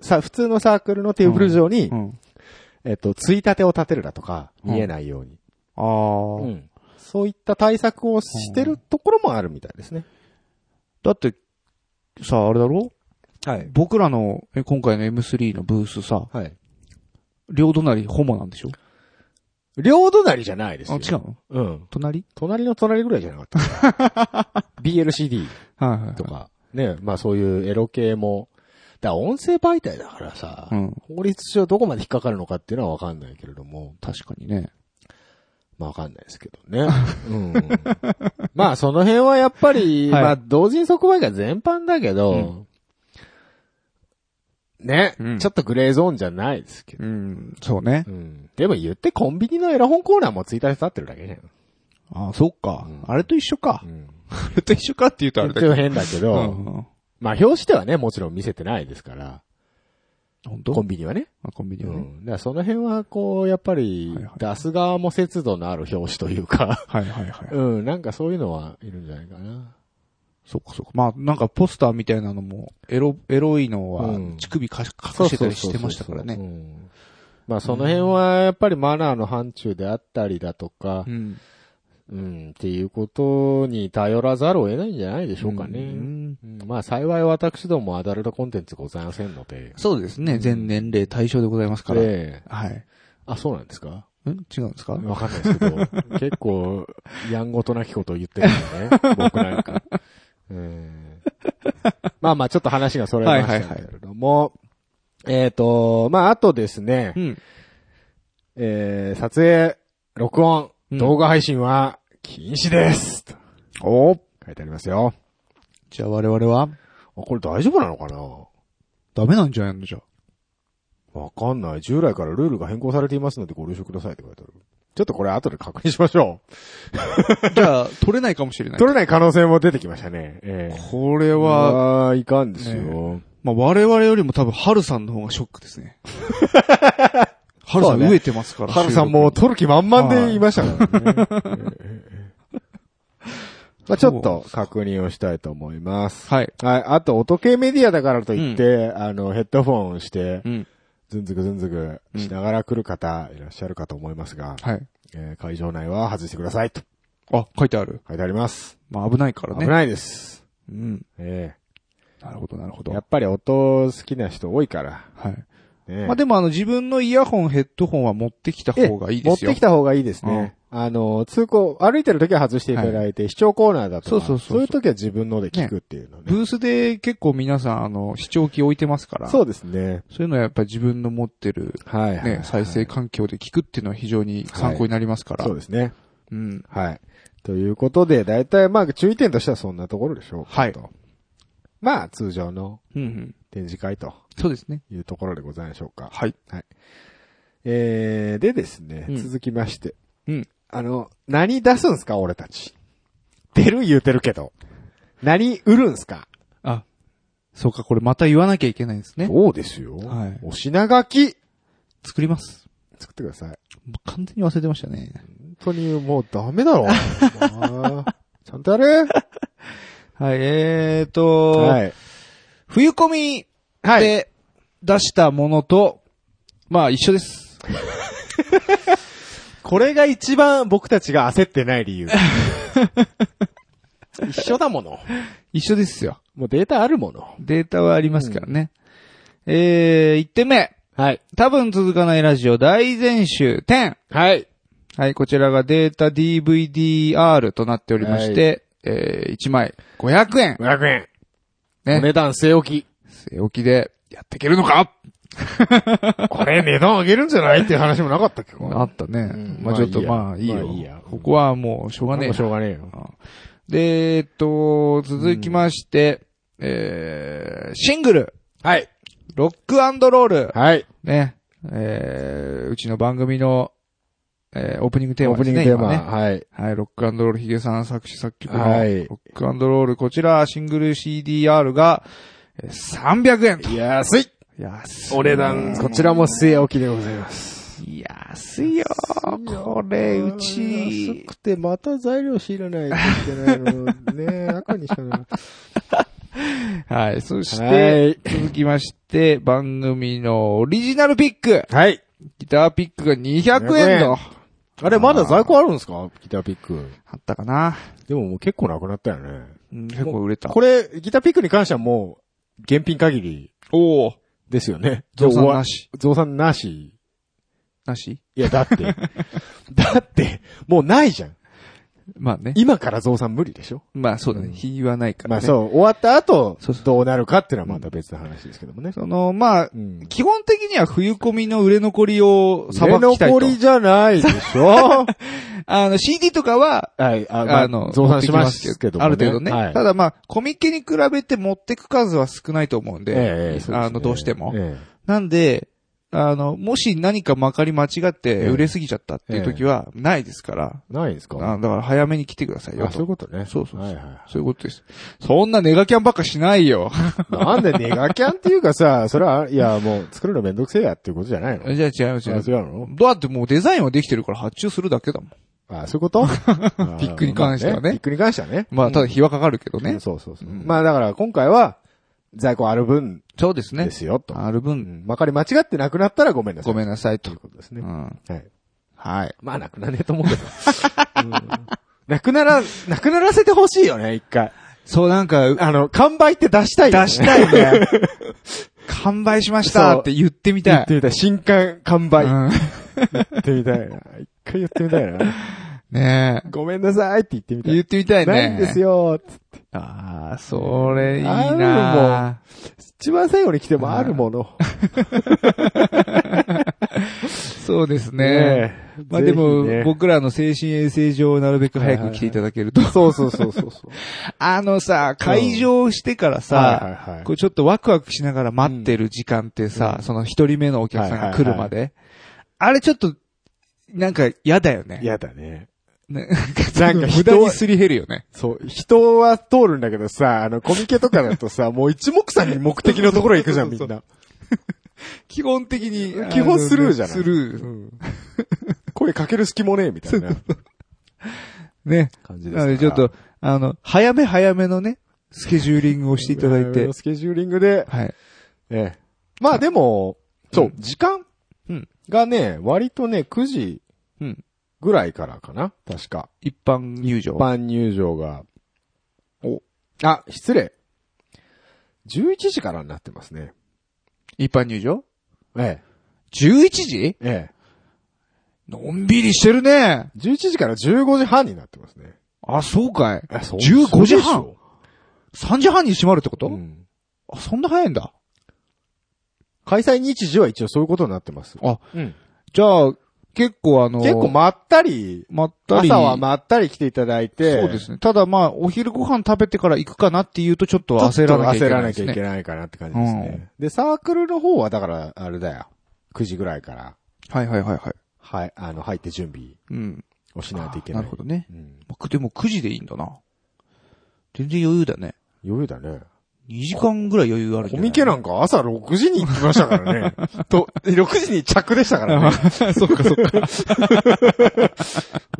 [SPEAKER 2] さ、普通のサークルのテーブル上に、
[SPEAKER 1] うん。
[SPEAKER 2] えっと、ついたてを立てるだとか、
[SPEAKER 1] うん
[SPEAKER 2] 見えないように。
[SPEAKER 1] ああ、
[SPEAKER 2] うんそういった対策をしてるところもあるみたいですね。
[SPEAKER 1] だって、さ、あれだろ
[SPEAKER 2] はい。
[SPEAKER 1] 僕らの、え今回の M3 のブースさ、
[SPEAKER 2] はい。
[SPEAKER 1] 両隣ホモなんでしょ
[SPEAKER 2] 両隣じゃないです
[SPEAKER 1] あ、
[SPEAKER 2] よ。
[SPEAKER 1] 違うの
[SPEAKER 2] うん。
[SPEAKER 1] 隣
[SPEAKER 2] 隣の隣ぐらいじゃなかった。BLCD
[SPEAKER 1] はいはいはい。
[SPEAKER 2] とか、ね、まあそういうエロ系も、だから音声媒体だからさ、
[SPEAKER 1] うん。
[SPEAKER 2] 法律上どこまで引っかかるのかっていうのはわかんないけれども、
[SPEAKER 1] 確かにね。
[SPEAKER 2] まあわかんないですけどね。 うん。まあその辺はやっぱり、
[SPEAKER 1] はい
[SPEAKER 2] まあ同人即売会全般だけど、ね、
[SPEAKER 1] うん
[SPEAKER 2] ちょっとグレーゾーンじゃないですけど。
[SPEAKER 1] うん。そうね。
[SPEAKER 2] うん。でも言ってコンビニのエロ本コーナーもツイッターで立ってるだけじゃん。
[SPEAKER 1] あそっか
[SPEAKER 2] うん。
[SPEAKER 1] あれと一緒か
[SPEAKER 2] う。ん。
[SPEAKER 1] あれと一緒かって言うとあれだけ
[SPEAKER 2] 一
[SPEAKER 1] ど。
[SPEAKER 2] 応変だけど、
[SPEAKER 1] うん。
[SPEAKER 2] まあ表紙ではね、もちろん見せてないですから、
[SPEAKER 1] 本当
[SPEAKER 2] コンビニはね。
[SPEAKER 1] あコンビニ
[SPEAKER 2] う
[SPEAKER 1] はね。
[SPEAKER 2] ん。だからその辺はこう、やっぱり
[SPEAKER 1] はいはい、
[SPEAKER 2] 出す側も節度のある表紙という か、
[SPEAKER 1] はいはいはい。
[SPEAKER 2] うん、なんかそういうのはいるんじゃないかな。
[SPEAKER 1] そっかそっか。まあ、なんかポスターみたいなのも、エロ、エロいのは
[SPEAKER 2] うん
[SPEAKER 1] 乳首か隠してたりしてましたから
[SPEAKER 2] そう
[SPEAKER 1] ね。
[SPEAKER 2] そうそうそう。うんまあその辺はやっぱりマナーの範疇であったりだとか
[SPEAKER 1] う、ん。
[SPEAKER 2] うん、っていうことに頼らざるを得ないんじゃないでしょうかね。
[SPEAKER 1] うん
[SPEAKER 2] うんまあ幸い私どもアダルトコンテンツございませんので。
[SPEAKER 1] そうですね。全年齢対象でございますから。
[SPEAKER 2] で、
[SPEAKER 1] はい。
[SPEAKER 2] あ、そうなんですか
[SPEAKER 1] ん違うんですか
[SPEAKER 2] わかんないですけど、結構、やんごとなきことを言ってるん だね、僕なんか。うんまあまあ、ちょっと話がそれましたけれども、えっと、まあ、あとですね、
[SPEAKER 1] うん。
[SPEAKER 2] えー、撮影、録
[SPEAKER 1] う
[SPEAKER 2] 音、
[SPEAKER 1] ん
[SPEAKER 2] 動画配信は禁止です。と
[SPEAKER 1] お
[SPEAKER 2] 書いてありますよ。
[SPEAKER 1] じゃあ我々は
[SPEAKER 2] あ、これ大丈夫なのかな
[SPEAKER 1] ダメなんじゃないのじゃあ。
[SPEAKER 2] わかんない。従来からルールが変更されていますのでご了承くださいって書いてある。ちょっとこれ後で確認しましょ
[SPEAKER 1] じゃあ、取れないかもしれ
[SPEAKER 2] う。
[SPEAKER 1] ない。
[SPEAKER 2] 取れない可能性も出てきましたね。えー
[SPEAKER 1] これ
[SPEAKER 2] これ
[SPEAKER 1] は、
[SPEAKER 2] は、いかんですよ。
[SPEAKER 1] まあ我々よりも多分、ハルさんの方がショックです ね。ハルさん
[SPEAKER 2] そうね
[SPEAKER 1] 飢えてますから。
[SPEAKER 2] ハルさんも
[SPEAKER 1] 収
[SPEAKER 2] う
[SPEAKER 1] 録
[SPEAKER 2] 取る気満々でいましたからね。 まあちょっと確認をしたいと思います。
[SPEAKER 1] はい。
[SPEAKER 2] はい。あと、音系メディアだからといって、あの、ヘッドフォンして
[SPEAKER 1] う、ん。
[SPEAKER 2] ズンズクズンズクしながら来る方いらっしゃるかと思いますが、
[SPEAKER 1] はい。
[SPEAKER 2] えー会場内は外してくださいと
[SPEAKER 1] あ、書いてある。
[SPEAKER 2] 書いてあります。
[SPEAKER 1] まあ危ないからね。
[SPEAKER 2] 危ないです。
[SPEAKER 1] うん。
[SPEAKER 2] え
[SPEAKER 1] なるほど、なるほ
[SPEAKER 2] え
[SPEAKER 1] ど。
[SPEAKER 2] や
[SPEAKER 1] は
[SPEAKER 2] っぱり音好きな人多いから。
[SPEAKER 1] い。
[SPEAKER 2] ね
[SPEAKER 1] まあでもあの自分のイヤホン、ヘッドホンは持ってきた方がいいですよ。
[SPEAKER 2] 持ってきた方がいいですね。あの、通行、歩いてる時は外していただいて、視聴コーナーだとか、
[SPEAKER 1] そうそうそうそう
[SPEAKER 2] いう時は自分ので聞くっていうのね。
[SPEAKER 1] ブースで結構皆さんあの視聴器置いてますから。
[SPEAKER 2] そうですね。
[SPEAKER 1] そういうのはやっぱり自分の持ってる
[SPEAKER 2] はい、はい。
[SPEAKER 1] ね、再生環境で聞くっていうのは非常に参考になりますから。
[SPEAKER 2] そうですね。
[SPEAKER 1] うん。
[SPEAKER 2] はい。ということで、大体まあ注意点としてはそんなところでしょうか
[SPEAKER 1] はい
[SPEAKER 2] とまあ通常の
[SPEAKER 1] うんうん。
[SPEAKER 2] 展示会と
[SPEAKER 1] そうですね。
[SPEAKER 2] いうところでございましょうか。
[SPEAKER 1] はい。
[SPEAKER 2] えー、でですね、
[SPEAKER 1] うん
[SPEAKER 2] 続きまして。
[SPEAKER 1] うん。
[SPEAKER 2] あの、何出すんすか俺たち。出る言うてるけど。何売るんすか
[SPEAKER 1] あ、そうか、これまた言わなきゃいけないんですね。
[SPEAKER 2] そうですよ。
[SPEAKER 1] はい
[SPEAKER 2] お品書き
[SPEAKER 1] 作ります。
[SPEAKER 2] 作ってください。
[SPEAKER 1] もう完全に忘れてましたね。
[SPEAKER 2] 本当にもうダメだ ろ。ちゃんとやれ
[SPEAKER 1] はい、えーと、
[SPEAKER 2] はい。
[SPEAKER 1] 冬コミで出したものと、まあ一緒です。
[SPEAKER 2] これが一番僕たちが焦ってない 理由。一緒だもの。
[SPEAKER 1] 一緒ですよ。
[SPEAKER 2] もうデータあるもの。
[SPEAKER 1] データはありますからね。えー、1点目。
[SPEAKER 2] はい。
[SPEAKER 1] 多分続かないラジオ大全集10。
[SPEAKER 2] はい。
[SPEAKER 1] はい、こちらがデータ DVDR となっておりまして、えー、1枚500円。
[SPEAKER 2] 500円。お
[SPEAKER 1] ね。
[SPEAKER 2] 値段据え置
[SPEAKER 1] 据え置きでやっていけるの か
[SPEAKER 2] き。これ値段上げるんじゃないっていう話もなかったっけこれ
[SPEAKER 1] あったね。
[SPEAKER 2] ん
[SPEAKER 1] まあちょっと
[SPEAKER 2] ま
[SPEAKER 1] ま
[SPEAKER 2] あ
[SPEAKER 1] あ
[SPEAKER 2] い
[SPEAKER 1] い
[SPEAKER 2] い
[SPEAKER 1] い
[SPEAKER 2] や
[SPEAKER 1] よ。
[SPEAKER 2] まあいいや
[SPEAKER 1] ここはもうしょうがねえ
[SPEAKER 2] もう
[SPEAKER 1] な
[SPEAKER 2] しょうがねえよ。
[SPEAKER 1] で、えっと、続きまして、えー、シングル、
[SPEAKER 2] はい。
[SPEAKER 1] ロックロール、
[SPEAKER 2] はい。
[SPEAKER 1] ね、えー、うちの番組の、えーオープニングテー
[SPEAKER 2] オー
[SPEAKER 1] マ
[SPEAKER 2] プ
[SPEAKER 1] で
[SPEAKER 2] ニ
[SPEAKER 1] す
[SPEAKER 2] ン
[SPEAKER 1] ね、
[SPEAKER 2] グテー
[SPEAKER 1] 今
[SPEAKER 2] マ、
[SPEAKER 1] ね。
[SPEAKER 2] はい。
[SPEAKER 1] はい、ロックアンドロールヒゲさん作詞作曲の、
[SPEAKER 2] はい
[SPEAKER 1] ロックアンドロール、こちら、シングル CDR が、えー300円と。
[SPEAKER 2] 安い
[SPEAKER 1] 安い。
[SPEAKER 2] お値段、こちらも据え置きでございます。
[SPEAKER 1] 安いよこれ、うち、
[SPEAKER 2] くて、また材料知らないといけないの。ね赤にしかない。
[SPEAKER 1] はい、そして、
[SPEAKER 2] はい
[SPEAKER 1] 続きまして、番組のオリジナルピック。
[SPEAKER 2] はい。
[SPEAKER 1] ギターピックが200円
[SPEAKER 2] 200
[SPEAKER 1] と。
[SPEAKER 2] あれ、まだ在庫あるんですかギターピック。
[SPEAKER 1] あったかな。
[SPEAKER 2] でももう結構なくなったよね。
[SPEAKER 1] うん結構売れた。
[SPEAKER 2] これ、ギターピックに関してはもう、現品限り
[SPEAKER 1] おお。
[SPEAKER 2] ですよね。
[SPEAKER 1] 増産な
[SPEAKER 2] し。
[SPEAKER 1] し。
[SPEAKER 2] 増産なし。
[SPEAKER 1] なし
[SPEAKER 2] いや、だって。だって、もうないじゃん。
[SPEAKER 1] まあね。
[SPEAKER 2] 今から増産無理でしょ
[SPEAKER 1] まあそうだ
[SPEAKER 2] う
[SPEAKER 1] ね。
[SPEAKER 2] ん
[SPEAKER 1] 日はないからね。
[SPEAKER 2] まあそう、終わった後
[SPEAKER 1] そうそ、う
[SPEAKER 2] どうなるかっていうのはまた別の話ですけどもね。
[SPEAKER 1] その、まあ、
[SPEAKER 2] うん。
[SPEAKER 1] 基本的には冬込みの売れ残りをさばきたいと
[SPEAKER 2] 残。りじゃないでしょ
[SPEAKER 1] あの、CD とかは、
[SPEAKER 2] はい、あ
[SPEAKER 1] あの、
[SPEAKER 2] 増産しますけども、
[SPEAKER 1] ある程度ね。
[SPEAKER 2] はい
[SPEAKER 1] ただまあ、コミケに比べて持ってく数は少ないと思うんで、
[SPEAKER 2] ええそですね
[SPEAKER 1] あの、どうしても。
[SPEAKER 2] え
[SPEAKER 1] なんで、あの、もし何かまかり間違って
[SPEAKER 2] え
[SPEAKER 1] 売れすぎちゃったっていう時はないですから、
[SPEAKER 2] えないんですか
[SPEAKER 1] あだから早めに来てくださいよ
[SPEAKER 2] あ、
[SPEAKER 1] と。
[SPEAKER 2] そういうことね。
[SPEAKER 1] そうそうそう
[SPEAKER 2] はいはい。
[SPEAKER 1] そういうことです。そんなネガキャンばっかしないよ。
[SPEAKER 2] なんでネガキャンっていうかさ、 それは、いや、もう作るのめんどくせえやっていうことじゃ ないの
[SPEAKER 1] じゃあ違う違
[SPEAKER 2] あ
[SPEAKER 1] う
[SPEAKER 2] 違うの
[SPEAKER 1] だってもうデザインはできてるから発注するだけだもん。
[SPEAKER 2] あ、そういうこと ピ
[SPEAKER 1] ックに関してはね
[SPEAKER 2] ピックに関してはね。
[SPEAKER 1] まあ、ただ日はかかるけどね。
[SPEAKER 2] そうそうそう。
[SPEAKER 1] うん
[SPEAKER 2] まあだから今回は、在庫ある分
[SPEAKER 1] そうですね
[SPEAKER 2] で。すよ、と。
[SPEAKER 1] ある
[SPEAKER 2] う
[SPEAKER 1] 分、
[SPEAKER 2] んまかり間違ってなくなったらごめんなさい。
[SPEAKER 1] ごめんなさいと
[SPEAKER 2] という。ことです
[SPEAKER 1] う
[SPEAKER 2] ね。
[SPEAKER 1] ん。
[SPEAKER 2] はい。
[SPEAKER 1] はい。
[SPEAKER 2] まあなくなねえと思うけど。うんなくなら、なくならせてほしいよね、一回。
[SPEAKER 1] そう、なんか、
[SPEAKER 2] あの、完売って出したいよね。
[SPEAKER 1] 出したい ね。完売しましたって言ってみ
[SPEAKER 2] 言
[SPEAKER 1] た
[SPEAKER 2] っ
[SPEAKER 1] い
[SPEAKER 2] て。みたい。新刊完売。
[SPEAKER 1] うん
[SPEAKER 2] 言ってみたいな。一回言ってみたいな。
[SPEAKER 1] ねえ。
[SPEAKER 2] ごめんなさいって言ってみたい。
[SPEAKER 1] 言ってみたいね。
[SPEAKER 2] ないんですよ。
[SPEAKER 1] ああ、それいい
[SPEAKER 2] ある
[SPEAKER 1] なあ
[SPEAKER 2] 一番最後に来てもあるもの。
[SPEAKER 1] そうですね。
[SPEAKER 2] え
[SPEAKER 1] まあでも
[SPEAKER 2] ぜひね、
[SPEAKER 1] 僕らの精神衛生上なるべく早く来ていただけると。
[SPEAKER 2] そうそうそうそうそう。
[SPEAKER 1] あのさ、会場してから
[SPEAKER 2] はい
[SPEAKER 1] さ、
[SPEAKER 2] はいはい
[SPEAKER 1] こうちょっとワクワクしながら待ってる時間ってさ、その一人目のお客さんが来るまで。あれちょっと、なんか嫌だよね。
[SPEAKER 2] 嫌だね。
[SPEAKER 1] ね
[SPEAKER 2] なんか
[SPEAKER 1] 無
[SPEAKER 2] 人
[SPEAKER 1] 駄
[SPEAKER 2] は
[SPEAKER 1] にすり減るよね。
[SPEAKER 2] そう、人は通るんだけどさ、あの、コミケとかだ とさ、もう一目散に目的のところ行くじゃん、みんな。
[SPEAKER 1] 基本的に
[SPEAKER 2] 基本スルーじゃない
[SPEAKER 1] スル
[SPEAKER 2] う
[SPEAKER 1] ー。
[SPEAKER 2] ん声かける隙もねえ、みたいな
[SPEAKER 1] ね。
[SPEAKER 2] 感じで す
[SPEAKER 1] なのでちょっと、あの、早め早めのね、スケジューリングをしていただいて。
[SPEAKER 2] スケジューリングで、
[SPEAKER 1] はい。
[SPEAKER 2] ええ。まあでも、そう、時間
[SPEAKER 1] うん
[SPEAKER 2] がね、割とね、9時
[SPEAKER 1] うん
[SPEAKER 2] ぐらいからかな、確か。
[SPEAKER 1] 一般入場。
[SPEAKER 2] 一般入場が。お、あ、失礼。11時からになってますね。
[SPEAKER 1] 一般入場
[SPEAKER 2] え
[SPEAKER 1] ?11 時
[SPEAKER 2] え、え
[SPEAKER 1] のんびりしてるね。
[SPEAKER 2] え。11時から15時半になってますね。
[SPEAKER 1] あ、そうかい。
[SPEAKER 2] え、そう
[SPEAKER 1] 15時半3時半に閉まるってこと、
[SPEAKER 2] うん
[SPEAKER 1] あ、そんな早いんだ。
[SPEAKER 2] 開催日時は一応そういうことになってます。
[SPEAKER 1] あ、
[SPEAKER 2] うん。
[SPEAKER 1] じゃあ、結構あの、
[SPEAKER 2] 結構まったり、
[SPEAKER 1] まったり。
[SPEAKER 2] 朝はまったり来ていただいて、
[SPEAKER 1] そうですね。ただまあ、お昼ご飯食べてから行くかなっていうとちょっと
[SPEAKER 2] ちょ
[SPEAKER 1] 焦
[SPEAKER 2] っと
[SPEAKER 1] らなきゃいけ
[SPEAKER 2] 焦
[SPEAKER 1] な
[SPEAKER 2] ら
[SPEAKER 1] いで
[SPEAKER 2] なき
[SPEAKER 1] す
[SPEAKER 2] ゃいけ
[SPEAKER 1] ね。
[SPEAKER 2] ないかなって感じですね。で、サークルの方はだから、あれだよ。9時ぐらいから、
[SPEAKER 1] はいはいはいはい。
[SPEAKER 2] はい、あの、入って準備
[SPEAKER 1] うん。
[SPEAKER 2] をしないといけな。
[SPEAKER 1] ないるほどね。
[SPEAKER 2] うん。
[SPEAKER 1] 僕でも9時でいいんだな。全然余裕だね。
[SPEAKER 2] 余裕だね。
[SPEAKER 1] 2時間ぐらい余裕あるんじ
[SPEAKER 2] コ
[SPEAKER 1] ゃない
[SPEAKER 2] ミケなんか朝6時に行きましたから ね。と、6時に着でしたからね。
[SPEAKER 1] そうかそうか。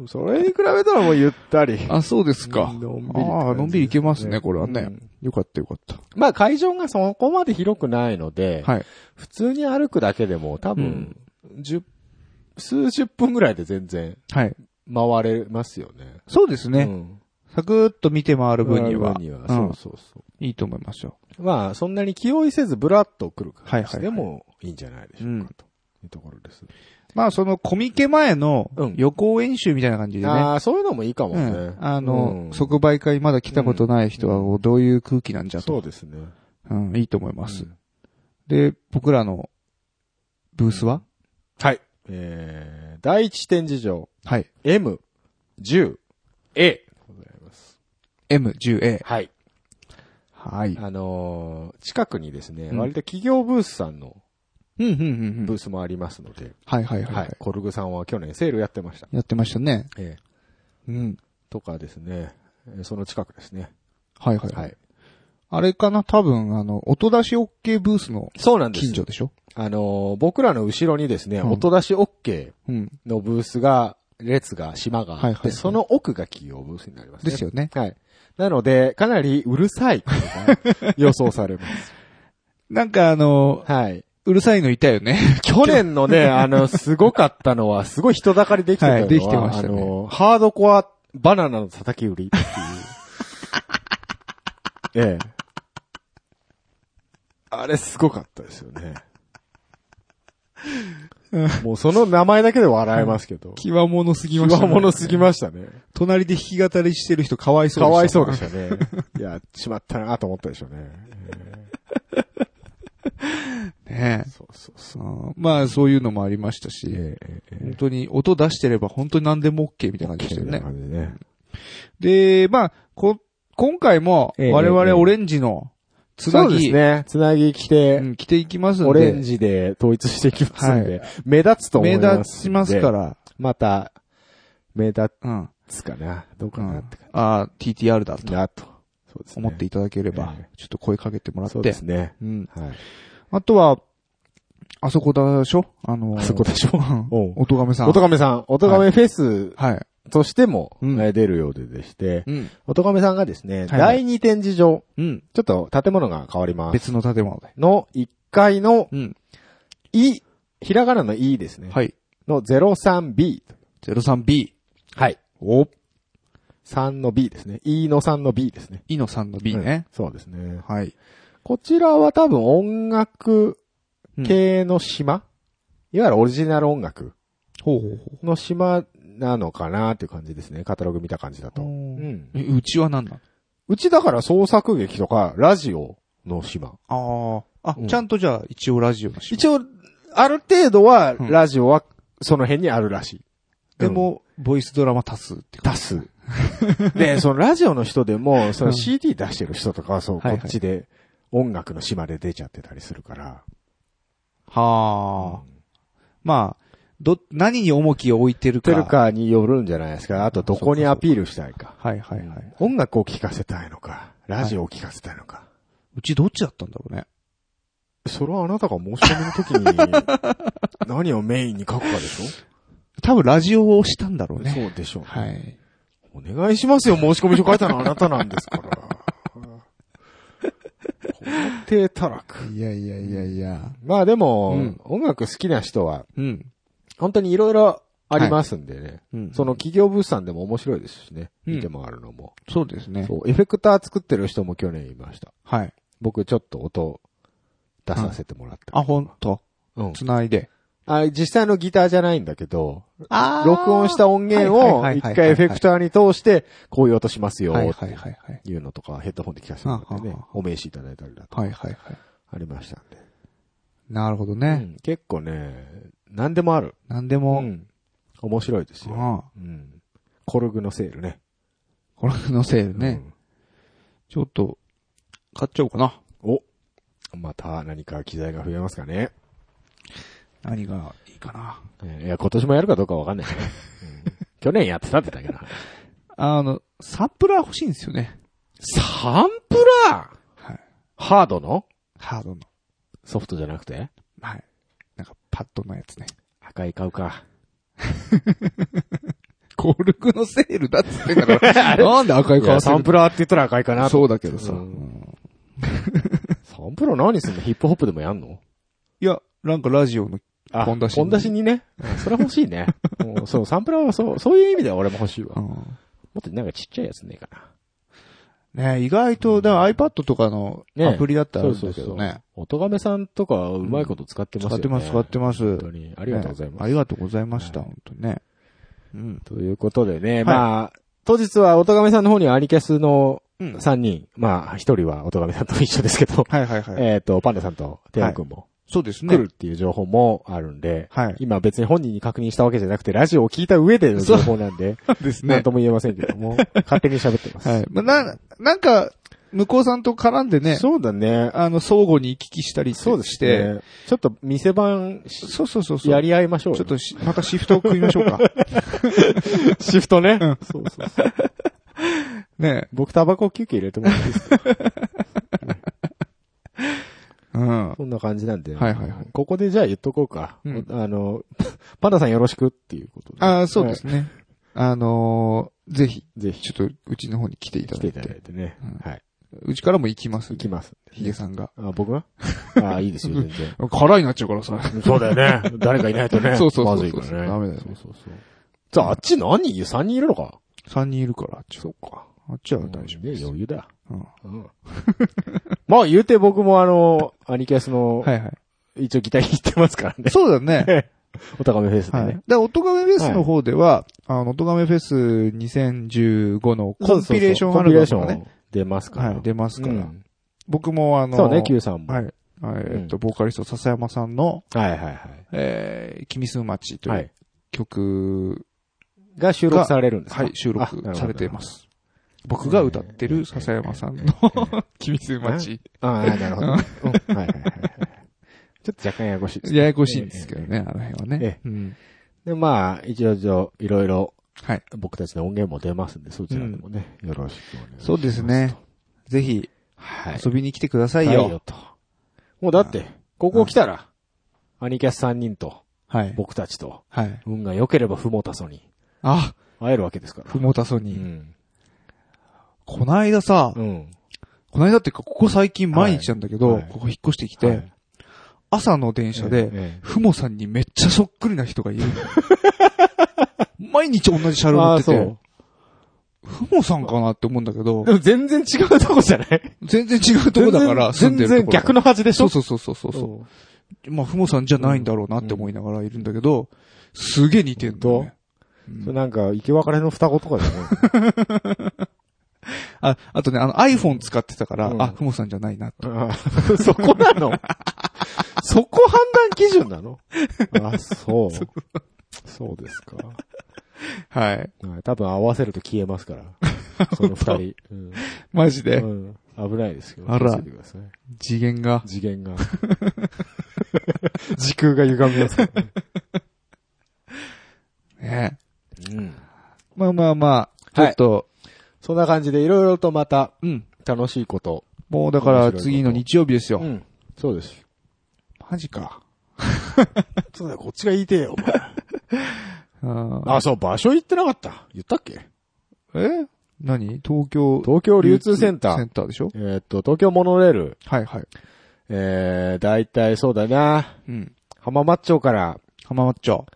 [SPEAKER 2] それに比べたらもうゆったり。
[SPEAKER 1] あ、そうですか。
[SPEAKER 2] のんびりって感じですね
[SPEAKER 1] ああ、のんびり行けますね、これはね。よかったよかった。
[SPEAKER 2] まあ会場がそこまで広くないので、
[SPEAKER 1] はい。
[SPEAKER 2] 普通に歩くだけでも多分、十、数十分ぐらいで全然
[SPEAKER 1] はい。
[SPEAKER 2] 回れますよね。
[SPEAKER 1] そうです
[SPEAKER 2] う
[SPEAKER 1] ね。
[SPEAKER 2] ん。
[SPEAKER 1] サクッと見て回る分には。
[SPEAKER 2] 分には、
[SPEAKER 1] う
[SPEAKER 2] そ
[SPEAKER 1] ん
[SPEAKER 2] うそうそう。
[SPEAKER 1] いいと思いますよ。
[SPEAKER 2] まあ、そんなに気負いせずブラッと来る
[SPEAKER 1] はいは
[SPEAKER 2] 感
[SPEAKER 1] いは
[SPEAKER 2] じ
[SPEAKER 1] い
[SPEAKER 2] でもいいんじゃないでしょうか、というところです。
[SPEAKER 1] まあ、その、コミケ前の
[SPEAKER 2] うん
[SPEAKER 1] 予行演習みたいな感じでね。
[SPEAKER 2] ああ、そういうのもいいかも
[SPEAKER 1] う
[SPEAKER 2] ね。
[SPEAKER 1] ん。あの、
[SPEAKER 2] うん
[SPEAKER 1] 即売会まだ来たことない人は、どういう空気なんじゃ
[SPEAKER 2] そう
[SPEAKER 1] と。
[SPEAKER 2] ですね。
[SPEAKER 1] うん、いいと思います
[SPEAKER 2] う。ん
[SPEAKER 1] で、僕らの、ブースは
[SPEAKER 2] はい。えー、第一展示場、
[SPEAKER 1] はい。
[SPEAKER 2] M、10、A。ございます。
[SPEAKER 1] M10A。
[SPEAKER 2] はい。
[SPEAKER 1] はい。
[SPEAKER 2] あのー近くにですね、
[SPEAKER 1] うん
[SPEAKER 2] 割と企業ブースさんの
[SPEAKER 1] うん、うん、うんう
[SPEAKER 2] ブ
[SPEAKER 1] ん。
[SPEAKER 2] ースもありますので、
[SPEAKER 1] はいはいはい。は
[SPEAKER 2] はいい。コルグさんは去年セールやってました。
[SPEAKER 1] やってましたね。
[SPEAKER 2] え
[SPEAKER 1] う
[SPEAKER 2] え。
[SPEAKER 1] ん。
[SPEAKER 2] とかですね、えーその近くですね。
[SPEAKER 1] はいはい
[SPEAKER 2] は
[SPEAKER 1] はいい。。あれかな多分、あの、音出し OK ブースの
[SPEAKER 2] そうなんです。
[SPEAKER 1] 近所でしょ
[SPEAKER 2] あのー僕らの後ろにですね、
[SPEAKER 1] うん
[SPEAKER 2] 音出し OK
[SPEAKER 1] うん。
[SPEAKER 2] のブースが、列が、島があって、
[SPEAKER 1] はいはいはい
[SPEAKER 2] その奥が企業ブースになりますね。
[SPEAKER 1] ですよね。
[SPEAKER 2] はい。なので、かなりうるさいことが予想さ れます。
[SPEAKER 1] なんかあの、
[SPEAKER 2] はい。
[SPEAKER 1] うるさいのいたよね。
[SPEAKER 2] 去年の ね、あの、すごかったのは、すごい人だかりできてたのは、
[SPEAKER 1] はいできてましたね
[SPEAKER 2] あの、ハードコアバナナの叩き売りって いう。ええ。あれすごかったですよね。もうその名前だけで笑えますけ ど。
[SPEAKER 1] 際物すぎました、
[SPEAKER 2] 際物すぎましたね。
[SPEAKER 1] 隣で弾き語りしてる人かわいそう
[SPEAKER 2] かわい そう
[SPEAKER 1] で
[SPEAKER 2] で
[SPEAKER 1] し
[SPEAKER 2] したたね。やっちまったなと思ったでしょうね。
[SPEAKER 1] ねえ
[SPEAKER 2] そうそうそう。
[SPEAKER 1] うんまあ、そういうのもありましたし、
[SPEAKER 2] ええ、え
[SPEAKER 1] 本当に音出してれば本当に何でも OK みたいな感じでしたよ
[SPEAKER 2] みたい
[SPEAKER 1] ね
[SPEAKER 2] な。感じでね。
[SPEAKER 1] で、まあ、こ、今回も
[SPEAKER 2] ええ
[SPEAKER 1] 我
[SPEAKER 2] ええ
[SPEAKER 1] 々オレンジのつな
[SPEAKER 2] そうで
[SPEAKER 1] ぎ、
[SPEAKER 2] すね。つなぎ来て、
[SPEAKER 1] うん着ていきますんで、
[SPEAKER 2] オレンジで統一していきますんで、
[SPEAKER 1] は
[SPEAKER 2] 目立つと思
[SPEAKER 1] 目
[SPEAKER 2] いますんで。
[SPEAKER 1] 立ちますか。ら、
[SPEAKER 2] また、目立
[SPEAKER 1] うん。うん
[SPEAKER 2] つかな。どうかな
[SPEAKER 1] あ
[SPEAKER 2] って感
[SPEAKER 1] あ、TTR だ
[SPEAKER 2] じ
[SPEAKER 1] と
[SPEAKER 2] だと。そうですね。
[SPEAKER 1] 思っていただければ
[SPEAKER 2] ええ、
[SPEAKER 1] ちょっと声かけてもらっ
[SPEAKER 2] そう
[SPEAKER 1] て
[SPEAKER 2] で、すね。
[SPEAKER 1] うん。
[SPEAKER 2] はい。
[SPEAKER 1] あとは、あそこだでしょあのー、
[SPEAKER 2] あ そこでしょ
[SPEAKER 1] うん
[SPEAKER 2] おう
[SPEAKER 1] おとがめさん。
[SPEAKER 2] おとがめさん、おとがめフェス
[SPEAKER 1] はい。
[SPEAKER 2] としても、
[SPEAKER 1] うん
[SPEAKER 2] えー出るようででして、
[SPEAKER 1] うん。
[SPEAKER 2] おとがめさんがですね、
[SPEAKER 1] はいはい
[SPEAKER 2] 第二展示場、
[SPEAKER 1] うん。
[SPEAKER 2] ちょっと建物が変わります。
[SPEAKER 1] 別の建物で。
[SPEAKER 2] の1階の
[SPEAKER 1] うん。
[SPEAKER 2] E、ひらがなの E ですね。
[SPEAKER 1] はい。
[SPEAKER 2] の 03B。
[SPEAKER 1] 03B。
[SPEAKER 2] はい。お。3の B ですね。E の3の B ですね。
[SPEAKER 1] イノさんの B
[SPEAKER 2] うん
[SPEAKER 1] ね。
[SPEAKER 2] そうですね。
[SPEAKER 1] はい。
[SPEAKER 2] こちらは多分音楽系の島、いわゆるオリジナル音楽
[SPEAKER 1] ほうほうほう。
[SPEAKER 2] の島なのかなっていう感じですね。カタログ見た感じだと。う
[SPEAKER 1] おー
[SPEAKER 2] ん。
[SPEAKER 1] えうちは何な
[SPEAKER 2] うちだから創作劇とかラジオの島。
[SPEAKER 1] のああ。あ、
[SPEAKER 2] うん
[SPEAKER 1] ちゃんとじゃあ、一応ラジオのし。
[SPEAKER 2] 一応、ある程度は
[SPEAKER 1] うん
[SPEAKER 2] ラジオはその辺にあるらしい。
[SPEAKER 1] でも、ボイスドラマ足すって感
[SPEAKER 2] 出
[SPEAKER 1] じ。
[SPEAKER 2] す。 で、そのラジオの人でも、そうの
[SPEAKER 1] ん
[SPEAKER 2] CD 出してる人とかは、そ
[SPEAKER 1] は
[SPEAKER 2] う、
[SPEAKER 1] い
[SPEAKER 2] こ
[SPEAKER 1] はい
[SPEAKER 2] っちで音楽の島で出ちゃってたりするから。
[SPEAKER 1] はあ。まあ、ど、何に重きを置いてる
[SPEAKER 2] て
[SPEAKER 1] か。
[SPEAKER 2] る。かによるんじゃないですか。あと、どこにアピールしたいか。
[SPEAKER 1] はいはいはい。
[SPEAKER 2] 音楽を聴かせたいのか、ラジオを聴かせたいのか。
[SPEAKER 1] うちどっちだったんだろうね。
[SPEAKER 2] それはあなたが申し込みの時に、 何をメインに書くかでし
[SPEAKER 1] 多分ラジオをしたんだろ
[SPEAKER 2] ょ
[SPEAKER 1] うね。
[SPEAKER 2] そうでしょう、
[SPEAKER 1] はい。
[SPEAKER 2] お願いしますよ、申し込み書書いたのはあなたなんですから。低たらく。
[SPEAKER 1] いやいやいやいや。
[SPEAKER 2] まあでも、
[SPEAKER 1] うん
[SPEAKER 2] 音楽好きな人は、
[SPEAKER 1] うん。
[SPEAKER 2] 本当にいろいろありますんでね。
[SPEAKER 1] うん
[SPEAKER 2] その企業物産でも面白いですしね。
[SPEAKER 1] うん
[SPEAKER 2] 見て回るのも、
[SPEAKER 1] そうですね。
[SPEAKER 2] そう、エフェクター作ってる人も去年いました。
[SPEAKER 1] はい。
[SPEAKER 2] 僕ちょっと音出させてもらった。
[SPEAKER 1] あ、ほんと。
[SPEAKER 2] うん。
[SPEAKER 1] つないで。
[SPEAKER 2] あ、実際のギターじゃないんだけど、
[SPEAKER 1] あ
[SPEAKER 2] 録音した音源を
[SPEAKER 1] はいはい
[SPEAKER 2] 一
[SPEAKER 1] はいはいはい
[SPEAKER 2] 回エフェクターに通して、こういう音しますよ、
[SPEAKER 1] はいはいはいはい。
[SPEAKER 2] いうのとか、ヘッドホンで聞かせてもらって
[SPEAKER 1] は
[SPEAKER 2] ね
[SPEAKER 1] はは、
[SPEAKER 2] お名刺いただいたりだとか、
[SPEAKER 1] はいはいはい。
[SPEAKER 2] ありましたんで。
[SPEAKER 1] なるほど
[SPEAKER 2] う
[SPEAKER 1] ね。
[SPEAKER 2] ん、結構ね、何でもある。
[SPEAKER 1] なんで
[SPEAKER 2] う
[SPEAKER 1] も、
[SPEAKER 2] ん。面白いですよ。
[SPEAKER 1] ああ
[SPEAKER 2] うん。コルグのセールね。
[SPEAKER 1] これのせいでね、ちょっと、買っちゃおうかな。
[SPEAKER 2] うん。おまた何か機材が増えますかね。
[SPEAKER 1] 何がいいかな。
[SPEAKER 2] えーいや、今年もやるかどうかわかんないね、うん去年やってたってだけ な。
[SPEAKER 1] あの、サンプラー欲しいんですよね。
[SPEAKER 2] サンプラ
[SPEAKER 1] は
[SPEAKER 2] ー
[SPEAKER 1] い。
[SPEAKER 2] ハードの
[SPEAKER 1] ハードの。
[SPEAKER 2] ソフトじゃなくて
[SPEAKER 1] はい。なんか、パッドのやつね。
[SPEAKER 2] 赤い買うか。
[SPEAKER 1] コルクのセールだっつって んだから。なんで赤い
[SPEAKER 2] いや
[SPEAKER 1] 顔
[SPEAKER 2] サンプ
[SPEAKER 1] ラ
[SPEAKER 2] ラーって言ったら赤いかなと。
[SPEAKER 1] そうだけどさ。
[SPEAKER 2] う
[SPEAKER 1] うんん
[SPEAKER 2] サンプラー何すんのヒップホップでもやんの
[SPEAKER 1] いや、なんかラジオの、
[SPEAKER 2] あ
[SPEAKER 1] ポン出しに
[SPEAKER 2] ポン出しにね。うんそれ欲しいね。うんそう、サンプラーはそう、そういう意味では俺も欲しいわ。
[SPEAKER 1] う
[SPEAKER 2] も
[SPEAKER 1] ん
[SPEAKER 2] っとなんかちっちゃいやつねえかな。
[SPEAKER 1] ね意外と、だから iPad とかの
[SPEAKER 2] ね
[SPEAKER 1] アプリだったらあるんだけど
[SPEAKER 2] そうそう
[SPEAKER 1] ね。
[SPEAKER 2] おとがめさんとかうまいこと使ってます
[SPEAKER 1] 使
[SPEAKER 2] よ
[SPEAKER 1] っ
[SPEAKER 2] ね。
[SPEAKER 1] てます、使ってます。
[SPEAKER 2] 本当に。ありがとうございます。
[SPEAKER 1] ねありがとうございました、
[SPEAKER 2] はい
[SPEAKER 1] 本当にね。うん。
[SPEAKER 2] ということでね、まあ、当日はおとがめさんの方にはアニキャスの
[SPEAKER 1] うん
[SPEAKER 2] 3人、まあ、1人はおとがめさんと一緒ですけど、
[SPEAKER 1] はいはいはい。
[SPEAKER 2] えっと、パンダさんとテオくんも
[SPEAKER 1] そうですね。
[SPEAKER 2] 来るっていう情報もあるんで、
[SPEAKER 1] はい。
[SPEAKER 2] 今別に本人に確認したわけじゃなくて、ラジオを聞いた上での情報なんで、
[SPEAKER 1] です
[SPEAKER 2] なんとも言えませんけども、勝手に喋ってます。
[SPEAKER 1] はい。まあ、な、なんか、向こうさんと絡んでね、
[SPEAKER 2] そうだね。
[SPEAKER 1] あの、相互に行き来したりって
[SPEAKER 2] そうです
[SPEAKER 1] し、
[SPEAKER 2] してて、ちょっと店番し
[SPEAKER 1] そうそうそうそう。
[SPEAKER 2] やり合いましょうよ。
[SPEAKER 1] ちょっとし、またシフトを組みましょう か。
[SPEAKER 2] シフトね。そうそうそう。
[SPEAKER 1] ね
[SPEAKER 2] 僕タバコ休憩入れてもらっていいですか
[SPEAKER 1] うん。は
[SPEAKER 2] そんな感じなんで。
[SPEAKER 1] いはいはい。
[SPEAKER 2] ここでじゃあ言っとこうか。
[SPEAKER 1] うん
[SPEAKER 2] あの、パンダさんよろしくっていうことで。
[SPEAKER 1] ああ、そうで
[SPEAKER 2] ね。
[SPEAKER 1] すね。あのーぜひ、
[SPEAKER 2] ぜひ、
[SPEAKER 1] ちょっと、うちの方に来ていた
[SPEAKER 2] 来
[SPEAKER 1] だ
[SPEAKER 2] て
[SPEAKER 1] い
[SPEAKER 2] いただ
[SPEAKER 1] て。
[SPEAKER 2] いてね。
[SPEAKER 1] う
[SPEAKER 2] はい。
[SPEAKER 1] うちからも行きますん
[SPEAKER 2] 行
[SPEAKER 1] で
[SPEAKER 2] きます。
[SPEAKER 1] ヒゲさんが。
[SPEAKER 2] あ、僕はあ、いいですよ、全然。
[SPEAKER 1] 辛いなっちゃうからさ。
[SPEAKER 2] そうだよ ね。誰かいないとね。
[SPEAKER 1] そうそうそうそう
[SPEAKER 2] まずいからね。
[SPEAKER 1] ダメだよ
[SPEAKER 2] そうそうそう。じゃあ、あっち何 ?3 人いるのか
[SPEAKER 1] 3人いるから、あっちは。
[SPEAKER 2] そうか。
[SPEAKER 1] あっちは大丈夫で
[SPEAKER 2] ね
[SPEAKER 1] す。
[SPEAKER 2] 余裕だ。
[SPEAKER 1] うん
[SPEAKER 2] うん。 まあ、言うて僕もあの、アニキャスの
[SPEAKER 1] は、いは
[SPEAKER 2] 一応ギター弾いてますから
[SPEAKER 1] い。
[SPEAKER 2] ね。
[SPEAKER 1] そうだね。
[SPEAKER 2] お高めフェスで
[SPEAKER 1] はい。
[SPEAKER 2] ね。
[SPEAKER 1] で、音亀フェスの方では、あの、音亀フェス2015のコンピレーションアルバムが
[SPEAKER 2] コンピレーショ
[SPEAKER 1] ね
[SPEAKER 2] ン、出ますから。
[SPEAKER 1] はい、出ますか
[SPEAKER 2] う
[SPEAKER 1] ら。
[SPEAKER 2] ん
[SPEAKER 1] 僕もあの、
[SPEAKER 2] そうね、Q さんも。
[SPEAKER 1] は
[SPEAKER 2] はい
[SPEAKER 1] い。はいえっと、ボーカリスト笹山さんの、
[SPEAKER 2] はいは
[SPEAKER 1] えー、君住む街
[SPEAKER 2] い。
[SPEAKER 1] と
[SPEAKER 2] は
[SPEAKER 1] いう
[SPEAKER 2] い。
[SPEAKER 1] 曲、
[SPEAKER 2] が収録されるんですか。
[SPEAKER 1] はい、収録されていますす。僕が歌ってる笹山さんの 君住む街。
[SPEAKER 2] ああ、なるほど。うんはいはいはいはい。 ちょっと若干ややこしいですね
[SPEAKER 1] ややこしいんですけどね、あの辺はね
[SPEAKER 2] え。
[SPEAKER 1] うん
[SPEAKER 2] で、まあ、一応、いろいろ、
[SPEAKER 1] はい。
[SPEAKER 2] 僕たちの音源も出ますんで、そちらでもね、よろしくお願いします。
[SPEAKER 1] そうですね。。ぜひ、
[SPEAKER 2] はい。
[SPEAKER 1] 遊びに来てください
[SPEAKER 2] はい
[SPEAKER 1] よ。
[SPEAKER 2] よと。もうだって、ここ来たら、アニキャス3人と、
[SPEAKER 1] はい。
[SPEAKER 2] 僕たちと、
[SPEAKER 1] はい。
[SPEAKER 2] 運が良ければふもたそに、
[SPEAKER 1] あ、
[SPEAKER 2] 会えるわけですから。
[SPEAKER 1] ふもたそうに。
[SPEAKER 2] ん。
[SPEAKER 1] こないださ、
[SPEAKER 2] うん。
[SPEAKER 1] こないだっていうか、ここ最近毎日なんだけど、
[SPEAKER 2] はいはい
[SPEAKER 1] ここ引っ越してきて、
[SPEAKER 2] はい
[SPEAKER 1] 朝の電車で、
[SPEAKER 2] え
[SPEAKER 1] ふもさんにめっちゃそっくりな人がい る。毎日同じ車
[SPEAKER 2] え
[SPEAKER 1] 両乗
[SPEAKER 2] あ
[SPEAKER 1] っ
[SPEAKER 2] あ、
[SPEAKER 1] て
[SPEAKER 2] そ
[SPEAKER 1] て
[SPEAKER 2] う、。
[SPEAKER 1] ふもさんかなって思うんだけど
[SPEAKER 2] で、も全然違うとこじゃない
[SPEAKER 1] 全然違うとこだから、住ん
[SPEAKER 2] 全
[SPEAKER 1] で
[SPEAKER 2] 然
[SPEAKER 1] るとこ
[SPEAKER 2] 全然逆の端でし
[SPEAKER 1] そ
[SPEAKER 2] ょ
[SPEAKER 1] うそうそうそうそうそう。まあ、ふもさんじゃないんだろうなって思いながらいるんだけど、すげえ似てんだよね。
[SPEAKER 2] それなんか、生き別れの双子とかじゃない
[SPEAKER 1] あ、あとね、あの iPhone 使ってたから、
[SPEAKER 2] うん
[SPEAKER 1] あ、ふもさんじゃないな。
[SPEAKER 2] あー そこなのそこ判断基準なのあ、そう。そうですか。
[SPEAKER 1] はい。
[SPEAKER 2] はい多分合わせると消えますから。その二人、うん
[SPEAKER 1] マジで。
[SPEAKER 2] うん危ないですけど。
[SPEAKER 1] あら
[SPEAKER 2] 気をつけてください
[SPEAKER 1] 次元が。
[SPEAKER 2] 次元が。 時空が歪みますからね。
[SPEAKER 1] ね
[SPEAKER 2] うん。
[SPEAKER 1] まあまあまあ、ちょ
[SPEAKER 2] はい
[SPEAKER 1] っと、
[SPEAKER 2] そんな感じでいろいろとまた
[SPEAKER 1] うん。
[SPEAKER 2] 楽しいこと。
[SPEAKER 1] もうだから次の日曜日ですよ。
[SPEAKER 2] ん。そうです。
[SPEAKER 1] マジか。
[SPEAKER 2] そうだよ、こっちが言いてえよ。お前
[SPEAKER 1] あー
[SPEAKER 2] あ、そう、場所言ってなかった。言ったっけ
[SPEAKER 1] え何東京。
[SPEAKER 2] 東京流通センター
[SPEAKER 1] センターでしょ
[SPEAKER 2] えーっと、東京モノレール。
[SPEAKER 1] はいはい。
[SPEAKER 2] えー、大体そうだな。
[SPEAKER 1] うん。
[SPEAKER 2] 浜松町から
[SPEAKER 1] 浜松町。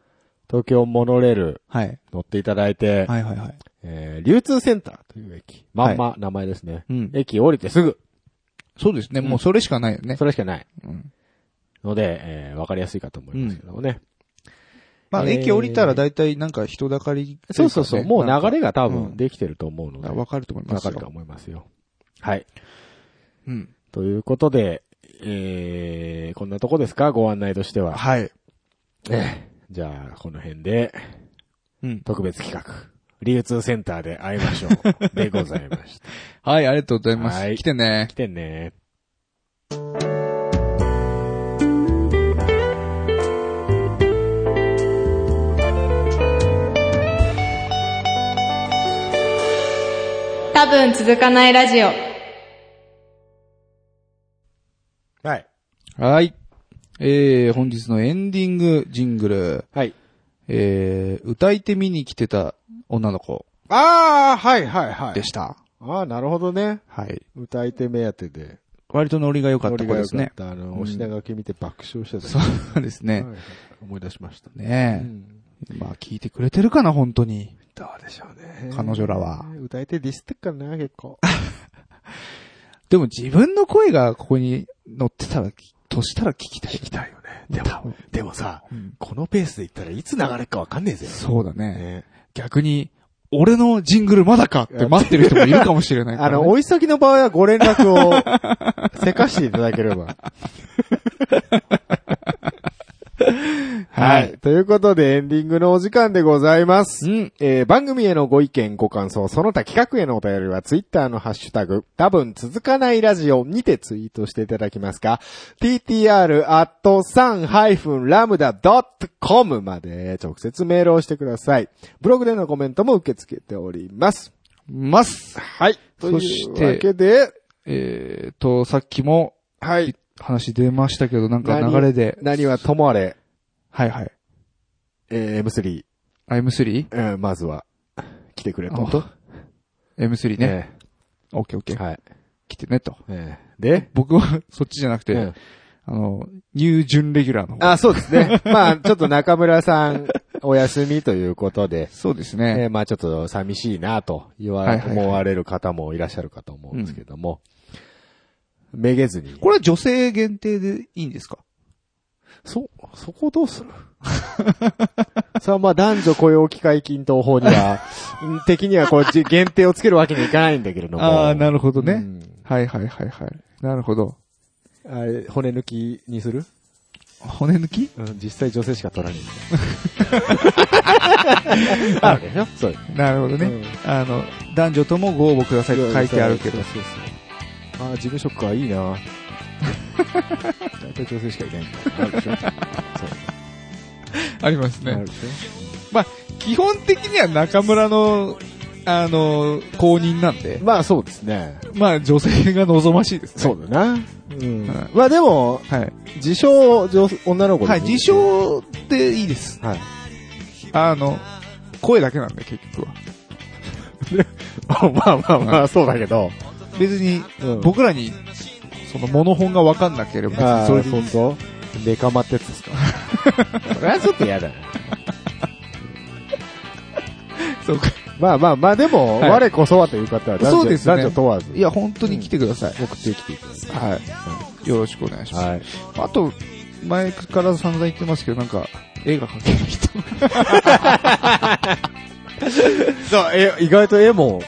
[SPEAKER 2] 東京モノレール
[SPEAKER 1] はい。
[SPEAKER 2] 乗っていただいて、
[SPEAKER 1] はいはいはい。
[SPEAKER 2] えー、流通センターという駅。まんま名前ですね。
[SPEAKER 1] うん
[SPEAKER 2] 駅降りてすぐ。
[SPEAKER 1] そうですね。もうそれしかないよね。
[SPEAKER 2] それしかない。
[SPEAKER 1] うん
[SPEAKER 2] ので、えー、わかりやすいかと思いますけどもね。
[SPEAKER 1] まあ
[SPEAKER 2] えー
[SPEAKER 1] 駅降りたら大体なんか人だかりっていかね、
[SPEAKER 2] そうそうそう。もう流れが多
[SPEAKER 1] うん
[SPEAKER 2] 分できてると思うので、
[SPEAKER 1] がわかると思いま
[SPEAKER 2] わ
[SPEAKER 1] す
[SPEAKER 2] か
[SPEAKER 1] よ。
[SPEAKER 2] ると思いますよ。はい。
[SPEAKER 1] うん。
[SPEAKER 2] ということで、えー、こんなとこですかご案内としては。
[SPEAKER 1] はい。
[SPEAKER 2] えーじゃあ、この辺で、
[SPEAKER 1] うん。
[SPEAKER 2] 特別企画、流通センターで会いましょ う。でございました。
[SPEAKER 1] はい、ありがとうございま
[SPEAKER 2] は
[SPEAKER 1] す。
[SPEAKER 2] い
[SPEAKER 1] 来てね
[SPEAKER 2] 来。てね。
[SPEAKER 6] 多分続かないラジオ。
[SPEAKER 2] はい。
[SPEAKER 1] はい。えー、本日のエンディングジングル。
[SPEAKER 2] はい。
[SPEAKER 1] えー、歌い手見に来てた女の子
[SPEAKER 2] ああ、はいはいは
[SPEAKER 1] でした。
[SPEAKER 2] ああ、なるほどね。
[SPEAKER 1] はい。
[SPEAKER 2] 歌い手目当てで。
[SPEAKER 1] 割とノリが良かった子ですね。
[SPEAKER 2] ノリが良かったあ
[SPEAKER 1] うん
[SPEAKER 2] の、お品書き見て爆笑してた。
[SPEAKER 1] そう ですね
[SPEAKER 2] は。いはい思い出しましたね。う
[SPEAKER 1] ね
[SPEAKER 2] ん
[SPEAKER 1] え。まあ聞いてくれてるかな、本当に。
[SPEAKER 2] どうでしょうね。
[SPEAKER 1] 彼女らは。
[SPEAKER 2] 歌い手ディスってっからな、結構。
[SPEAKER 1] でも自分の声がここに乗ってたら、としたら聞きたい。聞きたいよね。
[SPEAKER 2] でも、でもさ、このペースでいったらいつ流れるかわかんねえぜ。
[SPEAKER 1] そうだね。
[SPEAKER 2] ね
[SPEAKER 1] 逆に、俺のジングルまだかって待ってる人もいるかもしれないから
[SPEAKER 2] あ
[SPEAKER 1] ね、
[SPEAKER 2] の、お急ぎの場合はご連絡を、 せかしていただければ。は
[SPEAKER 1] はい
[SPEAKER 2] い。ということで、エンディングのお時間でございます。えー番組へのご意見、ご感想、その他企画へのお便りは、ツイッターのハッシュタグ、多分続かないラジオにてツイートしていただきますか、ttr.san-lambda.com まで直接メールをしてください。ブログでのコメントも受け付けております。
[SPEAKER 1] ます。
[SPEAKER 2] はい。と
[SPEAKER 1] そし
[SPEAKER 2] い
[SPEAKER 1] て
[SPEAKER 2] うわけで、
[SPEAKER 1] えーと、さっきも
[SPEAKER 2] はい。
[SPEAKER 1] 話出ましたけど、なんか流れで、
[SPEAKER 2] 何はともあれ、
[SPEAKER 1] はいはい。
[SPEAKER 2] えー M3、
[SPEAKER 1] M3?
[SPEAKER 2] えーまずは、来てくれと。
[SPEAKER 1] 本当 ?M3 ね。
[SPEAKER 2] え
[SPEAKER 1] オッケーオッケ
[SPEAKER 2] え
[SPEAKER 1] ー。
[SPEAKER 2] はい。
[SPEAKER 1] 来てねと。
[SPEAKER 2] ええで、
[SPEAKER 1] 僕は そっちじゃなくて、
[SPEAKER 2] うん
[SPEAKER 1] あの、入準レギュラーの方。
[SPEAKER 2] あ、そうで すね。まあ、ちょっと中村さん、お休みということで、
[SPEAKER 1] そうです
[SPEAKER 2] え
[SPEAKER 1] ね。
[SPEAKER 2] ーまあ、ちょっと寂しいなと言わ、
[SPEAKER 1] はいはいはい
[SPEAKER 2] 思われる方もいらっしゃるかと思うんですけども、めげずに。
[SPEAKER 1] これは女性限定でいいんですか
[SPEAKER 2] そ、そこどう するさあ、まあ、男女雇用機会均等法に は、うん的にはこう、じ限定をつけるわけにいかないんだけれども。
[SPEAKER 1] ああ、なるほどね、
[SPEAKER 2] うん
[SPEAKER 1] はいはいはいはい。なるほど。
[SPEAKER 2] あれ骨抜きにする
[SPEAKER 1] 骨抜き
[SPEAKER 2] うん、実際女性しか 取らないんだよ。あるでしょそう。
[SPEAKER 1] なるほどね、あの、男女ともご応募くださいと書いてあるけど。
[SPEAKER 2] そうそう。ああ、事務職か、いいな。やっぱり女性しかいないんだ。あるでしょそう。
[SPEAKER 1] あります
[SPEAKER 2] ある
[SPEAKER 1] ね。
[SPEAKER 2] でしょ
[SPEAKER 1] まあ、基本的には中村の、あの、公認なんで、
[SPEAKER 2] まあそうですね。
[SPEAKER 1] まあ女性が望ましいですね。
[SPEAKER 2] そうだな。うん
[SPEAKER 1] ん。
[SPEAKER 2] まあでも、
[SPEAKER 1] はい。
[SPEAKER 2] 自称、女女の子で
[SPEAKER 1] はい、自。称でいいです。
[SPEAKER 2] はい。
[SPEAKER 1] あの、声だけなんで結局は。
[SPEAKER 2] まあまあまあ、そうだけど。
[SPEAKER 1] 別に、
[SPEAKER 2] うん
[SPEAKER 1] 僕らに、その物本がわかんなければ、別にそれでいいです。
[SPEAKER 2] 当デカマってやつ ですかそれはちょっと嫌だな。
[SPEAKER 1] そうか。
[SPEAKER 2] まあまあまあ、でも、
[SPEAKER 1] はい
[SPEAKER 2] 我こそはという方は男女、
[SPEAKER 1] そうですね
[SPEAKER 2] 男女問わず。
[SPEAKER 1] いや、本当に来てください。
[SPEAKER 2] 送ってきていただいて。
[SPEAKER 1] はい。よろしくお願いします。
[SPEAKER 2] はい。
[SPEAKER 1] あと、前から散々言ってますけど、なんか、映画関係の 人。
[SPEAKER 2] そう、え、意外と絵も、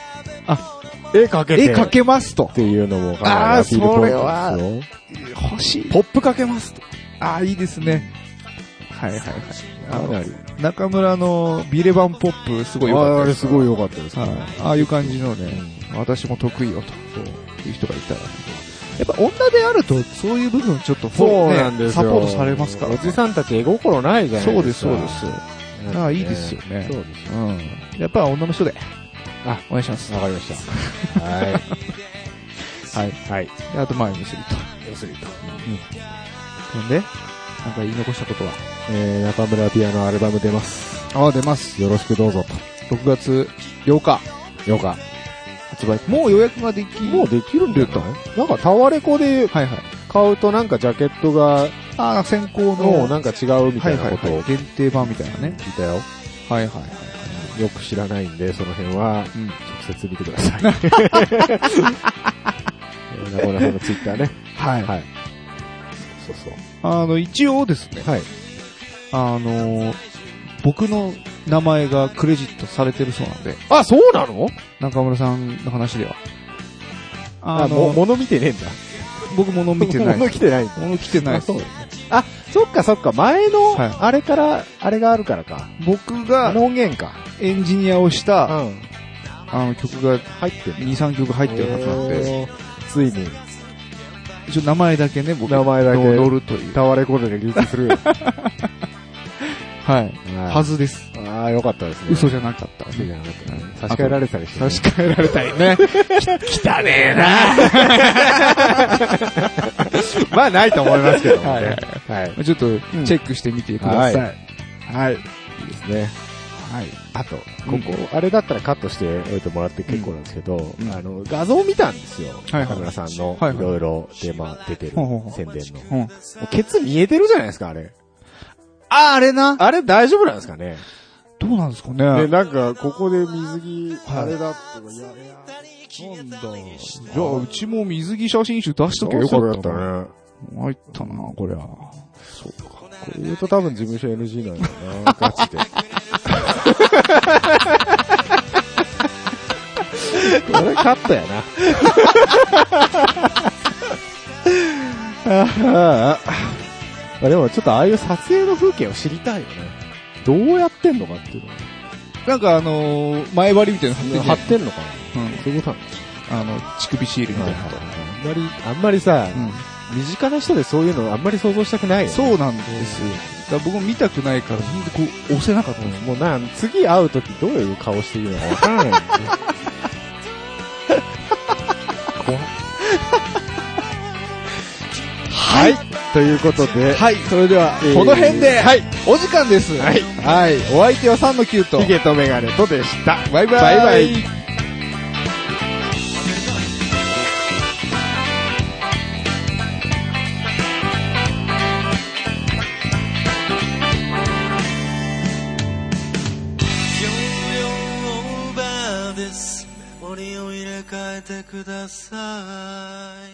[SPEAKER 1] あ、
[SPEAKER 2] 絵描けて。
[SPEAKER 1] 絵描けますと
[SPEAKER 2] っ。ていうのもかなり
[SPEAKER 1] あー
[SPEAKER 2] アピールポイントですよ
[SPEAKER 1] それは欲しい。
[SPEAKER 2] ポップかけますと。
[SPEAKER 1] ああ、いいですね。はいはいはい。あ
[SPEAKER 2] かなり
[SPEAKER 1] の、中村のビレバンポップ、すごい良かったです。
[SPEAKER 2] ごい良かったです
[SPEAKER 1] はい。ああいう感じのね、私も得意よという人がいたら。やっぱ女であると、そういう部分ちょっとフォ
[SPEAKER 2] そう
[SPEAKER 1] ね
[SPEAKER 2] なんです
[SPEAKER 1] サ
[SPEAKER 2] よ。
[SPEAKER 1] ポートされますから、
[SPEAKER 2] おじさんたち絵心ないじゃない
[SPEAKER 1] そう
[SPEAKER 2] で
[SPEAKER 1] ですす、
[SPEAKER 2] か。
[SPEAKER 1] そうです。
[SPEAKER 2] なんかね。
[SPEAKER 1] ああいいですよね
[SPEAKER 2] そうです。
[SPEAKER 1] うん。やっぱ女の人で。
[SPEAKER 2] あ、
[SPEAKER 1] お願いします。
[SPEAKER 2] わかりました。はい。
[SPEAKER 1] はい。
[SPEAKER 2] はい。
[SPEAKER 1] であと、前にする
[SPEAKER 2] 要するにと。
[SPEAKER 1] と。んで、なんか言い残したことは
[SPEAKER 2] えー、中村ピアノアルバム出ます。
[SPEAKER 1] ああ、出ます。
[SPEAKER 2] よろしくどうぞ
[SPEAKER 1] 6月8日
[SPEAKER 2] と。よか。
[SPEAKER 1] 発売。もう予約ができ
[SPEAKER 2] もうできるんだよ
[SPEAKER 1] 出た。
[SPEAKER 2] なんかタワレコで
[SPEAKER 1] はいはい。
[SPEAKER 2] 買うとなんかジャケットが、
[SPEAKER 1] ああ、先行
[SPEAKER 2] もう
[SPEAKER 1] の、
[SPEAKER 2] なんか違うみた
[SPEAKER 1] はいい
[SPEAKER 2] な
[SPEAKER 1] はい
[SPEAKER 2] こと
[SPEAKER 1] は
[SPEAKER 2] を
[SPEAKER 1] い。限定版みたいなね。
[SPEAKER 2] 聞いたよ。
[SPEAKER 1] はいはいはい。
[SPEAKER 2] よく知らないんで、その辺は、
[SPEAKER 1] うん
[SPEAKER 2] 直接見てくださ い。中村さんのツイッターね。
[SPEAKER 1] はい。
[SPEAKER 2] はい。そうそう
[SPEAKER 1] あの、一応ですね、
[SPEAKER 2] そう。はい。
[SPEAKER 1] あの、僕の名前がクレジットされてるそうなんで、
[SPEAKER 2] あ、そうなの
[SPEAKER 1] 中村さんの話では。あ
[SPEAKER 2] あ、も、
[SPEAKER 1] の、
[SPEAKER 2] 物見てねえんだ。
[SPEAKER 1] 僕物見てない。
[SPEAKER 2] 物見てないんだ。
[SPEAKER 1] 物来てない
[SPEAKER 2] あ
[SPEAKER 1] です
[SPEAKER 2] そう。だねあ、そっかそっか、前の、
[SPEAKER 1] はい
[SPEAKER 2] あれから、あれがあるからか。
[SPEAKER 1] 僕
[SPEAKER 2] あ
[SPEAKER 1] が
[SPEAKER 2] の音源か。
[SPEAKER 1] エンジニアをし
[SPEAKER 2] う
[SPEAKER 1] た、
[SPEAKER 2] ん。
[SPEAKER 1] あの曲が
[SPEAKER 2] 入って
[SPEAKER 1] 2、3曲入ってるはずなんで、
[SPEAKER 2] で。ついに、
[SPEAKER 1] 一応名前だけね、僕
[SPEAKER 2] 名前だけ
[SPEAKER 1] 乗るという。
[SPEAKER 2] タワレコードでリリースするよ。
[SPEAKER 1] はい。 は
[SPEAKER 2] は。
[SPEAKER 1] ずです。
[SPEAKER 2] ああ、よかったですね。
[SPEAKER 1] 嘘じゃなかった。
[SPEAKER 2] 嘘 じゃなかったね。差し替えられたりしてね。
[SPEAKER 1] 差し替えられたりね。
[SPEAKER 2] 汚ねえな まあ、ないと思いますけどもね。
[SPEAKER 1] はい
[SPEAKER 2] はい。
[SPEAKER 1] ちょっとチェックしてみてください。
[SPEAKER 2] ははい。いいですね。はい。あと、ここ、あれだったらカットしておいてもらって結構なんですけど、
[SPEAKER 1] ん
[SPEAKER 2] あの、画像を見たんですよ。
[SPEAKER 1] はいはい
[SPEAKER 2] 中村さんの、
[SPEAKER 1] はいはい
[SPEAKER 2] いろいろ出ま、出てる
[SPEAKER 1] ほうほうほう
[SPEAKER 2] 宣伝の。も
[SPEAKER 1] うん、
[SPEAKER 2] うケツ見えてるじゃないですか、あれ。
[SPEAKER 1] あ、あれな。
[SPEAKER 2] あれ大丈夫なんですかね。
[SPEAKER 1] どうなんですかね。
[SPEAKER 2] で、なんか、ここで水着、
[SPEAKER 1] はい
[SPEAKER 2] あれだとか、いやいや。
[SPEAKER 1] なんだ。じゃあ、うちも水着写真集出しとけばよかったな。
[SPEAKER 2] ね。
[SPEAKER 1] 参ったな、こりゃ。そうか。
[SPEAKER 2] これ言うと多分事務所 NG なんだよな、ガチ で。これカットやな。あああでもちょっとああいう撮影の風景を知りたいよね。どうやってんのかっていうの
[SPEAKER 1] なんかあのー前張りみたいなの貼
[SPEAKER 2] 貼
[SPEAKER 1] っ
[SPEAKER 2] っててんのかな
[SPEAKER 1] てんじ
[SPEAKER 2] そういうことな
[SPEAKER 1] ゃんう
[SPEAKER 2] の
[SPEAKER 1] ん。あの、乳首シールみたいなのとか。
[SPEAKER 2] あんまり、あんまりさ、
[SPEAKER 1] うん。
[SPEAKER 2] 身近な人でそういうのあんまり想像したくないよ、ね。
[SPEAKER 1] そうなんですよ。だから僕も見たくないから、ほんとこう、押せなかったんです
[SPEAKER 2] もうな、次会うときどういう顔していいのかわからないもんね。はい。ということで、
[SPEAKER 1] はい、それでは、
[SPEAKER 2] えー
[SPEAKER 1] この辺で、
[SPEAKER 2] はい
[SPEAKER 1] お時間です。
[SPEAKER 2] はい
[SPEAKER 1] はい、お相手は3の9と、
[SPEAKER 2] ヒゲとメガネとでした。
[SPEAKER 1] バイバイ。
[SPEAKER 2] バイバイ
[SPEAKER 7] 容量オーバーですメモリを入れ替えてください